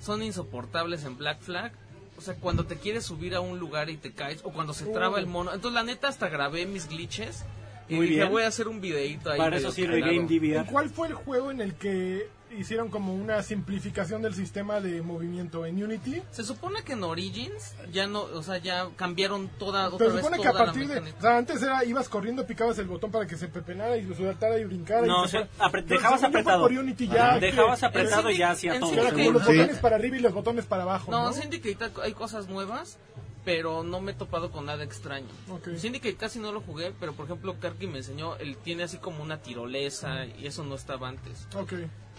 Son insoportables en Black Flag. O sea, cuando te quieres subir a un lugar y te caes. O cuando se traba
Uh.
el mono. Entonces, la neta, hasta grabé mis glitches. Y
Muy
dije,
bien.
voy a hacer un videito ahí.
Para
medio
eso sirve
cagado.
Game
¿Y
DVR.
cuál fue el juego en el que hicieron como una simplificación del sistema de movimiento en Unity?
Se supone que en Origins ya no. O sea, ya cambiaron toda. otra
Pero
vez
supone que
toda
a
la
partir de...
mecánica.
O sea, antes era, ibas corriendo, picabas el botón para que se pepenara y lo saltara y brincara.
No,
y
o sea,
fuera.
apre-
Pero
dejabas
según yo fue
apretado.
por Unity ya
Ajá,
que-
Dejabas
que-
apretado
Syndicate-
ya hacía
en
todo.
que era como
seguro.
los
Sí.
botones para arriba y los botones para abajo, ¿no?
No, Syndicate hay- hay cosas nuevas, pero no me he topado con nada extraño.
Ok.
Syndicate casi no lo jugué, pero por ejemplo Karki me enseñó, él tiene así como una tirolesa y eso no estaba antes.
Ok.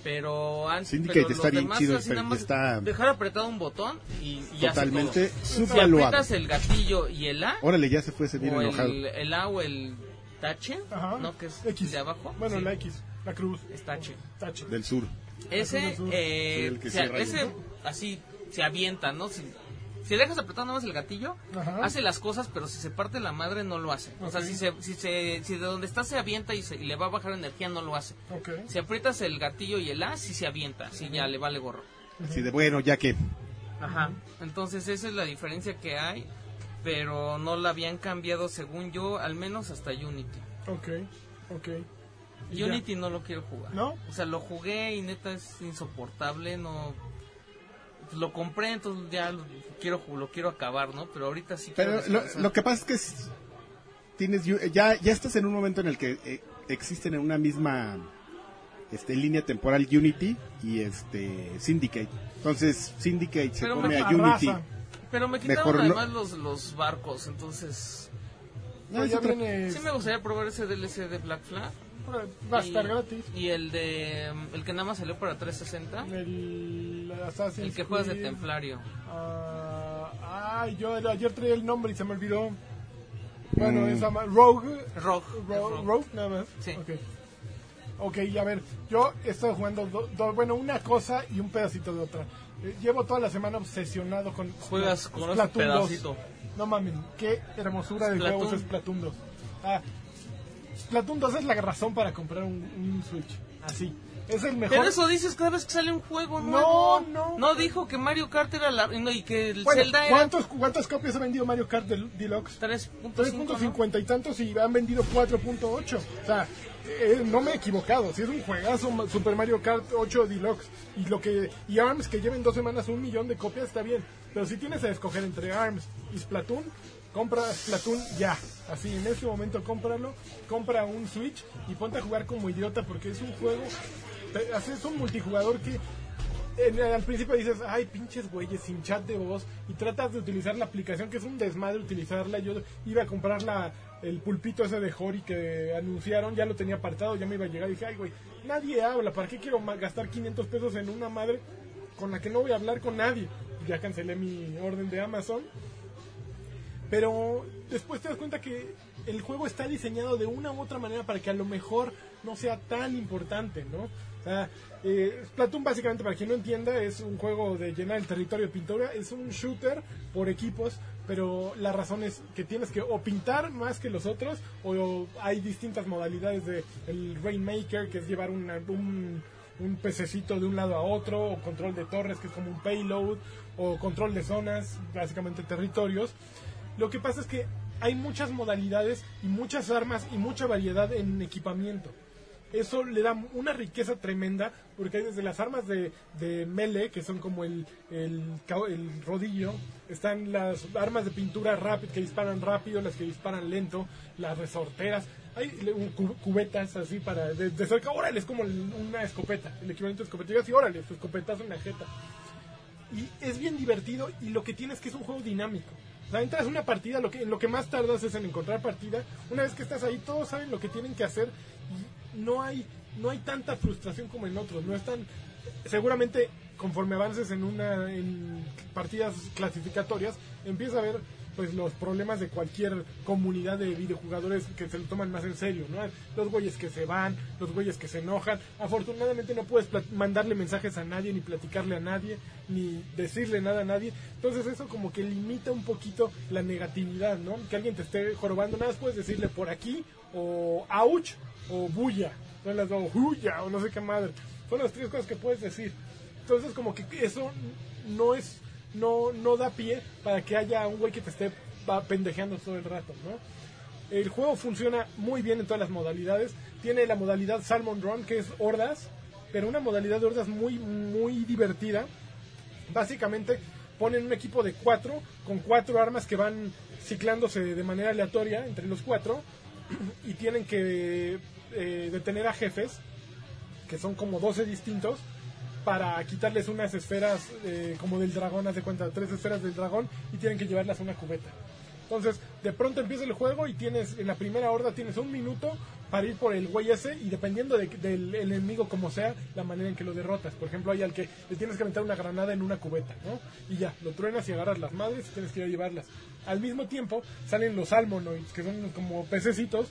Pero antes...
Syndicate
pero los
está bien
demás
chido,
así nada
pero
más
está-
Dejar apretado un botón y, y hace
Totalmente
todo. Si
subvaluado.
aprietas el gatillo y el A,
Órale, ya se fue ese bien
o
enojado.
el, el A o el tache,
Ajá.
¿no? Que es
X.
de abajo.
Bueno,
sí,
la X, la cruz.
Es tache.
Tache.
Del sur.
Ese,
Azul, azul.
eh,
Sí, el que
se-
cierra ahí,
ese
¿no?
así se avienta, ¿no? Si, si dejas apretado nada más el gatillo,
Ajá.
hace las cosas, pero si se parte la madre no lo hace. O sea,
Ok.
si, se, si, se- si de donde está se avienta y, se- y le va a bajar energía, no lo hace.
Ok.
Si aprietas el gatillo y el A, sí se avienta, si ya le vale gorro.
Así de bueno, ya que.
Ajá. Entonces esa es la diferencia que hay, pero no la habían cambiado según yo, al menos hasta Unity.
Ok. Ok. Y ya.
Unity no lo quiero jugar.
¿No?
O sea, lo jugué y neta es insoportable, no... pues, Lo compré, entonces ya lo quiero, ju- lo quiero acabar, ¿no? Pero ahorita sí quiero
Pero lo,
descansar.
lo que pasa es que es- tienes yu- ya ya estás en un momento en el que eh, existen en una misma este línea temporal Unity y este Syndicate. Entonces Syndicate se
Pero
come
me
a Unity.
arrasa.
Pero me quitaron
mejor no-
además los, los barcos, entonces...
No, es
Pues ya
otra-
viene-
Sí me gustaría probar ese DLC de Black Flag.
Va a
y-
estar gratis.
Y el de... mm, El que nada más salió para 360.
El Assassin's
El que juegas de
Creed.
Templario.
Ah, ay, yo el- ayer traía el nombre y se me olvidó. Bueno, es ama- Rogue.
Rogue.
Ro-
Rogue.
Rogue, nada más.
Sí.
Ok. Ok, y a ver, yo he estado jugando, do- do- bueno, una cosa y un pedacito de otra. Eh, llevo toda la semana obsesionado con.
Juegas con ese
Splatoon 2.
pedacito.
No mamen, qué hermosura de
Splatoon.
juegos es Splatoon 2. Ah, Splatoon 2 es la razón para comprar un, un Switch. Así. Es el mejor.
Pero eso dices cada vez que sale un juego
No,
nuevo.
no.
No dijo que Mario Kart era la... no, y que el
Bueno,
Zelda era
¿cuántos, ¿Cuántas copias ha vendido Mario Kart del Deluxe?
3.5.
3.50 y tantos y han vendido 4.8. O sea, eh, no me he equivocado. Si es un juegazo Ma- Super Mario Kart 8 Deluxe. Y lo que y ARMS que lleven dos semanas un millón de copias está bien. Pero si tienes a escoger entre ARMS y Splatoon, compra Splatoon ya. Así, en este momento cómpralo. Compra un Switch y ponte a jugar como idiota porque es un juego... te- así Es un multijugador que en- eh, al principio dices, ay, pinches güeyes, sin chat de voz, y tratas de utilizar la aplicación, que es un desmadre utilizarla. Yo iba a comprar la, el pulpito ese de Hori que anunciaron, ya lo tenía apartado, ya me iba a llegar, y dije, ay, güey, nadie habla, ¿para qué quiero ma- gastar 500 pesos en una madre con la que no voy a hablar con nadie? Ya cancelé mi orden de Amazon. Pero después te das cuenta que el juego está diseñado de una u otra manera para que a lo mejor no sea tan importante, ¿no? O sea, eh, Splatoon básicamente, para quien no entienda, es un juego de llenar el territorio de pintura, es un shooter por equipos, pero la razón es que tienes que o pintar más que los otros, o hay distintas modalidades de el Rainmaker, que es llevar una- un, un pececito de un lado a otro, o control de torres, que es como un payload, o control de zonas, básicamente territorios. Lo que pasa es que hay muchas modalidades y muchas armas y mucha variedad en equipamiento. Eso le da una riqueza tremenda porque hay desde las armas de, de melee, que son como el, el, ca- el rodillo, están las armas de pintura rápida que disparan rápido, las que disparan lento, las resorteras, hay le- un cu- cubetas así para de, de cerca, órale, es como el- una escopeta, el equivalente a escopeta, y órale, tu escopetazo en la jeta y es bien divertido y lo que tienes es que es un juego dinámico. O sea, entras a una partida, lo que, lo que más tardas es en encontrar partida. Una vez que estás ahí, todos saben lo que tienen que hacer y no hay, no hay tanta frustración como en otros. No están, seguramente, conforme avances en, una, en partidas clasificatorias, empieza a ver pues los problemas de cualquier comunidad de videojugadores que se lo toman más en serio, ¿no? Los güeyes que se van, los güeyes que se enojan. Afortunadamente no puedes plat- mandarle mensajes a nadie, ni platicarle a nadie, ni decirle nada a nadie. Entonces eso como que limita un poquito la negatividad, ¿no? Que alguien te esté jorobando, nada más puedes decirle por aquí, o ouch, o bulla, no las o huya, o no sé qué madre. Son las tres cosas que puedes decir. Entonces como que eso no es no, no da pie para que haya un güey que te esté pa- pendejeando todo el rato, ¿no? El juego funciona muy bien en todas las modalidades. Tiene la modalidad Salmon Run, que es hordas, pero una modalidad de hordas muy, muy divertida. Básicamente ponen un equipo de cuatro, con cuatro armas que van ciclándose de manera aleatoria entre los cuatro, y tienen que eh, detener a jefes, que son como 12 distintos, para quitarles unas esferas eh, como del dragón, haz de cuenta, tres esferas del dragón y tienen que llevarlas a una cubeta. Entonces, de pronto empieza el juego y tienes, en la primera horda tienes un minuto para ir por el güey ese y dependiendo de- del enemigo como sea, la manera en que lo derrotas. Por ejemplo, hay al que le tienes que aventar una granada en una cubeta, ¿no? Y ya, lo truenas y agarras las madres y tienes que ir a llevarlas. Al mismo tiempo salen los salmonoids, que son como pececitos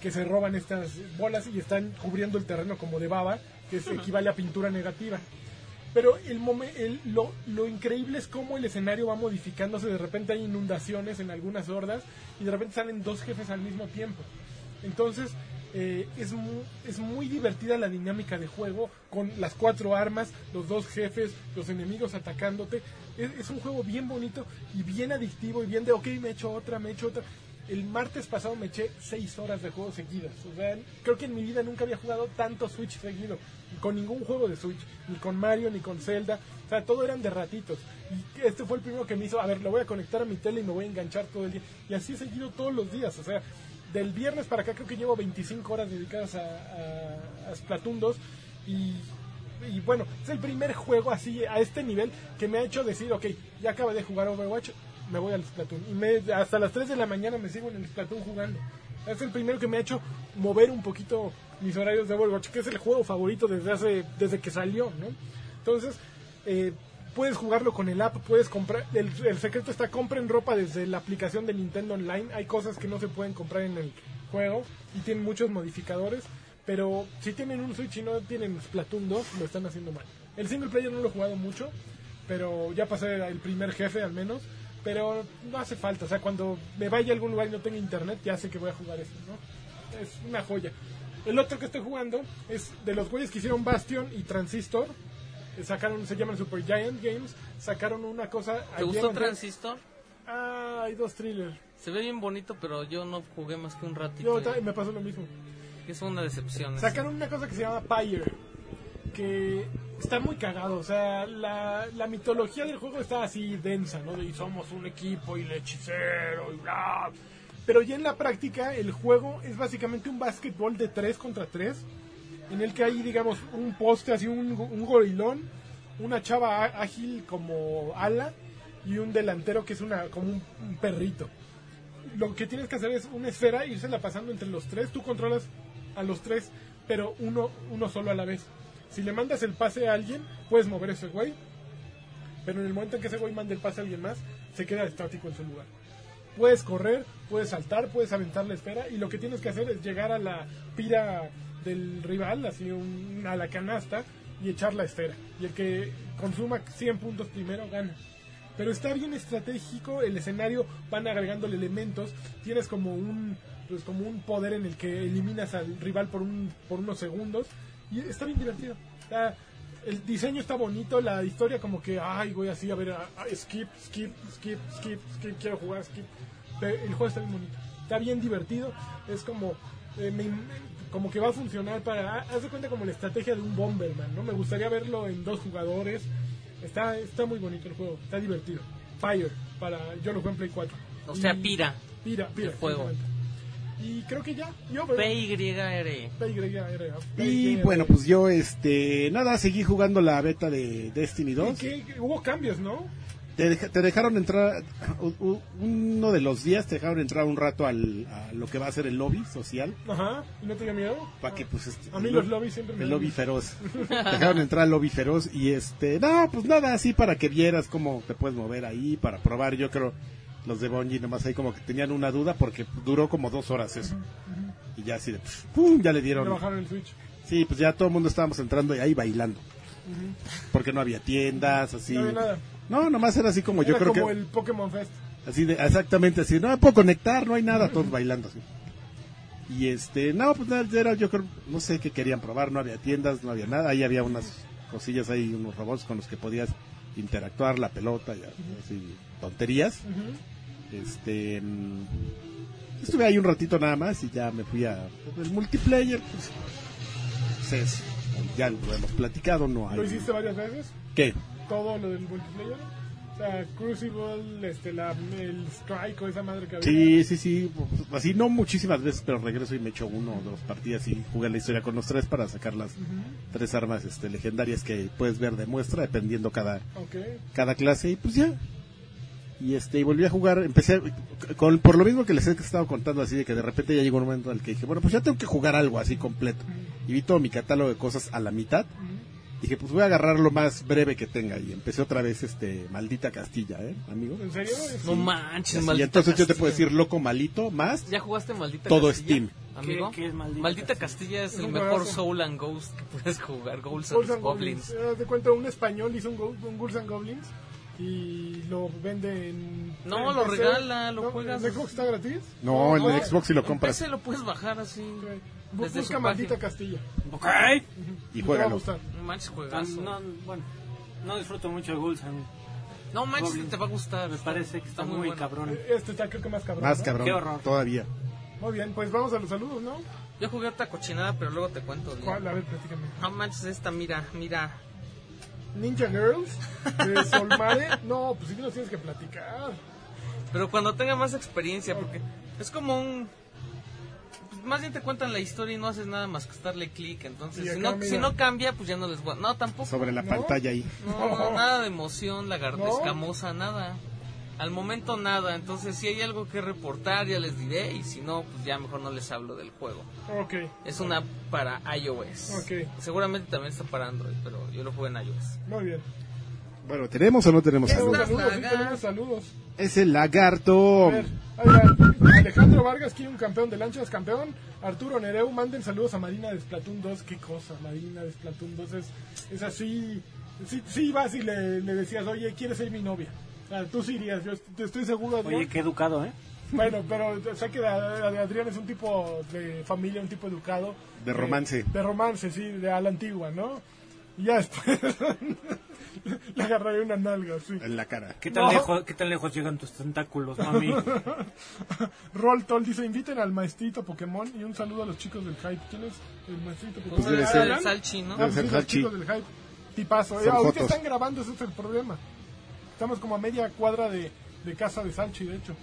que se roban estas bolas y están cubriendo el terreno como de baba, que es- equivale a pintura negativa. Pero el momen- el- lo, lo increíble es cómo el escenario va modificándose. De repente hay inundaciones en algunas hordas y de repente salen dos jefes al mismo tiempo. Entonces eh, es, mu- es muy divertida la dinámica de juego con las cuatro armas, los dos jefes, los enemigos atacándote. Es, es un juego bien bonito y bien adictivo y bien de, ok, me echo otra, me echo otra. El martes pasado me eché 6 horas de juegos seguidas. O sea, creo que en mi vida nunca había jugado tanto Switch seguido. Con ningún juego de Switch. Ni con Mario, ni con Zelda. O sea, todo eran de ratitos. Y este fue el primero que me hizo, a ver, lo voy a conectar a mi tele y me voy a enganchar todo el día. Y así he seguido todos los días. O sea, del viernes para acá creo que llevo 25 horas dedicadas a, a, a Splatoon 2. Y y bueno, es el primer juego así a este nivel que me ha hecho decir, ok, ya acabé de jugar Overwatch, me voy al Splatoon. Y me, hasta las 3 de la mañana me sigo en el Splatoon jugando. Es el primero que me ha hecho mover un poquito mis horarios de Overwatch, que es el juego favorito desde hace desde que salió, ¿no? Entonces, eh, puedes jugarlo con el app, puedes comprar. El, el secreto está: compren ropa desde la aplicación de Nintendo Online. Hay cosas que no se pueden comprar en el juego y tienen muchos modificadores. Pero si tienen un Switch y no tienen Splatoon 2, lo están haciendo mal. El single player no lo he jugado mucho, pero ya pasé el primer jefe al menos. Pero no hace falta, o sea, cuando me vaya a algún lugar y no tenga internet, ya sé que voy a jugar esto, ¿no? Es una joya. El otro que estoy jugando es de los güeyes que hicieron Bastion y Transistor, sacaron, se llaman Super Giant Games, sacaron una cosa
¿Te
ayer,
gustó
antier-
Transistor?
Ah, hay dos thrillers.
Se ve bien bonito, pero yo no jugué más que un
Yo
ratito.
ta-
y
me pasó lo mismo.
Es una decepción. eso.
Sacaron una cosa que se llama Pyre, que está muy cagado, o sea, la, la mitología del juego está así densa, ¿no? De, y somos un equipo y el hechicero y bla. Pero ya en la práctica el juego es básicamente un básquetbol de 3 contra 3, en el que hay, digamos, un poste así, un, go- un gorilón, una chava á- ágil como ala y un delantero que es una como un- un perrito lo que tienes que hacer es una esfera, la pasando entre los tres. Tú controlas a los tres, pero uno, uno solo a la vez. Si le mandas el pase a alguien, puedes mover a ese güey. Pero en el momento en que ese güey mande el pase a alguien más, se queda estático en su lugar. Puedes correr, puedes saltar, puedes aventar la esfera. Y lo que tienes que hacer es llegar a la pira del rival, así un- a la canasta, y echar la esfera. Y el que consuma 100 puntos primero gana pero está bien estratégico el escenario van agregándole elementos tienes como un pues como un poder en el que eliminas al rival por un por unos segundos y está bien divertido Está- el diseño está bonito la historia como que ay voy así a ver a- a- skip skip skip skip skip quiero jugar skip Pero el juego está bien bonito está bien divertido es como eh, me- me- como que va a funcionar para haz de cuenta como la estrategia de un bomberman no me gustaría verlo en dos jugadores Está, está muy bonito el juego, está divertido. Fire, para, yo lo juego en Play 4.
O
Y-
sea, pira.
Pira, pira.
el juego.
exactamente. Y creo que ya, yo pero-
PYR.
PYR,
Y
PYR.
bueno, pues yo, este, nada, seguí jugando la beta de Destiny
¿Y
2.
qué? Hubo cambios, ¿no?
Te, deja- te dejaron entrar, u- u- uno de los días te dejaron entrar un rato al, a lo que va a ser el lobby social.
Ajá, ¿y no te dio miedo? Ah,
Para que, pues, este,
A mí
el
los
lo-
lobbies siempre me
El
dan
lobby
miedo.
feroz. Te dejaron entrar al lobby feroz y este, no, pues nada, así para que vieras cómo te puedes mover ahí, para probar, yo creo, Los de Bungie nomás ahí como que tenían una duda porque duró como dos horas eso. Y ya así de pf, pum, ya le dieron.
Trabajaron el Switch.
Sí, pues ya todo el mundo estábamos entrando y ahí bailando. Porque no había tiendas, así.
No había nada.
No, nomás era así como yo
Era
creo
como
que.
el Pokémon Fest.
Así de, exactamente así, no puedo conectar, no hay nada, todos bailando así. Y este, no, pues nada, era, yo creo, no sé qué querían probar, no había tiendas, no había nada, ahí había unas cosillas ahí, unos robots con los que podías interactuar, la pelota, y así, tonterías. Este, mm, estuve ahí un ratito nada más y ya me fui a, el multiplayer, pues, pues es, ya lo hemos platicado, no
¿Lo
hay.
hiciste varias veces?
¿Qué?
Todo lo del multiplayer. O sea, Crucible, este, la, el Strike o esa madre que había.
Sí, sí, sí. Así no muchísimas veces, pero regreso y me echo uno o dos partidas y jugué la historia con los tres para sacar las tres armas este, legendarias que puedes ver de muestra dependiendo cada,
Ok.
cada clase y pues ya. Y este, y volví a jugar, empecé con, por lo mismo que les he estado contando así de que de repente ya llegó un momento en el que dije, bueno, pues ya tengo que jugar algo así completo. Y vi todo mi catálogo de cosas a la mitad. Dije, pues voy a agarrar lo más breve que tenga y empecé otra vez este maldita Castilla, ¿eh, amigo?
¿En serio?
No manches,
Así,
maldita
entonces yo te
Castilla.
puedo decir loco malito más.
¿Ya jugaste Maldita
Todo
Castilla?
Steam.
Amigo,
¿Qué- qué es Maldita
Maldita, Castilla? es
Es
el
un
mejor
juegazo.
Soul and Ghost que puedes jugar. Ghouls
Ghouls
and
and
Goblins.
Haz de cuenta, un español hizo un, go- un Ghouls and Goblins y lo vende en.
No,
en
lo
PC.
regala, lo juegas.
¿En Xbox está gratis?
No, el de
No,
Xbox si lo
en
compras
PC lo puedes bajar así.
Ok. Bu-
Desde
Busca
su
Maldita
página.
Castilla.
Ok.
y
Te va a
juégalo.
gustar.
No manches,
Ah,
juegazo.
no,
No,
bueno, no disfruto mucho de Ghouls and-
manches,
Goblin.
te va a gustar.
Me parece que está, muy,
bueno.
cabrón.
Este está creo que más cabrón.
Más
¿no?
cabrón,
Qué horror.
todavía.
Muy bien, pues vamos a los saludos, ¿no?
Yo jugué otra cochinada, pero luego te cuento. bien.
¿Cuál? A ver, platícame.
No manches, esta, mira, mira.
Ninja Girls de Solmare. No, pues sí nos tienes que platicar.
Pero cuando tenga más experiencia, porque es como un... pues, Más bien te cuentan la historia y no haces nada más que estarle clic,
Y
entonces
acá,
si no,
mira.
si no cambia, pues ya no les voy a... No, tampoco.
Sobre la
¿No?
pantalla ahí.
No, no, nada de emoción,
¿No?
lagartesca, moza, nada. Al momento nada, entonces si hay algo que reportar ya les diré y si no, pues ya mejor no les hablo del juego.
Ok.
Es una para iOS.
Ok.
Seguramente también está para Android, pero yo lo juego en iOS.
Muy bien.
Bueno, ¿tenemos o no tenemos
Tenemos
saludos?
Estás
saludos, sí,
lagar.
tenemos saludos.
Es el lagarto.
A ver, ahí va. Alejandro Vargas quiere un campeón de lanchas, campeón. Arturo Nereu, manden saludos a Marina de Splatoon 2. Qué cosa, Marina de Splatoon 2 es, es así. Sí, sí ibas y le, le decías, oye, ¿quieres ser mi novia? O sea, tú sí irías, yo est- te estoy seguro.
Oye,
Adrián.
qué educado, ¿eh?
Bueno, pero o sea que Ad- Ad- Adrián es un tipo de familia, un tipo educado.
De
Eh,
romance.
de romance, sí, de a la antigua, ¿no? Y ya después le agarraré una nalga, sí.
En la cara.
¿Qué tan,
No.
lejos, ¿Qué tan lejos llegan tus tentáculos, mami?
Roll Toll dice, inviten al maestrito Pokémon y un saludo a los chicos del hype. ¿Quién es el maestrito Pokémon?
Pues
debe
ah,
ser-
el Salchi, ¿no?
Ah, pues
ser
sí, los
Salchi.
chicos del hype. Tipazo. Eh,
Son
ahorita
jotos.
están grabando, ese es el problema. Estamos como a media cuadra de, de casa de Salchi, de hecho.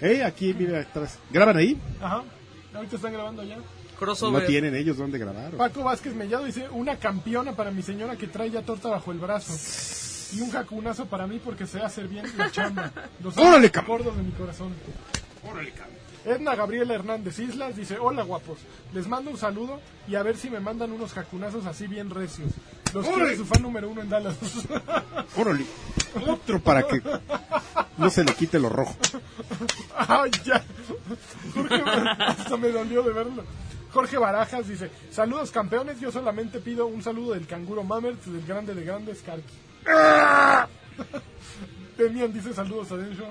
Eh, aquí, mira atrás. ¿Graban ahí?
Ajá. Ahorita están grabando allá.
Crossover.
No tienen ellos dónde grabar. ¿o?
Paco Vázquez Mellado dice, una campeona para mi señora que trae ya torta bajo el brazo. Y un jacunazo para mí porque sé hacer bien la chamba. Los amo,
¡Órale, cabrón!
gordos de mi corazón. Edna Gabriela Hernández Islas dice, hola guapos, les mando un saludo y a ver si me mandan unos jacunazos así bien recios. Los quiere su fan número uno en Dallas.
Órale. Otro para que no se le quite lo rojo.
¡Ay, ya! Jorge, hasta me dolió de verlo. Jorge Barajas dice, saludos campeones, yo solamente pido un saludo del canguro Mammers, del grande de grandes, Karki. Demian dice saludos a Densho.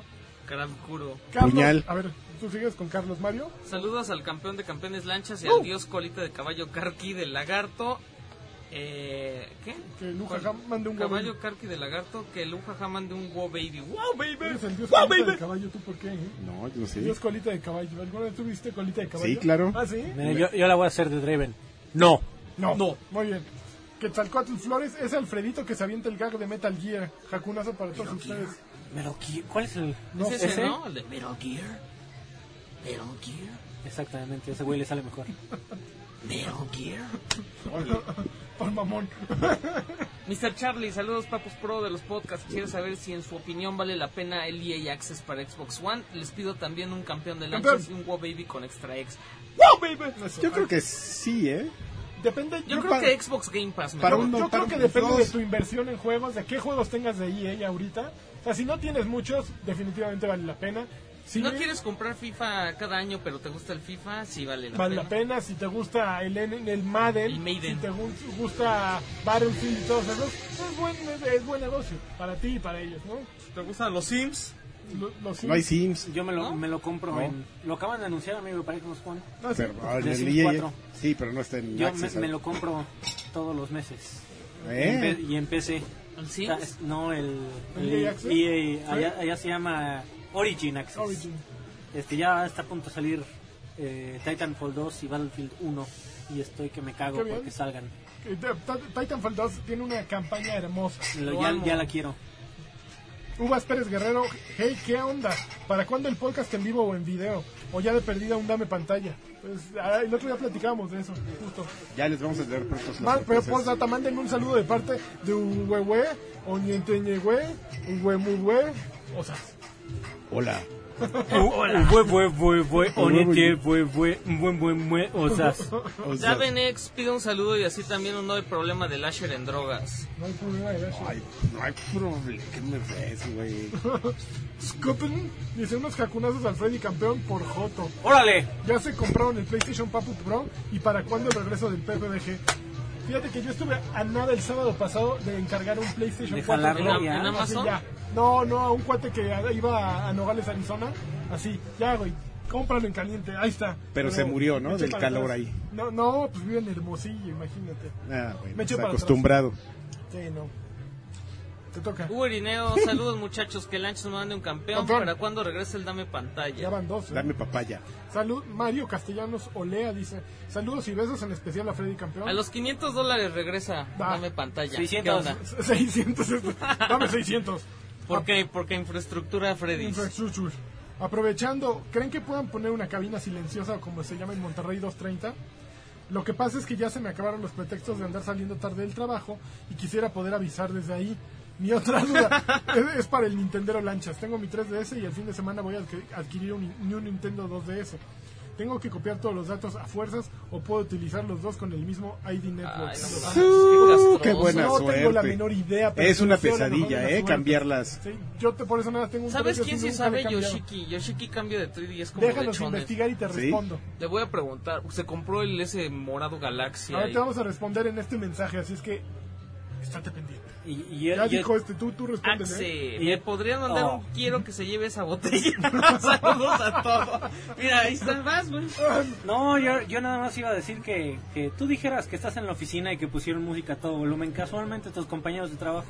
Caracuro.
Carlos,
Puñal.
A ver, ¿tú sigues con Carlos Mario?
Saludos al campeón de campeones lanchas y
Uh.
al dios colita de caballo Karki del lagarto. Eh, ¿Qué?
Que Luja Jam mande un
Caballo Karki del lagarto que Luja Jaman de un wow baby. ¡Wow!
¡Wow, baby! Eres el dios colita de caballo, ¿tú por qué? eh?
No, yo no sé.
Dios colita de caballo. ¿Alguna vez tuviste colita de caballo?
Sí, claro.
¿Ah, sí?
Mira, yo, yo la voy a hacer de Draven. No.
No. Muy bien. Quetzalcoatl Flores es Alfredito que se avienta el gag de Metal Gear. Jacunazo para todos ustedes.
Pero, ¿qui- ¿cuál es el...?
No,
¿Es ese,
ese?
no? El de Metal Gear. Metal Gear.
Exactamente, ese güey le sale mejor.
Metal Gear.
Por mamón.
Mr. Charlie, saludos Papus Pro de los podcasts. Quiero saber si en su opinión vale la pena el EA Access para Xbox One. Les pido también un campeón de
Campeón.
lanchas y un wow baby con extra X.
¡Wow, baby!
Yo creo que sí, ¿eh?
Depende.
Yo
Yo
creo
para-
que Xbox Game Pass. me
para
lo-
un- para
yo creo que
un-
depende
dos.
de tu inversión en juegos, de qué juegos tengas de EA E ahorita. sea, si no tienes muchos, definitivamente vale la pena. Si
no
bien-
quieres comprar FIFA cada año, pero te gusta el FIFA, sí vale la
Vale
pena.
la pena si te gusta el, N- el Madden,
El Maiden.
si te gu- gusta Battlefield y todos esos, pues, es buen, es, es buen negocio para ti y para ellos, ¿no?
¿Te gustan los Sims?
Lo- los
No hay
Sims.
Sims.
Yo me lo,
¿No?
me lo compro.
No.
en- lo acaban de anunciar, amigo, para Xbox One.
pero- ah, en
De
el
Sims
EA.
cuatro.
Sí, pero no está en
Yo me,
Access,
me
¿eh?
lo compro todos los meses. Y en
¿Eh?
P- Y en PC.
¿El Sims?
Está- Ah, es- No, el,
¿El
el
EA Access?
EA, allá, allá se llama Origin Access.
Origin.
Este, ya está a punto de salir eh, Titanfall 2 y Battlefield 1. Y estoy que me
Qué
cago
bien.
porque salgan.
Eh, Ta- Ta- Titanfall 2 tiene una campaña hermosa.
Lo-
Lo
ya,
amo.
ya la quiero.
Uvas Pérez Guerrero, hey, ¿qué onda? ¿Para cuándo el podcast en vivo o en video? O ya de perdida un dame pantalla. Pues, ah, el otro día platicáamos de eso, justo.
Ya les vamos a dar pronto las
Ma- pero
sorpresas.
postdata, manden un saludo de parte de Uhuehue, Oñenteñehue, Uhuemuhue, o sea,
Hola.
Onete, bue, bue, bue, bue, bue, osas.
O sea,
Davenex pide un saludo y así también un nuevo problema del Asher en drogas.
no hay problema de eso.
ay, no hay problema. ¿Qué me ves, güey?
Scopen dice unos jacunazos al Freddy campeón por Joto.
¡Órale!
Ya se compraron el PlayStation Papu Pro y para cuándo el regreso del PPBG. Fíjate que yo estuve a nada el sábado pasado de encargar un PlayStation
De
4
jalarlo
Pro.
ya.
¿En
Así
Amazon?
ya. No, no, a un cuate que a- iba a- a Nogales, Arizona. Así, ya, güey. Cómpralo en caliente, ahí está.
Pero se murió, ¿no?
me eché
Del
para
calor
atrás.
ahí.
No, no, pues vive en Hermosillo, imagínate.
Ah, bueno,
Me
está
echo para atrás.
acostumbrado.
Sí, no. Te toca.
Hugo Irineo, saludos muchachos, que el ancho nos mande un campeón.
Campeón.
¿Para cuándo regresa el Dame
Ya
Pantalla?
van dos. ¿eh?
Dame papaya.
Salud, Mario Castellanos Olea dice: Saludos y besos en especial a Freddy Campeón.
A los 500 dólares regresa
Va.
Dame Pantalla.
600.
¿Qué onda?
600. esto. Dame 600.
¿Por qué? Porque infraestructura Freddy's.
Infrastructure. Aprovechando, ¿creen que puedan poner una cabina silenciosa o como se llama en Monterrey 230? Lo que pasa es que ya se me acabaron los pretextos de andar saliendo tarde del trabajo y quisiera poder avisar desde ahí. Mi otra duda es, es para el Nintendo Lanchas. Tengo mi 3DS y el fin de semana voy a adqui- adquirir un, ni- un Nintendo 2DS. ¿Tengo que copiar todos los datos a fuerzas o puedo utilizar los dos con el mismo ID Network?
Ay, no
Los
mames,
amo.
Uh,
qué
qué
castroso.
buena
Pues, no
suerte.
tengo la menor idea. pero
es una
deseo la mejor de
pesadilla,
las
¿eh?
suertes.
Cambiarlas.
Sí, yo te, por eso nada más tengo un
¿Sabes
precio
quién
así,
sí
nunca le
sabe
he cambiado.
Yoshiki? Yoshiki cambio de 3D y es como de
Déjanos
chones.
investigar y te
Sí.
respondo.
Le voy a preguntar, se compró el ese morado galaxia.
Ahora
y-
Ah, te vamos a responder en este mensaje, así es que estate pendiente.
Y, y,
Ya
y-
dijo este, tú, tú respondes. ¿eh?
Axe, me podrían mandar
Oh.
un quiero que se lleve esa botella. Saludos a todos. Mira, ahí están más, güey.
No, yo, yo nada más iba a decir que, que tú dijeras que estás en la oficina y que pusieron música a todo volumen casualmente tus compañeros de trabajo.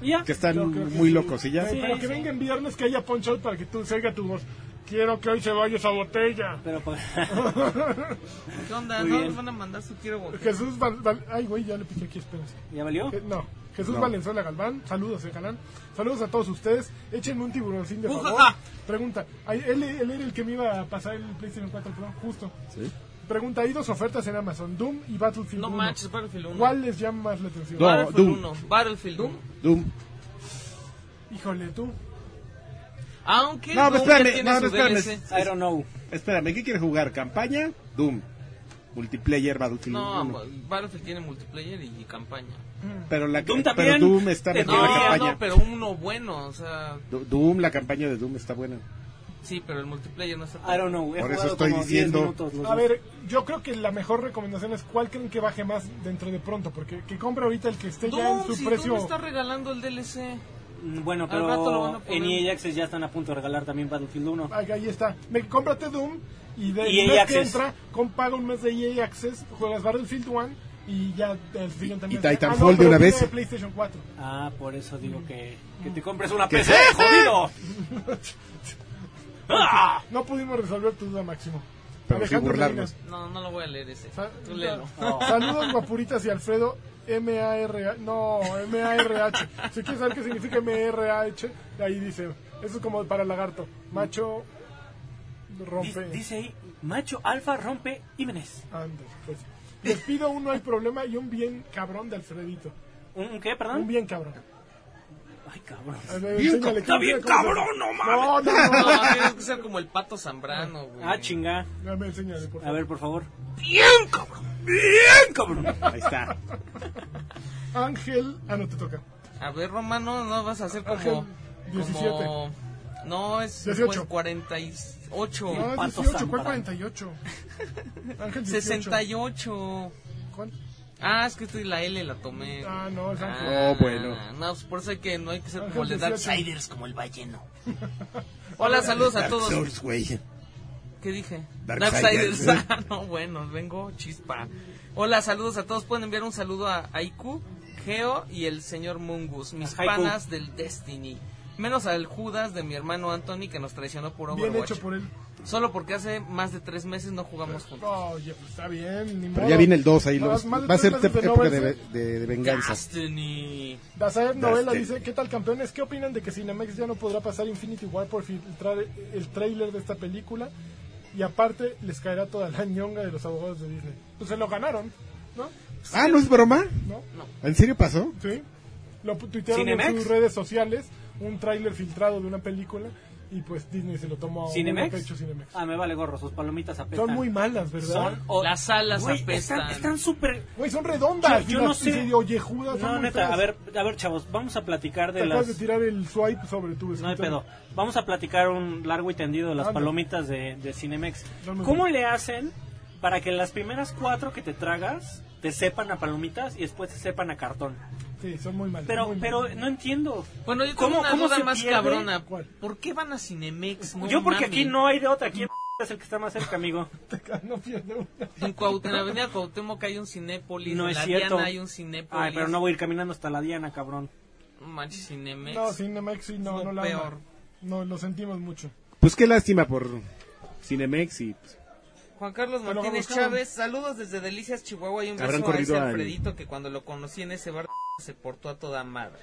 Y ya.
Que están
Yo creo que
muy
sí.
locos, ¿y ya?
Ay, pero que
sí.
venga en viernes que haya punch out para que tú salga tu voz. Quiero que hoy se vaya esa botella.
Pero pues,
¿Qué onda?
Muy
¿No
bien.
nos van a mandar su quiero botella?
Jesús Val- Val- Ay, güey, ya le piqué aquí, espérense.
ya valió.
Eh, No. Jesús
No.
Valenzuela Galván, saludos, eh, Galán. Saludos a todos ustedes. Échenme un tiburoncín de favor.
Ujaja.
Pregunta, ay, él, él era el que me iba a pasar el PlayStation 4 Pro, justo. Pregunta, hay dos ofertas en Amazon, Doom y Battlefield
No
1.
manches, Battlefield 1.
¿Cuál les llama más la atención?
No.
Battlefield
Doom.
1. Battlefield 1.
Doom.
Híjole, tú.
Aunque
No, pero
Doom ya
espérame,
tiene
no,
su
pero espérame.
DLC.
I don't know.
Espérame, ¿qué quieres jugar? ¿Campaña? Doom. Multiplayer Battlefield.
No, pues.
uno.
Battlefield tiene multiplayer y campaña.
Pero, la,
Doom
pero
también.
Doom está
En
mejor
No,
la
teoría,
campaña.
no, pero uno bueno, o sea,
Do- Doom, la campaña de Doom está buena.
sí, pero el multiplayer no está tan-
I don't know. He
Por eso
jugado
estoy
como 10
diciendo-
minutos los
A
dos.
ver, yo creo que la mejor recomendación es cuál creen que baje más dentro de pronto, porque que compre ahorita el que esté ya en
Doom,
su
si
precio.
Doom está regalando el DLC.
Mm, Bueno,
Al rato lo van
pero
a poner.
en EA Access ya están a punto de regalar también Battlefield 1.
Ahí, ahí está. Me, cómprate Doom y de
EA
el mes que
Access.
entra, con, paga un mes de EA Access, juegas Battlefield 1 y ya el siguiente
Y-
mes.
y Titanfall de
pero
una
viene
vez.
de PlayStation 4.
Ah, por eso digo que, que te compres una
¿Qué
PC,
es eso?
jodido. Ah.
No pudimos resolver tu duda, Máximo.
Pero sí burlarnos.
Medina,
No, no lo voy a leer ese.
Sa-
Tú léelo.
Saludos guapuritas y Alfredo MARH. No, MARH. Si quieres saber qué significa MRH, ahí dice. Eso es como para lagarto. Macho rompe.
Dice- Dice ahí, macho alfa rompe Imenes.
Ande, pues. Les pido un no hay problema y un bien cabrón de Alfredito.
¿Un, un qué,
Un
perdón?
bien cabrón.
Ay, cabrón.
A ver, enséñale,
Está bien
enséñale cómo se-
cabrón, no
No,
mames.
no, no.
No, tienes que ser como el pato Zambrano, güey.
Ah, chinga.
Dame, enséñale,
A
por favor.
ver, por favor. Bien, cabrón. Bien, cabrón.
Ahí está.
Ángel. Ah, no te toca.
A ver, Romano, no vas a hacer como
Ángel.
como... No, es
18.
48.
No, es
¿Cuántos
18,
están
¿cuál
para-
48? Ángel 18.
68.
¿Cuál?
Ah, es que estoy la L, la tomé.
Ah, no, es Ángel.
Ah. Oh, bueno.
No, pues por eso hay que no hay que ser
Ángel
como les da
18.
Outsiders, como el balleno. Hola, saludos a
Dark
todos.
Souls, güey.
¿Qué dije?
Darksiders.
Darksiders. Ah, no, bueno, vengo chispa. Hola, saludos a todos. Pueden enviar un saludo a Aiku, Geo y el señor Mungus, mis
A Haiku.
panas del Destiny. Menos al Judas de mi hermano Anthony que nos traicionó por
Bien
Overwatch.
hecho por él.
Solo porque hace más de tres meses no jugamos juntos.
Oh.
Oye, pues está bien. Ni
Pero
modo.
ya viene el 2 ahí.
No,
los-
más de
va a ser
tres meses de no
época de,
verse.
de- de venganza.
Destiny.
Dazaev Novela
Dazaev.
dice, ¿qué tal campeones? ¿Qué opinan de que Cinemax ya no podrá pasar Infinity War por filtrar el tráiler de esta película? Y aparte, les caerá toda la ñonga de los abogados de Disney. Pues se lo ganaron, ¿no?
Ah, ¿no es broma?
¿No?
¿En serio pasó?
Sí. Lo pu- tuitearon en
¿Cinemex?
sus redes sociales, un tráiler filtrado de una película, y pues Disney se lo tomó
¿Cinemex?
a pecho Cinemex.
Ah, me vale gorro, sus palomitas apestan.
Son muy malas, ¿verdad?
Son o-
Las alas
Oh, Güey,
apestan.
están- Están súper...
Güey, son redondas.
Yo- yo
y las-
no sé.
y se- Oye, Judas, son
No,
muy
neta,
feas.
a ver, a ver, chavos, vamos a platicar
Te
de
acabas de
las...
tirar el swipe sobre tu
No hay
escritorio.
pedo. Vamos a platicar un largo y tendido de las
Ande.
palomitas de, de Cinemex.
No me
¿Cómo
gusta.
le hacen para que las primeras cuatro que te tragas te sepan a palomitas y después te sepan a cartón?
Sí, son muy malas.
Pero,
muy
pero
malas.
no entiendo.
Bueno, yo tengo
¿Cómo-
una
cómo
duda
se
más
pierde?
cabrona.
¿Cuál?
¿Por qué van a Cinemex? No
Yo porque
mames.
aquí no hay de otra. ¿Quién es el que está más cerca, amigo?
no pierde una.
En, Cuaut- en la avenida Cuauhtémoc hay un Cinépolis.
No
en
es
la
cierto.
Diana hay un Cinépolis.
Ay, pero no voy a ir caminando hasta la Diana, cabrón.
No manches, Cinemex.
No, Cinemex sí, no,
Es
no
lo
la
peor.
ama. No, lo sentimos mucho.
Pues qué lástima por Cinemex y... pues,
Juan Carlos
Pero lo
Martínez
buscaron.
Chávez, saludos desde Delicias, Chihuahua. Y un
Habrán
beso a ese
corrido al-
Alfredito que cuando lo conocí en ese bar se portó a toda madre.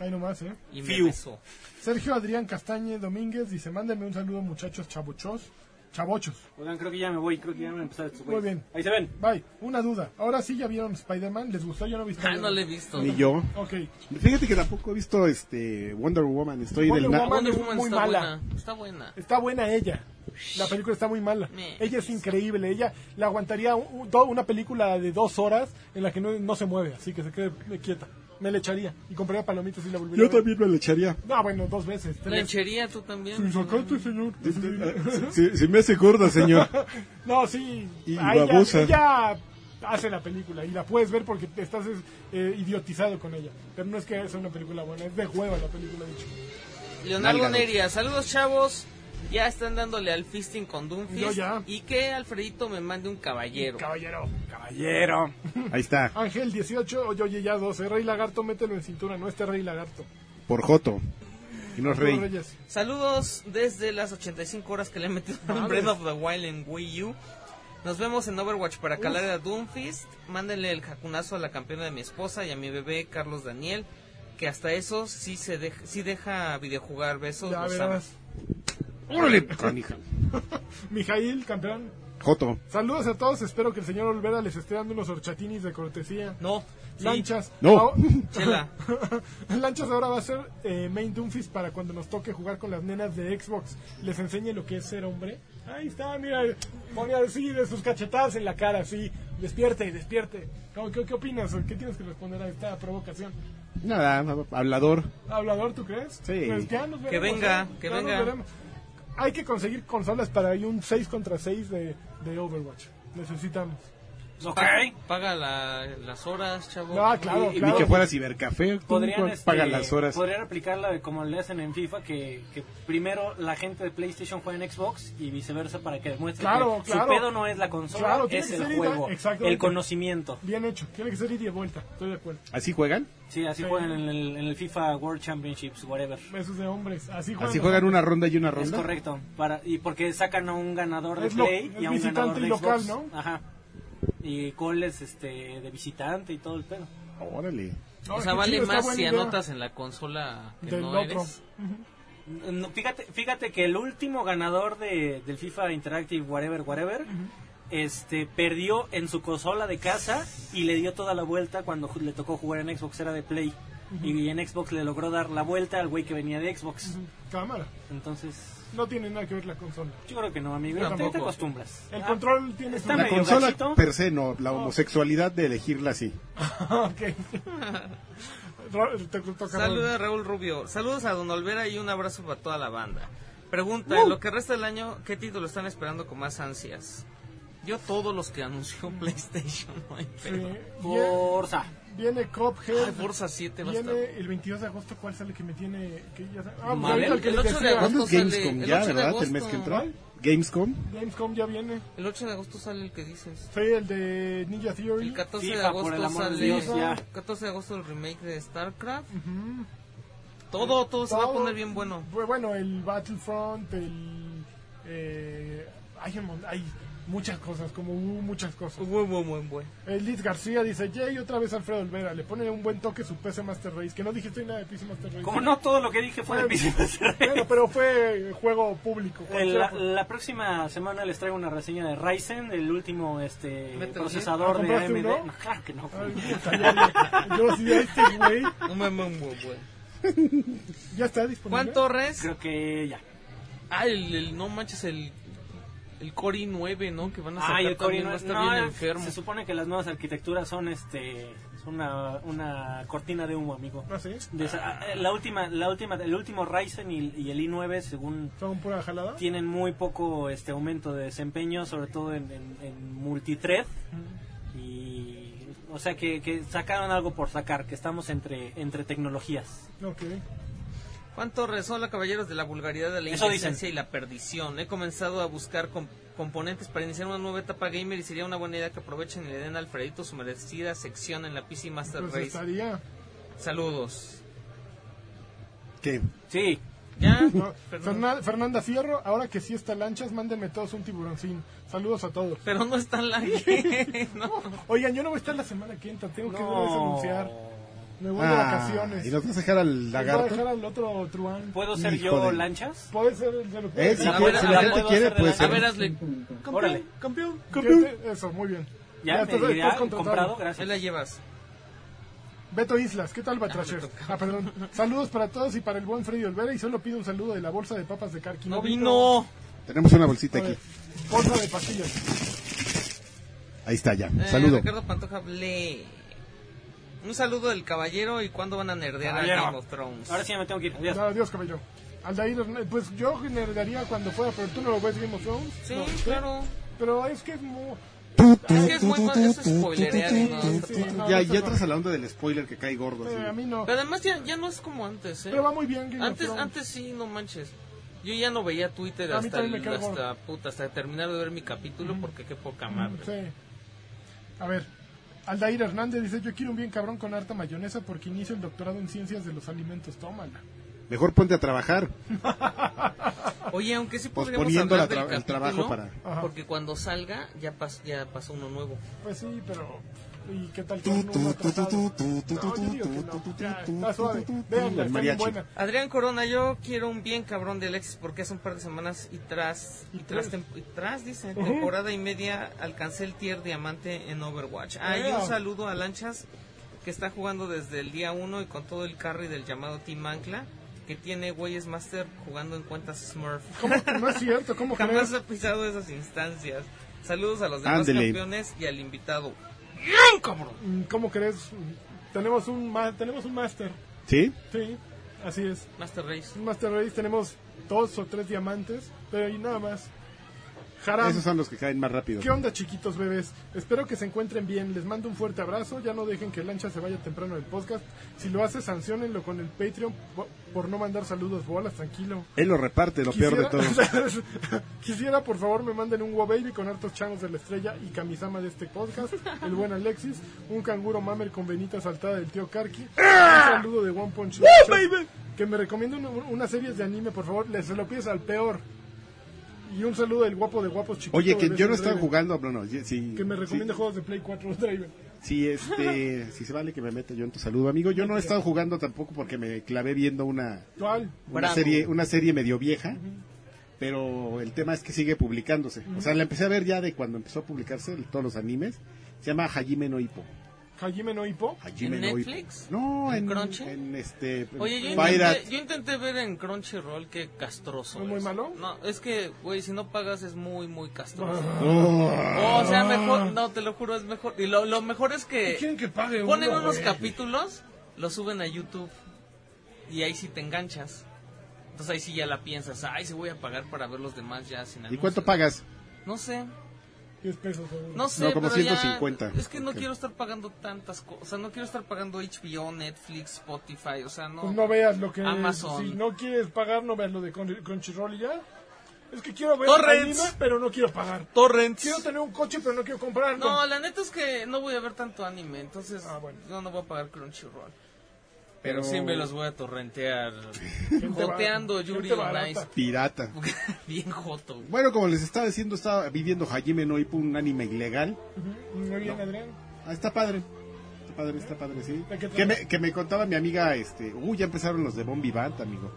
Ahí nomás, ¿eh?
Y
Fiu.
me besó.
Sergio Adrián Castañe Domínguez dice, mándenme un saludo muchachos chabochos. Chabochos.
Oigan, creo que ya me voy, creo que ya van a empezar estos
Muy
güeyes.
bien.
Ahí se ven.
Bye. Una duda. Ahora sí ya vieron Spider-Man. ¿Les gustó? Yo no vi
Ah,
Spider-Man.
no le he visto.
Ni yo.
Ok.
Fíjate que tampoco he visto este Wonder Woman. Estoy
Wonder
del... na-
Woman.
Wonder
es
Woman
muy
está
mala. Este
buena. Está buena.
Está buena ella. La película está muy mala.
Me-
Ella es increíble. Ella la aguantaría u- u- toda una película de dos horas en la que no, no se mueve. Así que se quede quieta. Me le echaría. Y compraría palomitas y la volvería
Yo
a ver.
también me la echaría.
No, bueno, dos veces. Tres.
Lechería, tú también.
Sí, sacate, señor.
Se, se me hace gorda, señor.
No, sí.
Y
a ella,
babosa.
ella hace la película y la puedes ver porque te estás es, eh, idiotizado con ella. Pero no es que sea una película buena, es de hueva la película, dicho.
Leonardo
Nálgalo.
Neria, saludos chavos. Ya están dándole al fisting con
Yo
Doomfist.
ya.
Y que Alfredito me mande un caballero.
Caballero.
Caballero.
Ahí está,
Ángel 18, oye, oye, ya 12. Rey Lagarto, mételo en cintura, no este Rey Lagarto.
por Joto. Y no es
No,
rey.
Reyes.
Saludos desde las 85 horas que le he metido a
Madres.
Breath of the Wild en Wii U. Nos vemos en Overwatch para calar a Doomfist. Mándenle el jacunazo a la campeona de mi esposa y a mi bebé Carlos Daniel. Que hasta eso sí, se deja, sí deja videojugar. Besos.
Ya
los
verás.
Órale, canija.
Mijail, campeón.
Joto.
Saludos a todos, espero que el señor Olvera les esté dando unos horchatinis de cortesía.
amo. No. sí.
Lanchas.
No.
Ahora-
Chela.
Lanchas ahora va a ser eh, main Doomfist para cuando nos toque jugar con las nenas de Xbox. Les enseñe lo que es ser hombre. Ahí está, mira, ponía así de sus cachetadas en la cara, así. Despierte, despierte. ¿Cómo- ¿Qué, qué opinas? ¿Qué tienes que responder a esta provocación?
Nada, hablador.
¿Hablador, tú crees?
Sí.
Pues ya nos
Que
veremos,
venga,
¿eh?
que
Ya nos
venga.
veremos. Hay que conseguir consolas para ir un 6 contra 6 de, de Overwatch. Necesitamos.
Ok.
Paga, paga la- las horas, chavo.
Ah, claro,
Y- y
Ni
claro.
que fuera cibercafé. tú
Podrían,
pa- Paga
este,
las horas.
podrían aplicarla de como le hacen en FIFA, que, que primero la gente de PlayStation juega en Xbox y viceversa para que demuestre
Claro,
que
claro.
su pedo no es la consola,
Claro, tiene
es
que
el
ser ida-
juego,
exactamente.
el conocimiento.
Bien hecho. Tiene que ser ida y de vuelta. Estoy de acuerdo.
¿Así juegan?
Sí, así
Sí.
juegan en el, en el FIFA World Championships, whatever.
Besos de hombres. Así juegan.
¿Así juegan una ronda y una
Es
ronda?
correcto, para, y porque sacan a un ganador de
Es lo-
Play
es
y a un
visitante
ganador de
y local,
Xbox.
¿no?
Ajá. Y goles este, de visitante y todo el pedo.
Órale.
No,
O sea,
qué
vale
chido, está
más
buena
si
idea
anotas en la consola que
del
no
otro.
eres.
Mm, No, fíjate, fíjate que el último ganador de, del FIFA Interactive Whatever Whatever este, perdió en su consola de casa y le dio toda la vuelta cuando ju- le tocó jugar en Xbox, era de Play. Y en Xbox le logró dar la vuelta al güey que venía de Xbox.
Cámara.
Entonces,
No tiene nada que ver la consola.
yo creo que no, amigo.
Yo
te- Te,
tampoco.
acostumbras.
El
Ah,
control tiene su...
Está
La
medio
consola
gachito.
per se no, la homosexualidad de elegirla así.
ok. Ro- te toca,
Saluda
Raúl.
a Raúl Rubio. Saludos a Don Olvera y un abrazo para toda la banda. Pregunta,
Uh.
en lo que resta del año, ¿qué título están esperando con más ansias? Yo todos los que anunció PlayStation, no hay
Sí.
pedo.
Vie-
Forza.
Viene Cophead.
Ay, Forza 7 va a estar.
Viene el 22 de agosto. ¿Cuál sale que me tiene? Que ya sa- ah, pues
Mabel,
ahorita el que
el
les
8 de
decía.
agosto.
¿Cuándo es Gamescom?
sale el
Ya,
8 de
¿verdad? El mes
agosto.
que entra. Gamescom.
Gamescom ya viene.
El 8 de agosto sale el que dices.
Sí, el de Ninja Theory.
El 14 de
FIFA, por el
agosto
amor de
sale.
Dios, ya.
14 de agosto el remake de StarCraft.
Ujú.
Todo, todo se va a
Todo.
poner bien bueno.
Bu- Bueno, el Battlefront, el... eh, hay, un mon- hay muchas cosas, como hubo muchas cosas.
Buen, buen, buen, buen.
El Liz García dice, Jay, otra vez Alfredo Olvera, le pone un buen toque su PC Master Race, que no dijiste nada de PC Master Race.
Como no todo lo que dije fue de mis
Bueno, pero fue juego público. cualquiera
La,
fue.
la próxima semana les traigo una reseña de Ryzen, el último este
Metal Gear.
procesador de
¿Compraste
AMD.
uno?
No, claro que no.
Ay, puta, ya le- Yo sí, a este güey,
Un buen, buen, buen, buen.
ya está disponible.
Juan Torres.
Creo que ya.
Ah, el, el- no manches, el, el Cori 9, ¿no? Que van a sacar
Ay, Ah, el
también,
Core
va a
no,
estar
no,
bien
eh,
enfermo.
se supone que las nuevas arquitecturas son este es una, una cortina de humo, amigo.
Ah, sí,
De esa- eh, la última, la última, el último Ryzen y, y el i9 según
son pura jalada.
tienen muy poco este aumento de desempeño, sobre todo en, en, en multithread. Y, o sea que, que sacaron algo por sacar, que estamos entre, entre tecnologías.
Ok.
Juan Torres, hola caballeros de la vulgaridad de la
Eso
indecencia
dicen.
y la perdición. He comenzado a buscar com- componentes para iniciar una nueva etapa gamer y sería una buena idea que aprovechen y le den a Alfredito su merecida sección en la PC Master
Pues
Race.
estaría.
Saludos.
¿Qué?
Sí,
¿Ya?
No,
Perdón.
Fernan- Ah, Fernanda Fierro, ahora que sí está lanchas, mándenme todos un tiburoncín. Saludos a todos.
Pero no es tan lague, ¿no?
Oigan, yo no voy a estar la semana que entra, tengo que
No.
volverles a anunciar. Me voy de
Ah,
vacaciones.
¿Y nos vas a dejar al
Les Voy a dejar
lagarto?
al otro truán.
¿Puedo ser
Hijo
yo
de-
lanchas?
Puede ser el de los
Eh, si
La
quieres, si
buena-
la
la
gente
buena-
quiere, puede
A
ser.
ver, hazle.
Órale.
Campeón,
campeón.
Eso, muy bien.
Ya,
Ya,
me
entonces,
dirá,
estás contratado.
comprado,
Ahí
gracias.
la llevas.
Beto Islas, ¿qué tal Batracher?
me tocó.
Ah, perdón. Saludos para todos y para el buen Freddy Olvera y solo pido un saludo de la bolsa de papas de Carqui.
No vino.
Tenemos una bolsita
A
aquí.
ver, Bolsa de pastillas.
Ahí está ya.
Eh,
Saludo.
Ricardo Pantoja, ble. Un saludo del caballero y cuándo van a nerdear a
Caballero.
Game of Thrones.
Ahora sí ya me tengo que ir. Adiós.
Ya, Adiós, cabello. Aldair, Hernán- pues yo generaría cuando fuera, pero tú no lo ves Game of Thrones.
Sí,
No,
claro.
Pero es que es muy...
Es que es muy mal, eso es spoilerear y no-
Sí, no,
Ya,
no se
ya
va.
entras a la onda del spoiler que cae gordo. así.
Eh, a mí no.
Pero además ya, ya no es como antes, ¿eh?
Pero va muy bien Game
Antes,
of Thrones.
antes sí, no manches. Yo ya no veía Twitter
A mí
hasta,
también
el-
me cae gordo.
hasta, puta, hasta terminar de ver mi capítulo porque qué poca madre.
Sí. A ver, Aldair Hernández dice, yo quiero un bien cabrón con harta mayonesa porque inicio el doctorado en ciencias de los alimentos, tómala.
Mejor ponte a trabajar.
Oye, aunque sí podríamos
Posponiendo
hablar
la
del
tra- el trabajo
capítulo,
para-
Ajá.
porque cuando salga ya, pas- ya pasó uno nuevo.
Pues sí, pero... ¿Y qué tal con uno atrasado? No, yo digo que no. Ya, está suave. Véanla,
El
está bien
mariachi.
buena.
Alejandro. Adrián Corona, yo quiero un bien cabrón de Alexis porque hace un par de semanas y tras, y tras, tem- y tras dice, temporada y media alcancé el tier diamante en Overwatch. Ah, y
Yeah.
un saludo a Lanchas que está jugando desde el día 1 y con todo el carry del llamado Team Ancla que tiene güeyes Master jugando en cuentas Smurf.
No es cierto, ¿cómo
Jamás
crees?
ha pisado esas instancias. Saludos a los demás
Ándele.
campeones y al invitado.
Mm, ¿Cómo crees? Mm, Tenemos un, ma- tenemos un máster.
¿Sí?
Sí, así es.
Master Race.
Un máster race tenemos dos o tres diamantes, pero ahí nada más. Haram.
Esos son los que caen más rápido.
¿Qué onda, chiquitos bebés? Espero que se encuentren bien. Les mando un fuerte abrazo. Ya no dejen que Lancha se vaya temprano del podcast. Si lo hace, sancionenlo con el Patreon po- por no mandar saludos. Bolas, tranquilo.
Él lo reparte, lo peor de todo.
Quisiera, por favor, me manden un Wo Baby con hartos changos de la estrella y camisama de este podcast. El buen Alexis. Un canguro mamer con venita saltada del tío Karki. Un saludo de One Punch Man. Que me recomienden una- unas series de anime, por favor. Les se lo pides al peor. Y un saludo del guapo de guapos chicos.
Oye, que yo no estaba jugando. No, no, sí,
Que me
sí,
recomiende juegos de Play 4 Driver.
Sí, este, si se vale que me meta yo en tu saludo, amigo. Yo no he estado jugando tampoco porque me clavé viendo una,
¿Cuál?
una
Bravo.
serie, una serie medio vieja, pero el tema es que sigue publicándose. O sea, la empecé a ver ya de cuando empezó a publicarse todos los animes. Se llama Hajime no Ippo.
Hajime no Hippo.
Hajime
¿En
no
Netflix?
Ippo. No,
¿En
en,
Crunchy?
en este
Oye, yo
Pirate.
intenté, yo intenté ver en Crunchyroll que castroso.
¿Muy
es.
malo?
No, es que, güey, si no pagas es muy, muy castroso.
Oh,
o sea, mejor, no, te lo juro, es mejor. Y lo, lo mejor es que
Quieren que pague
Eh, ponen
uno,
unos
güey?
capítulos lo suben a YouTube y ahí sí te enganchas. Entonces ahí sí ya la piensas, ay, se voy a pagar para ver los demás ya sin
¿Y
anuncios".
cuánto pagas?
No sé,
10 pesos seguro.
no sé,
No, como
pero ya-
150.
es que no
Ok.
quiero estar pagando tantas cosas, o sea, no quiero estar pagando HBO, Netflix, Spotify, o sea, no.
Pues no veas lo que.
Amazon.
Si no quieres pagar, no veas lo de Con- Crunchyroll y ya. Es que quiero ver
Torrents.
anime, pero no quiero pagar.
Torrents.
Quiero tener un coche, pero no quiero comprarlo.
No, la neta es que no voy a ver tanto anime, entonces
Ah, bueno.
yo no voy a pagar Crunchyroll.
Pero-
Pero, sí me los voy a torrentear.
Gente
Joteando
barata,
Yuri
gente
on
barata.
Ice.
Pirata.
Bien joto. güey.
Bueno, como les estaba diciendo, estaba viviendo Hajime no Ippo, un anime ilegal.
Ujú, Muy bien, Adrián.
Ah, está padre. Está padre, está padre, sí.
¿De qué trata?
Que me, que me contaba mi amiga, este, uy, ya empezaron los de Bombi Band, amigo.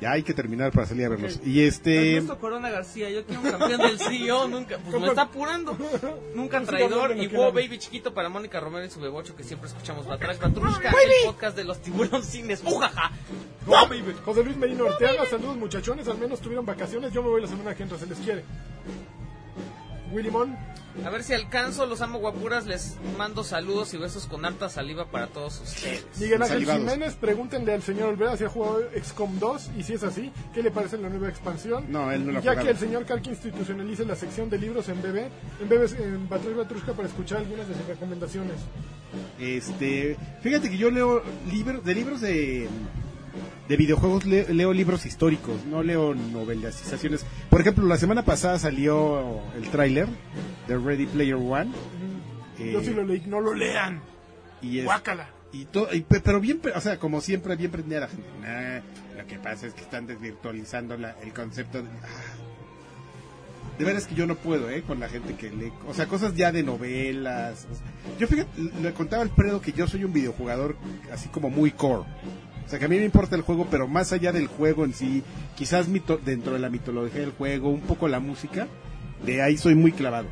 Ya hay que terminar para salir a verlos.
Ok.
Y este,
Ernesto Corona García, yo quiero un campeón del CEO, nunca, pues me está apurando. Nunca
Sí,
traidor
no,
y
no, no,
wow
no.
baby chiquito para Mónica Romero y su bebocho que siempre escuchamos Batrash Batrushka, el podcast de los tiburoncines. ¡Ujaja!
Go, baby. José Luis Medina Ortega, saludos muchachones, al menos tuvieron vacaciones, yo me voy la semana que entra, se les quiere. Willy Mon,
A ver si alcanzo, los amo guapuras, les mando saludos y besos con harta saliva para todos ustedes.
Miguel Ángel
Salivados.
Jiménez, pregúntenle al señor Olvera si ha jugado XCOM 2 y si es así, ¿qué le parece la nueva expansión?
No, él no la ha
Ya
jugado.
que el señor Karki institucionalice la sección de libros en BB, en BB, en Batrash Batrushka para escuchar algunas de sus recomendaciones.
este, fíjate que yo leo libros, de libros de, de videojuegos, le- leo libros históricos, no leo novelizaciones. Por ejemplo, la semana pasada salió el tráiler de Ready Player One.
Yo
Eh,
sí lo leí, no lo lean,
y es-
guácala.
Y to- y pe- pero bien, pe- o sea, como siempre, bien prendida la gente. Nah, lo que pasa es que están desvirtualizando la- el concepto. De, Ah. De veras que yo no puedo, ¿eh? Con la gente que lee. O sea, cosas ya de novelas. o sea. Yo fíjate, le contaba al Alfredo que yo soy un videojugador así como muy core. O sea, que a mí me importa el juego, pero más allá del juego en sí, quizás mito- dentro de la mitología del juego, un poco la música, de ahí soy muy clavado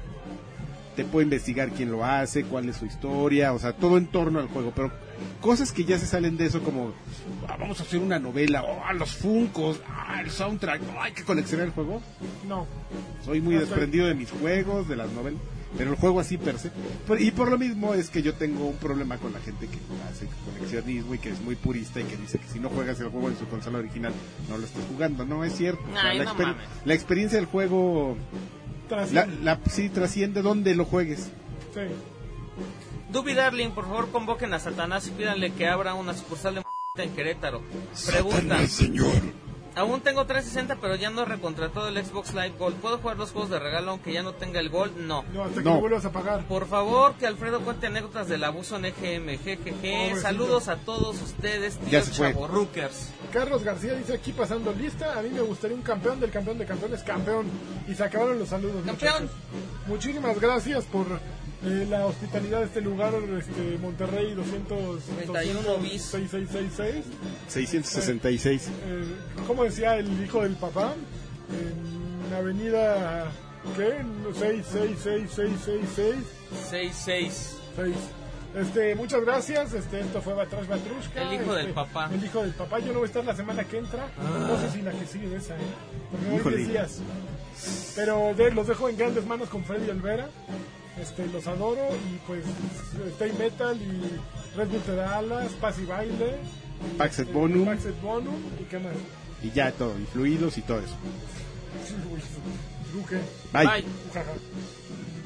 te puedo investigar quién lo hace, cuál es su historia, o sea, todo en torno al juego, pero cosas que ya se salen de eso como ah, vamos a hacer una novela, o ah, los funcos, ah, el soundtrack, oh, hay que coleccionar el juego.
No,
Soy muy
Ah,
desprendido de mis juegos, de las novelas, pero el juego así per se. Por- y por lo mismo es que yo tengo un problema con la gente que hace coleccionismo y que es muy purista y que dice que si no juegas el juego en su consola original no lo estás jugando. No es cierto. O sea,
Ay,
la,
no
exper-
mames.
la experiencia del juego
tras
la, la, sí trasciende donde lo juegues.
sí.
Dubi Darling, por favor convoquen a Satanás y pídanle que abra una sucursal de m***a en Querétaro. Pregunta,
Satanás, señor.
aún tengo 360 pero ya no he recontratado el Xbox Live Gold. ¿Puedo jugar los juegos de regalo aunque ya no tenga el Gold? No.
No, hasta que
No.
lo vuelvas a pagar.
Por favor, que Alfredo cuente anécdotas del abuso en EGM. Jejeje.
Pobrecito.
Saludos a todos ustedes,
Ya
tíos
se fue.
chavorruckers.
Carlos García dice aquí pasando lista, a mí me gustaría un campeón del campeón de campeones, campeón. Y se acabaron los saludos.
Campeón.
muchachos. Muchísimas gracias por eh, la hospitalidad de este lugar, este, Monterrey 200,
31 bis.
6666.
666.
Eh, ¿Cómo decía el hijo del papá? En avenida... ¿Qué? 666666.
66.
Seis. Este, muchas gracias. Este, esto fue Batrash Batrushka.
El hijo del
Este,
papá. Ah.
El hijo del papá. Yo no voy a estar la semana que entra. No sé si la que sigue esa, ¿eh? Porque hoy
Híjole.
decías. Pero de- los dejo en grandes manos con Freddy Olvera. Este, los adoro. Y pues, Stay Metal y Red Bull te da alas, Paz y Baile. y,
Pax et
este,
Bonum.
Pax et Bonum. ¿Y qué más?
Y ya todo, y fluidos y todo eso.
Duque.
Bye.
Bye.
Ujaja.